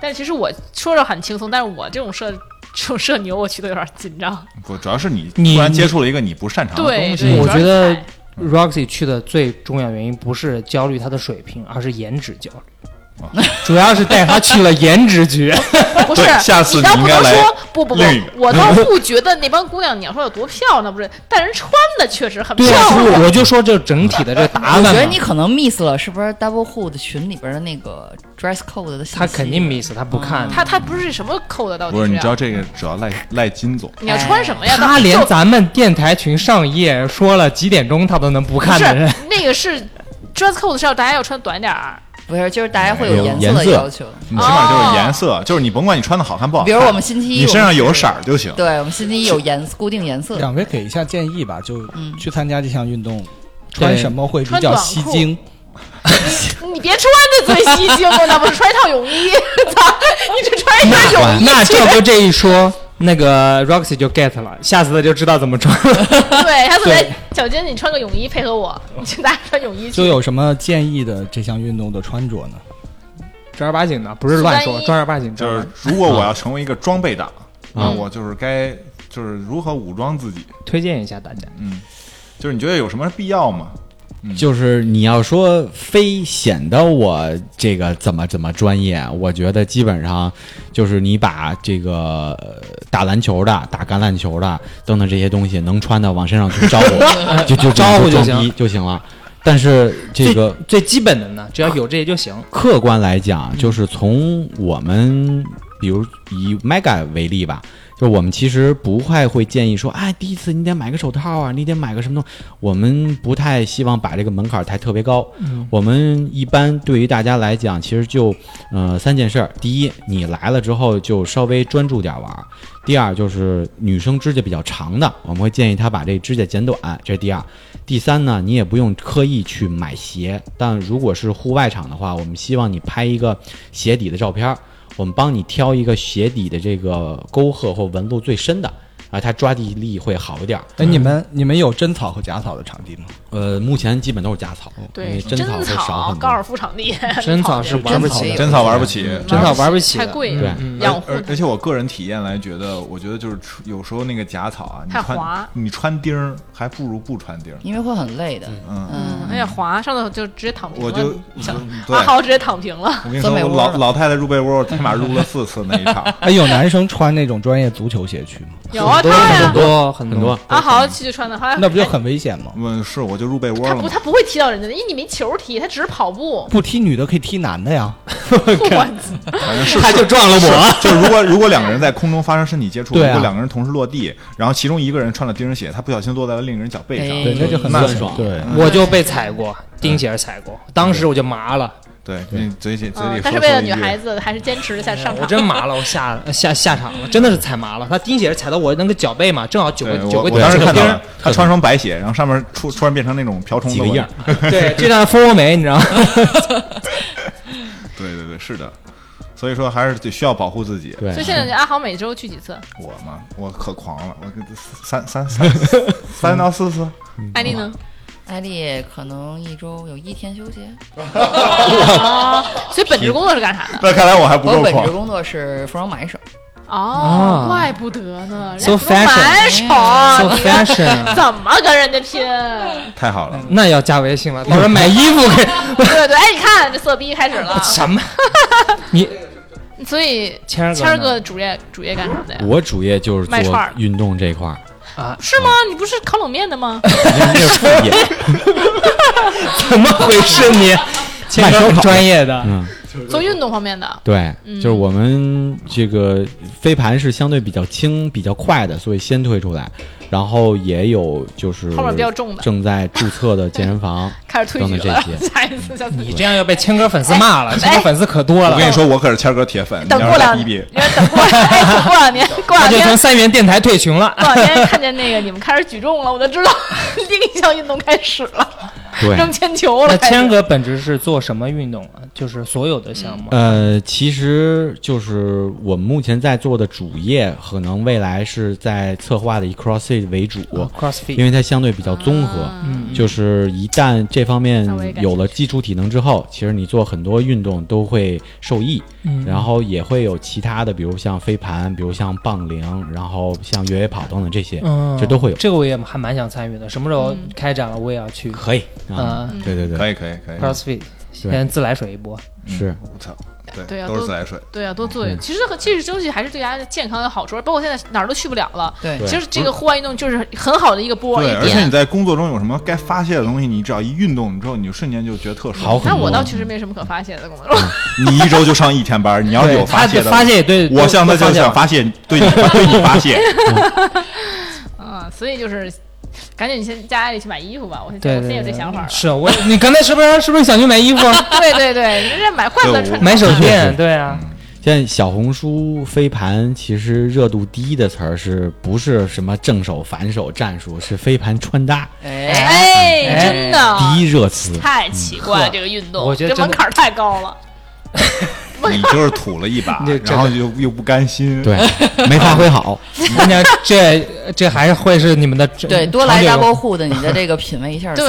Speaker 1: 但其实我说着很轻松，但是我这种社这种社牛，我去的有点紧张。
Speaker 4: 不，主要是你
Speaker 3: 你
Speaker 4: 突然接触了一啊个你不擅长的
Speaker 1: 对
Speaker 4: 东西。
Speaker 1: 对主
Speaker 3: 我
Speaker 1: 要是
Speaker 3: 觉得
Speaker 1: 菜
Speaker 3: Roxy 去的最重要原因不是焦虑她的水平，而是颜值焦
Speaker 4: 哦
Speaker 3: 虑， 主要是带她去了颜 值局。
Speaker 1: 不是
Speaker 4: 对，下次
Speaker 1: 你倒不
Speaker 4: 你应该
Speaker 1: 能
Speaker 4: 来
Speaker 1: 说不不不
Speaker 4: 另一个，
Speaker 1: 我倒不觉得那帮姑娘你要说有多漂亮，不是，但人穿的确实很漂
Speaker 3: 对啊，所
Speaker 1: 亮。
Speaker 3: 以我就说这整体的这打
Speaker 6: 我
Speaker 3: 扮嘛，
Speaker 6: 觉得你可能 miss 了，是不是 Double Hood 群里边的那个 dress code 的信息？
Speaker 3: 她肯
Speaker 1: 嗯
Speaker 3: 定 miss，她不看。
Speaker 1: 她她不是什么扣的到底
Speaker 4: 不是，你
Speaker 1: 呀
Speaker 4: 知道这个主要赖赖金总，
Speaker 1: 你要穿什么呀？
Speaker 3: 她哎连
Speaker 1: 就
Speaker 3: 咱们电台群上一页说了几点钟，她都能不
Speaker 1: 不
Speaker 3: 看
Speaker 1: 是
Speaker 3: 的 人，
Speaker 1: 那个是 dress code 是要大家要穿短点儿，
Speaker 6: 不是，就是大家会
Speaker 5: 有
Speaker 6: 有颜
Speaker 5: 颜
Speaker 6: 色的
Speaker 5: 色哦
Speaker 6: 要求。
Speaker 4: 你起码就是颜色，就是你甭管你穿的好看不好看，
Speaker 6: 比如我们星期一，
Speaker 4: 你身上
Speaker 6: 我们
Speaker 4: 有
Speaker 6: 是
Speaker 4: 色儿就行。
Speaker 6: 对我们星期一有颜固定颜色，
Speaker 2: 两位给一下建议吧，就
Speaker 6: 嗯
Speaker 2: 去参加这项运动，穿什么会比
Speaker 1: 穿
Speaker 2: 较
Speaker 1: 短
Speaker 2: 吸
Speaker 1: 裤
Speaker 2: 睛？
Speaker 1: 你别穿的最吸睛了，那不是穿一套泳衣， 操，你只穿一身泳衣
Speaker 3: 那
Speaker 1: 去
Speaker 3: 这不这一说，那个 Roxy 就 get 了，下次她就知道怎么穿了。
Speaker 1: 对，他总在小金，你穿个泳衣配合我，你就大家穿泳衣去。
Speaker 2: 就有什么建议的这项运动的穿着呢？
Speaker 3: 正儿八经的，不是乱
Speaker 1: 苏
Speaker 3: 说，
Speaker 1: 丹一
Speaker 3: 正儿八经的。
Speaker 4: 就是如果我要成为一个装备党，那
Speaker 5: 嗯
Speaker 4: 我就是该就是如何武装自己，
Speaker 3: 推荐一下大家，
Speaker 4: 嗯，就是你觉得有什么必要吗？
Speaker 5: 就是你要说非显得我这个怎么怎么专业，我觉得基本上就是你把这个呃打篮球的、打橄榄球的等等这些东西能穿的往身上去招呼，就就
Speaker 3: 招呼就
Speaker 5: 就
Speaker 3: 行
Speaker 5: 就行了。但是这个
Speaker 3: 最最基本的呢，只要有这些就行。
Speaker 5: 客观来讲，就是从我们比如以 Mega 为例吧，就我们其实不太会建议说，哎，第一次你得买个手套啊，你得买个什么东西。我们不太希望把这个门槛抬特别高。
Speaker 3: 嗯
Speaker 5: 我们一般对于大家来讲，其实就呃三件事儿：第一，你来了之后就稍微专注点玩儿；第二，就是女生指甲比较长的，我们会建议她把这指甲剪短，这是第二；第三呢，你也不用刻意去买鞋，但如果是户外场的话，我们希望你拍一个鞋底的照片儿，我们帮你挑一个鞋底的这个沟壑或纹路最深的。啊，它抓地力会好一点儿。
Speaker 2: 哎，你们你们有真草和假草的场地吗？
Speaker 5: 呃，目前基本都是假草，因
Speaker 3: 哎
Speaker 1: 对，
Speaker 5: 为真草会少
Speaker 1: 草
Speaker 5: 很多。
Speaker 1: 高尔夫场地，
Speaker 3: 真草是玩不呃起的，
Speaker 4: 嗯真草玩不起，
Speaker 3: 真草玩不起
Speaker 1: 太
Speaker 3: 的，
Speaker 1: 贵
Speaker 5: 对
Speaker 1: 了，
Speaker 3: 嗯
Speaker 1: 养护
Speaker 4: 而
Speaker 1: 它
Speaker 4: 而且我个人体验来觉得，我觉得就是出有时候那个假草啊，你
Speaker 1: 太
Speaker 4: 穿
Speaker 1: 滑
Speaker 4: 你穿钉儿，还不如不穿钉儿。
Speaker 6: 因为会很累的。
Speaker 4: 嗯，
Speaker 1: 嗯，哎呀滑，上头就直接躺平
Speaker 4: 我就
Speaker 1: 了，想
Speaker 4: 对
Speaker 1: 阿，豪直接躺平了，
Speaker 4: 我跟你说，
Speaker 6: 钻被
Speaker 4: 我
Speaker 6: 窝
Speaker 4: 老
Speaker 6: 了
Speaker 4: 老太太入被窝，我起码入了四次那一 场。
Speaker 2: 哎，有男生穿那种专业足球鞋去吗？
Speaker 1: 有啊他
Speaker 3: 多很
Speaker 1: 呀，
Speaker 3: 多很
Speaker 5: 很多，
Speaker 1: 阿豪去就穿的，后来 哎
Speaker 2: 那不就很危险吗？
Speaker 4: 嗯，是，我就入被窝
Speaker 1: 他
Speaker 4: 了
Speaker 1: 不
Speaker 4: 嘛。
Speaker 1: 他不会踢到人家的，因为你没球踢，他只是跑步，
Speaker 2: 不踢女的可以踢男的呀。
Speaker 1: 不管
Speaker 4: 反正是
Speaker 5: 他就撞了我。
Speaker 4: 就如果如果两个人在空中发生身体接触，
Speaker 2: 对啊
Speaker 4: 如果两个人同时落地，然后其中一个人穿了钉儿鞋，他不小心落在了另一个人脚背上，
Speaker 6: 哎
Speaker 2: 对，那就很
Speaker 4: 那
Speaker 2: 危险
Speaker 5: 爽
Speaker 2: 对，
Speaker 3: 我就被踩过，钉鞋踩过，
Speaker 4: 嗯
Speaker 3: 当时我就麻了，
Speaker 4: 对，你嘴里嘴
Speaker 1: 嗯
Speaker 4: 里，
Speaker 1: 但是
Speaker 4: 说
Speaker 1: 为了
Speaker 4: 出一
Speaker 1: 女孩
Speaker 4: 句，
Speaker 1: 子，还是坚持一下上
Speaker 3: 哎我
Speaker 1: 场。
Speaker 3: 真麻了，我呃下下下场了，真的是踩麻了。他钉鞋踩到我那个脚背嘛，正好九个
Speaker 4: 对
Speaker 3: 九
Speaker 4: 我
Speaker 3: 个
Speaker 4: 我当时
Speaker 3: 九个
Speaker 4: 看
Speaker 3: 钉
Speaker 4: 到
Speaker 3: 儿
Speaker 4: 了，，他穿双白鞋，然后上面出突然变成那种瓢虫
Speaker 5: 几
Speaker 4: 的
Speaker 5: 个印
Speaker 4: 纹
Speaker 5: 儿，
Speaker 3: 对，这叫蜂窝煤，你知道吗？
Speaker 4: 对对对，是的。所以说还是得需要保护自己。
Speaker 5: 对
Speaker 1: 所以现在阿豪每周去几
Speaker 3: 嗯
Speaker 1: 次？
Speaker 4: 我嘛，我可狂了，我跟三三 三三到四次，
Speaker 1: 艾丽 呢？
Speaker 6: 艾丽可能一周有一天休息。
Speaker 1: 啊，所以本职工作是干啥的？
Speaker 4: 那看来我还不
Speaker 6: 我
Speaker 4: 够
Speaker 6: 本职
Speaker 4: 狂。
Speaker 6: 工作是服装买手，
Speaker 1: 哦
Speaker 3: 啊，
Speaker 1: 怪不得呢，人家
Speaker 3: So
Speaker 1: 不买
Speaker 3: 哎，so
Speaker 1: 手，
Speaker 3: fashion，
Speaker 1: 怎么跟人家拼？
Speaker 4: 太好了，
Speaker 3: 那要加微信了，到时候买衣服给。
Speaker 1: 对对，哎，你看这色逼开始了
Speaker 3: 什么？你
Speaker 1: 所以
Speaker 3: 谦儿
Speaker 1: 谦儿
Speaker 3: 哥
Speaker 1: 哥
Speaker 3: 呢
Speaker 1: 主业主业干什么的呀？
Speaker 5: 我主业就是
Speaker 1: 卖串
Speaker 5: 做
Speaker 1: 儿
Speaker 5: 运动这 块儿，
Speaker 3: 啊，
Speaker 1: 是吗？你不是烤冷面的吗？
Speaker 5: 那是副业。
Speaker 3: 怎么回事你？谦哥很专业的，
Speaker 5: 嗯，
Speaker 1: 做运动方面的。
Speaker 5: 对，
Speaker 1: 嗯
Speaker 5: 就是我们这个飞盘是相对比较轻、比较快的，所以先推出来，然后也有就是
Speaker 1: 后面比较重的
Speaker 5: 正在注册的健身 房。
Speaker 1: 开始推举了
Speaker 5: 等等，这
Speaker 1: 下一次，下次
Speaker 3: 你这样要被谦哥粉丝骂了，谦哥粉丝可多
Speaker 4: 嗯我
Speaker 3: 了
Speaker 4: 跟，你说，我可是谦儿哥铁粉，你
Speaker 1: 等
Speaker 4: 要
Speaker 1: 过
Speaker 4: 是
Speaker 1: 两
Speaker 4: 再
Speaker 1: 年，
Speaker 4: 逼
Speaker 1: 你
Speaker 4: 逼，
Speaker 1: 看等过两年，过两年，过
Speaker 3: 他
Speaker 1: 两
Speaker 3: 就从
Speaker 1: 年，
Speaker 3: 三元电台退群 了。
Speaker 1: 过两天看见那个你们开始举重了，我就知 道另一项运动开始了，
Speaker 5: 对，
Speaker 1: 扔铅球
Speaker 3: 那
Speaker 1: 了。开始
Speaker 3: 谦哥本职是做什么运动啊？就是所有的项目。啊
Speaker 5: 呃，其实就是我们目前在做的主业，可能未来是在策划的以 CrossFit 为主，嗯因
Speaker 1: 哦
Speaker 3: 哦 CrossFit，
Speaker 5: 为它相对比较综合。
Speaker 3: 嗯，
Speaker 5: 就是一旦这方面
Speaker 1: 那我也感
Speaker 5: 有了基础体能之后，其实你做很多运动都会受益，
Speaker 3: 嗯
Speaker 5: 然后也会有其他的，比如像飞盘，比如像棒铃，然后像越野跑等等这些，
Speaker 3: 嗯，
Speaker 5: 这都会有。
Speaker 3: 这个我也还蛮想参与的，什么时候
Speaker 1: 嗯
Speaker 3: 开展了我也要去。
Speaker 5: 可以啊，
Speaker 3: 嗯
Speaker 5: 对对对，
Speaker 4: 可以可以可以，
Speaker 3: ，CrossFit 先自来水一波。
Speaker 5: 是
Speaker 4: 我操，
Speaker 1: 对啊
Speaker 4: 都是
Speaker 1: 都
Speaker 4: 自来水。
Speaker 1: 对啊，多做
Speaker 3: 嗯
Speaker 5: 对。
Speaker 1: 其实和其实东西还是对大家的健康有好处，包括现在哪儿都去不了了。
Speaker 6: 对
Speaker 5: 对
Speaker 1: 其实这个户外运动就是很好的一个波
Speaker 4: 对，
Speaker 1: 一
Speaker 4: 而且你
Speaker 1: 点。
Speaker 4: 在工作中有什么该发泄的东西，你只要一运动之后，你就瞬间就觉得特
Speaker 5: 好
Speaker 4: 爽。
Speaker 1: 那
Speaker 5: 很
Speaker 1: 我
Speaker 5: 多
Speaker 1: 倒确实没什么可发泄的工作。
Speaker 4: 你一周就上一天班，你要是有发泄的，
Speaker 3: 发泄也对，
Speaker 4: 我向他就想
Speaker 3: 发
Speaker 4: 发泄，对你 对你发泄。
Speaker 1: 嗯，所以就是赶紧先家里去买衣服吧。我现在
Speaker 3: 对
Speaker 1: 我
Speaker 3: 对
Speaker 1: 现在
Speaker 3: 对
Speaker 1: 有这想法了。
Speaker 3: 是啊我，你刚才是不是是不是想去买衣服啊？
Speaker 1: 对对对，人家买筷子
Speaker 4: 对
Speaker 1: 穿
Speaker 4: 我。
Speaker 3: 买手
Speaker 5: 是
Speaker 3: 电，对啊，
Speaker 5: 现在小红书飞盘其实热度第一的词儿是不是什么正手、反手战术，是飞盘穿搭
Speaker 6: 哎，
Speaker 4: 嗯
Speaker 1: 哎，真的，
Speaker 5: 第一热词。
Speaker 1: 太奇怪了
Speaker 3: 呵
Speaker 1: 这个运动，
Speaker 3: 我觉得
Speaker 1: 这门
Speaker 3: 真的
Speaker 1: 槛儿太高了。
Speaker 4: 你就是吐了一把
Speaker 3: 那，
Speaker 4: 然后又又不甘心。
Speaker 5: 对，没发挥好，
Speaker 3: 我跟你讲，这这还会是你们的
Speaker 6: 对，多来
Speaker 3: 嗯长久
Speaker 6: double hood，你的这个品味一 下儿
Speaker 1: 对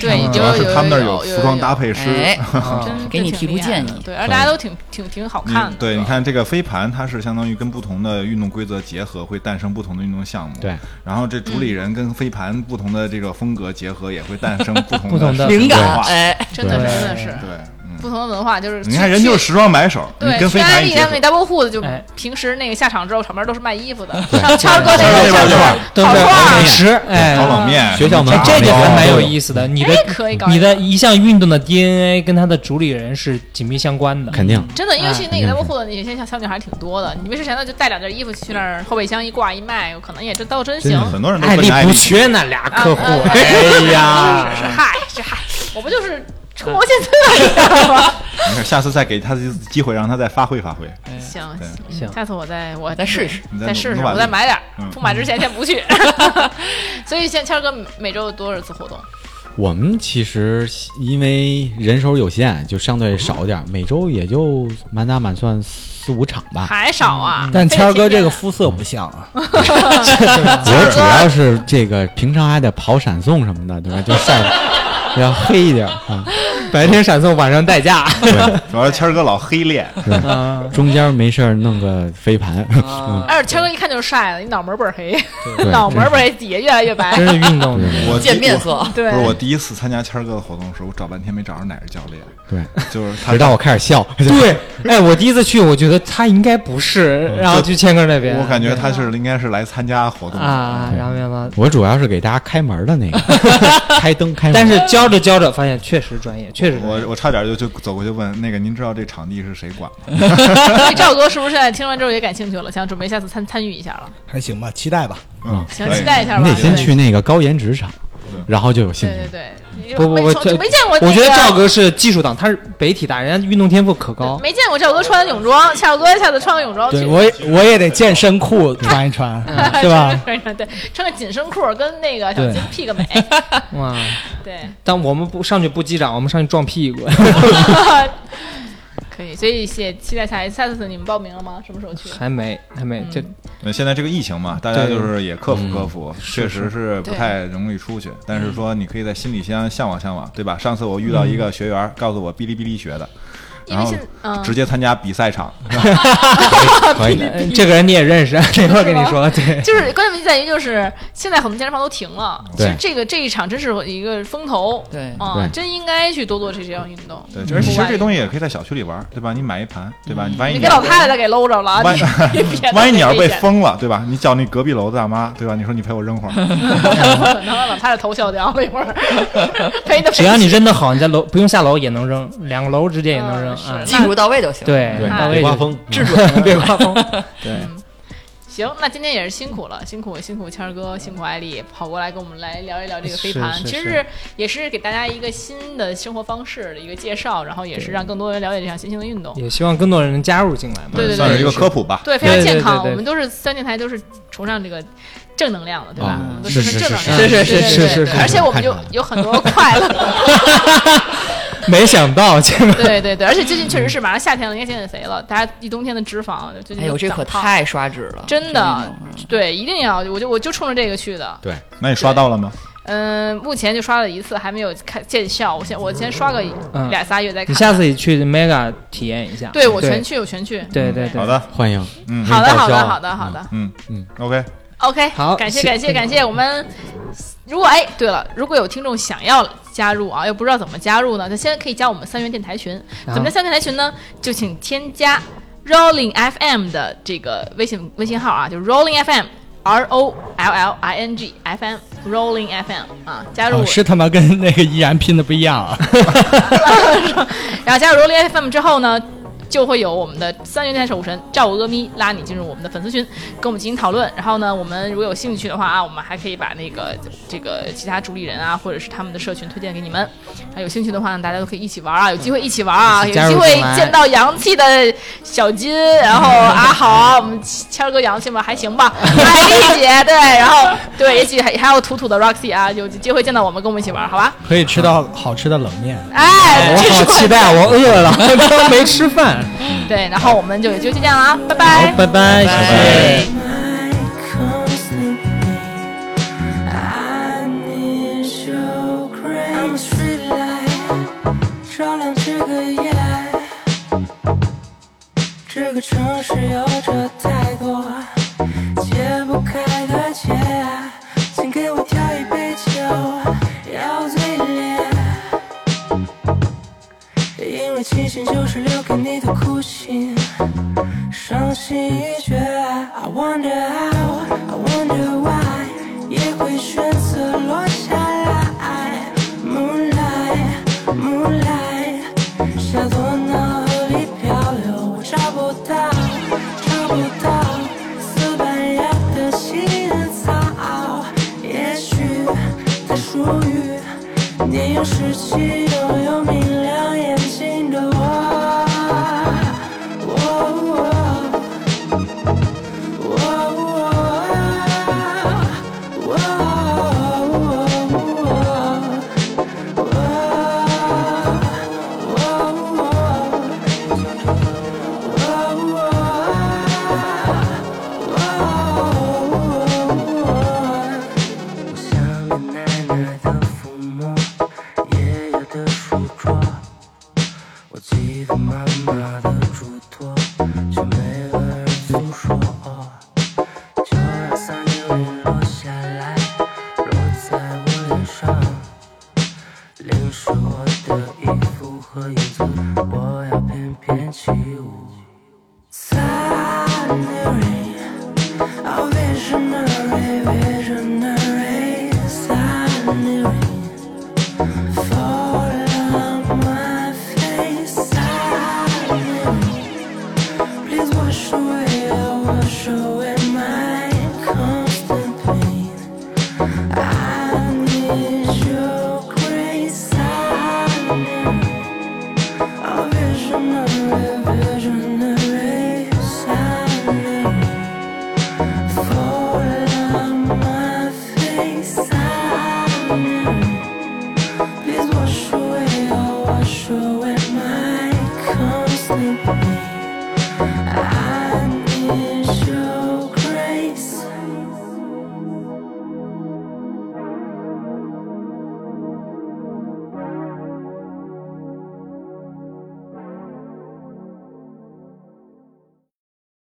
Speaker 1: 对，有
Speaker 4: 嗯主要是
Speaker 1: 有
Speaker 4: 他们那儿
Speaker 1: 有
Speaker 4: 服装搭配师。
Speaker 6: 哎，
Speaker 3: 啊
Speaker 1: 真
Speaker 6: 给你提出建议
Speaker 1: 真挺厉害的对，而大家都挺挺挺好看
Speaker 4: 你
Speaker 1: 的。
Speaker 4: 嗯对，你看这个飞盘，它是相当于跟不同的运动规则结合，会诞生不同的运动项目。
Speaker 5: 对，
Speaker 4: 然后这主理人跟飞盘不同的这个风格结合，也会诞生不
Speaker 3: 不
Speaker 4: 的
Speaker 3: 同的
Speaker 6: 灵
Speaker 4: 文
Speaker 6: 感，
Speaker 4: 化
Speaker 6: 哎，
Speaker 1: 真的
Speaker 5: 对
Speaker 1: 真的是
Speaker 4: 对，嗯，
Speaker 1: 不同的文化，就是。
Speaker 4: 你看人就是是时装买手，你
Speaker 1: 对，啊
Speaker 4: 跟飞
Speaker 1: 去安
Speaker 4: 盘一
Speaker 1: 利
Speaker 4: 结
Speaker 1: 他
Speaker 4: 合
Speaker 1: 们那 double hood 就
Speaker 3: 哎
Speaker 1: 平时那个下场之后，场边都是卖衣服的，上谦儿哥
Speaker 4: 对
Speaker 1: 那小串
Speaker 4: 对吧
Speaker 1: 儿、
Speaker 3: 对
Speaker 1: 烤
Speaker 3: 对
Speaker 1: 串
Speaker 3: 对，美
Speaker 1: 儿，
Speaker 3: 食，哎，
Speaker 4: 炒
Speaker 1: 嗯
Speaker 4: 冷面，
Speaker 5: 学校门
Speaker 3: 哎
Speaker 5: 口
Speaker 4: 啊
Speaker 3: 这就
Speaker 5: 还
Speaker 3: 还蛮
Speaker 5: 蛮
Speaker 3: 有意思的。你的
Speaker 1: 哎，可以搞一
Speaker 3: 你
Speaker 1: 个
Speaker 3: 的一项运动的 DNA 跟它的主理人是紧密相关的，
Speaker 5: 肯定。
Speaker 1: 真的，因为去那
Speaker 5: 哎
Speaker 1: 个莱博
Speaker 3: 嗯
Speaker 1: 户的那些小小女孩挺多的，你没事闲的就带两件衣服去那儿后备箱一挂一卖，有可能也就倒真行。
Speaker 4: 很多人都
Speaker 3: 艾
Speaker 4: 奔
Speaker 3: 丽
Speaker 4: 着艾
Speaker 3: 不
Speaker 4: 丽
Speaker 3: 缺那俩客户，
Speaker 1: 啊
Speaker 3: 哎
Speaker 1: 是
Speaker 3: 呀，
Speaker 1: 嗨，是嗨，我不就是冲我现在的吗？
Speaker 4: 没事，下次再给他一次机会，让他再发挥发挥。
Speaker 1: 行
Speaker 4: 对
Speaker 1: 行，下次我再我
Speaker 6: 再试试，
Speaker 4: 你再
Speaker 1: 再
Speaker 4: 努
Speaker 1: 试
Speaker 4: 努
Speaker 1: 试，
Speaker 4: 把
Speaker 1: 我
Speaker 4: 力
Speaker 1: 再买点儿
Speaker 4: 嗯，
Speaker 1: 不买之前先不去。所以现谦儿哥每周有多少次活动？
Speaker 5: 我们其实因为人手有限，就相对少点儿，每周也就满打满算四五场吧。
Speaker 1: 还少啊？
Speaker 2: 但谦儿哥这个
Speaker 1: 非
Speaker 2: 肤色不像啊，
Speaker 5: 我主要是这个平常还得跑闪送什么的，对吧？就晒比较黑一点儿 啊，
Speaker 3: 白天闪送，晚上代驾，
Speaker 5: 对，
Speaker 4: 主要是谦儿哥老黑 练，
Speaker 3: 嗯，
Speaker 5: 中间没事儿弄个飞盘，
Speaker 1: 得哎，谦儿哥一看就是晒的，你脑门儿倍儿黑，
Speaker 5: 对
Speaker 1: 脑门儿倍儿黑，底下越来越白。
Speaker 3: 真是运动，
Speaker 4: 我
Speaker 6: 见面
Speaker 4: 我
Speaker 6: 色。
Speaker 1: 对
Speaker 4: 不，是我第一次参加谦儿哥的活动的时候，我找半天没找着哪个教练，
Speaker 5: 对，
Speaker 4: 就是他
Speaker 5: 直到我开始笑，
Speaker 3: 对，哎，我第一次去，我觉得他应该不是，然后去谦哥那
Speaker 1: 啊
Speaker 3: 边，
Speaker 4: 嗯我感觉他嗯是应该是来参加活动的。
Speaker 3: 啊，然后面包。
Speaker 5: 我主要是给大家开门的那 个，开灯开门。
Speaker 3: 但是教着教着，发现确实专业，确实专业
Speaker 4: 我我差点就就走过去问那个，您知道这场地是谁管吗？
Speaker 1: 所以赵哥是不是现在听完之后也感兴趣了，想准备下次参参与一下了？
Speaker 2: 还行吧，期待吧。
Speaker 4: 嗯，
Speaker 1: 行，
Speaker 4: 可以
Speaker 1: 期待一下吧。
Speaker 5: 你得先
Speaker 1: 对
Speaker 5: 去那个高颜值场，然后就有兴趣。
Speaker 1: 对对对，
Speaker 3: 不不不，
Speaker 1: 没从
Speaker 3: 这
Speaker 1: 就没见过那个。
Speaker 3: 我觉得赵哥是技术党，他是北体大，人家运动天赋可高。
Speaker 1: 没见过赵哥穿泳装，赵哥下次穿个泳装去。
Speaker 2: 对我也我也得健身裤穿一穿，对吧？
Speaker 1: 穿个？对，穿个紧身裤儿跟那个小
Speaker 2: 对
Speaker 1: 金 P 个美，
Speaker 3: 哇！
Speaker 1: 对，
Speaker 3: 但我们不上去不击掌，我们上去撞屁股，
Speaker 1: 嗯 可以。所以也期待下一次下次你们报名了吗？什么时候去？
Speaker 3: 还没还没，这
Speaker 4: 那现在这个疫情嘛，大家
Speaker 3: 对
Speaker 4: 就是也克服克服，确实嗯是不
Speaker 6: 对
Speaker 4: 太容易出去。但是说你可以在心里先向往向往，对吧？上次我遇到一个学员，告诉我哔哩哔哩学的，
Speaker 1: 因
Speaker 4: 然
Speaker 1: 为
Speaker 4: 后
Speaker 1: 现嗯
Speaker 4: 直接参加比赛场，
Speaker 5: 可以的。
Speaker 1: 嗯
Speaker 3: 呃这个人你也认识， 等会儿跟你说，对，
Speaker 1: 就是关键问题在于，就是现在很多健身房都停了。其
Speaker 5: 对
Speaker 1: 实这个这一场真是一个风头，
Speaker 6: 对
Speaker 1: 啊
Speaker 5: 对，
Speaker 1: 真应该去多做这项运动。
Speaker 4: 对，而且其实这东
Speaker 1: 西，
Speaker 4: 西也可以在小区里玩，对吧？你买一盘，对吧？你万
Speaker 1: 嗯
Speaker 4: 一
Speaker 1: 你
Speaker 4: 你
Speaker 1: 给老太太再给搂着了，
Speaker 4: 万
Speaker 1: 你你别
Speaker 4: 万一你要是被
Speaker 1: 别
Speaker 4: 封了，对吧？你叫那隔壁楼的大妈，对吧？你说你陪我扔会 儿，
Speaker 1: 能让老太太头削掉了一会 儿，陪 你的
Speaker 3: 只要你扔得好，你在楼不用下楼也能扔，两个楼之间也能扔
Speaker 1: 嗯是
Speaker 3: 啊。
Speaker 6: 技术到位就行。，
Speaker 3: 对，到位
Speaker 5: 别
Speaker 3: 就
Speaker 5: 刮风，嗯
Speaker 3: 制
Speaker 4: 啊
Speaker 3: 准，别刮风。对，
Speaker 1: 行，那今天也是辛苦了，辛苦辛苦谦儿哥，辛苦艾丽跑过来跟我们来聊一聊这个飞
Speaker 3: 是
Speaker 1: 盘，
Speaker 3: 是
Speaker 1: 其实
Speaker 3: 是
Speaker 1: 是也是给大家一个新的生活方式的一个介绍，然后也是让更多人了解这项新型的运动。
Speaker 3: 也希望更多人加入进来嘛。
Speaker 1: 对对
Speaker 4: 算是
Speaker 1: 对
Speaker 4: 一个科普吧。
Speaker 1: 对，非常
Speaker 3: 对对
Speaker 1: 健
Speaker 3: 对
Speaker 1: 康。
Speaker 3: 对对
Speaker 1: 我们都是三电台，都是崇尚这个正能量的，对吧
Speaker 5: 啊？
Speaker 1: 我们都
Speaker 5: 是
Speaker 1: 崇尚
Speaker 5: 是
Speaker 1: 正
Speaker 5: 是
Speaker 1: 能量，
Speaker 3: 哦是
Speaker 1: 对
Speaker 3: 是
Speaker 1: 对
Speaker 3: 是
Speaker 1: 对
Speaker 3: 是
Speaker 1: 对
Speaker 3: 是
Speaker 1: 而且我们
Speaker 5: 看出
Speaker 1: 有
Speaker 5: 来了
Speaker 1: 有很多快 乐，
Speaker 3: 没想到这个
Speaker 1: 对对对。而且最近确实是马上夏天了，应该减减肥了。大家一冬天的脂肪，最近
Speaker 6: 哎呦，
Speaker 1: 都
Speaker 6: 这
Speaker 1: 长
Speaker 6: 可
Speaker 1: 胖
Speaker 6: 太刷脂了，
Speaker 1: 真
Speaker 6: 这
Speaker 1: 的
Speaker 6: 运动嗯，
Speaker 1: 对，一定要，我就我就冲着这个去的。
Speaker 5: 对，
Speaker 4: 那你刷到了吗？
Speaker 1: 嗯，目前就刷了一次，还没有看见效。我先我先刷个
Speaker 3: 嗯
Speaker 1: 俩仨月再看。
Speaker 3: 你下次也去 Mega 体验一下。
Speaker 1: 对我全。去，我全去。
Speaker 3: 对对对，
Speaker 4: 好，的，
Speaker 5: 欢迎。
Speaker 4: 嗯
Speaker 1: 好的，
Speaker 5: 报
Speaker 1: 好的，
Speaker 5: 销啊
Speaker 1: 好的，好的。
Speaker 4: 嗯
Speaker 5: 嗯
Speaker 4: ，OK，
Speaker 1: OK，
Speaker 3: 好
Speaker 1: 感谢
Speaker 3: 谢
Speaker 1: 感谢感谢我们。如果哎，对了，如果有听众想要加入啊，又不知道怎么加入呢，就先可以加我们三元电台群。怎么
Speaker 3: 啊
Speaker 1: 叫三元电台群呢？就请添加 Rolling FM 的这个微信微信号啊，就是 Rolling FM。R O L L I N G F M Rolling FM 啊，加入我、
Speaker 2: 哦是他妈跟那个依然拼的不一样啊！
Speaker 1: 然后加入 Rolling FM 之后呢，就会有我们的三元电台守护神赵阿咪拉你进入我们的粉丝群，跟我们进行讨论。然后呢，我们如果有兴趣的话啊，我们还可以把那个这个其他主理人啊，或者是他们的社群推荐给你们。啊，有兴趣的话呢，大家都可以一起玩啊，有机会一起玩啊，有
Speaker 3: 加入
Speaker 1: 机会
Speaker 3: 进来
Speaker 1: 见到洋气的小金，然后阿豪，我们谦儿哥洋气吗？还行吧，艾丽姐对，然后对，也许还还有土土的 Roxy 啊，有机会见到我们，跟我们一起玩，好吧？
Speaker 2: 可以吃到好吃的冷面。
Speaker 1: 哎，
Speaker 3: 我
Speaker 1: 这
Speaker 3: 好
Speaker 1: 是
Speaker 3: 期待，我饿了， 都没吃饭。
Speaker 1: 对，然后我们就就这样啦，拜
Speaker 3: 好
Speaker 1: 拜，。
Speaker 3: 拜拜，谢谢。
Speaker 7: I'm a streetlight，照亮这个夜。这个城市有着太多解不开的结，请给我调一杯酒，要醉烈。因为清醒就是留给你的哭泣，伤心欲绝。I wonder how，I wonder why。会选择落下来。Moonlight, moonlight，夏多脑河里漂流，我找不到，找不到西班牙的青草。也许它属于年幼时期拥有明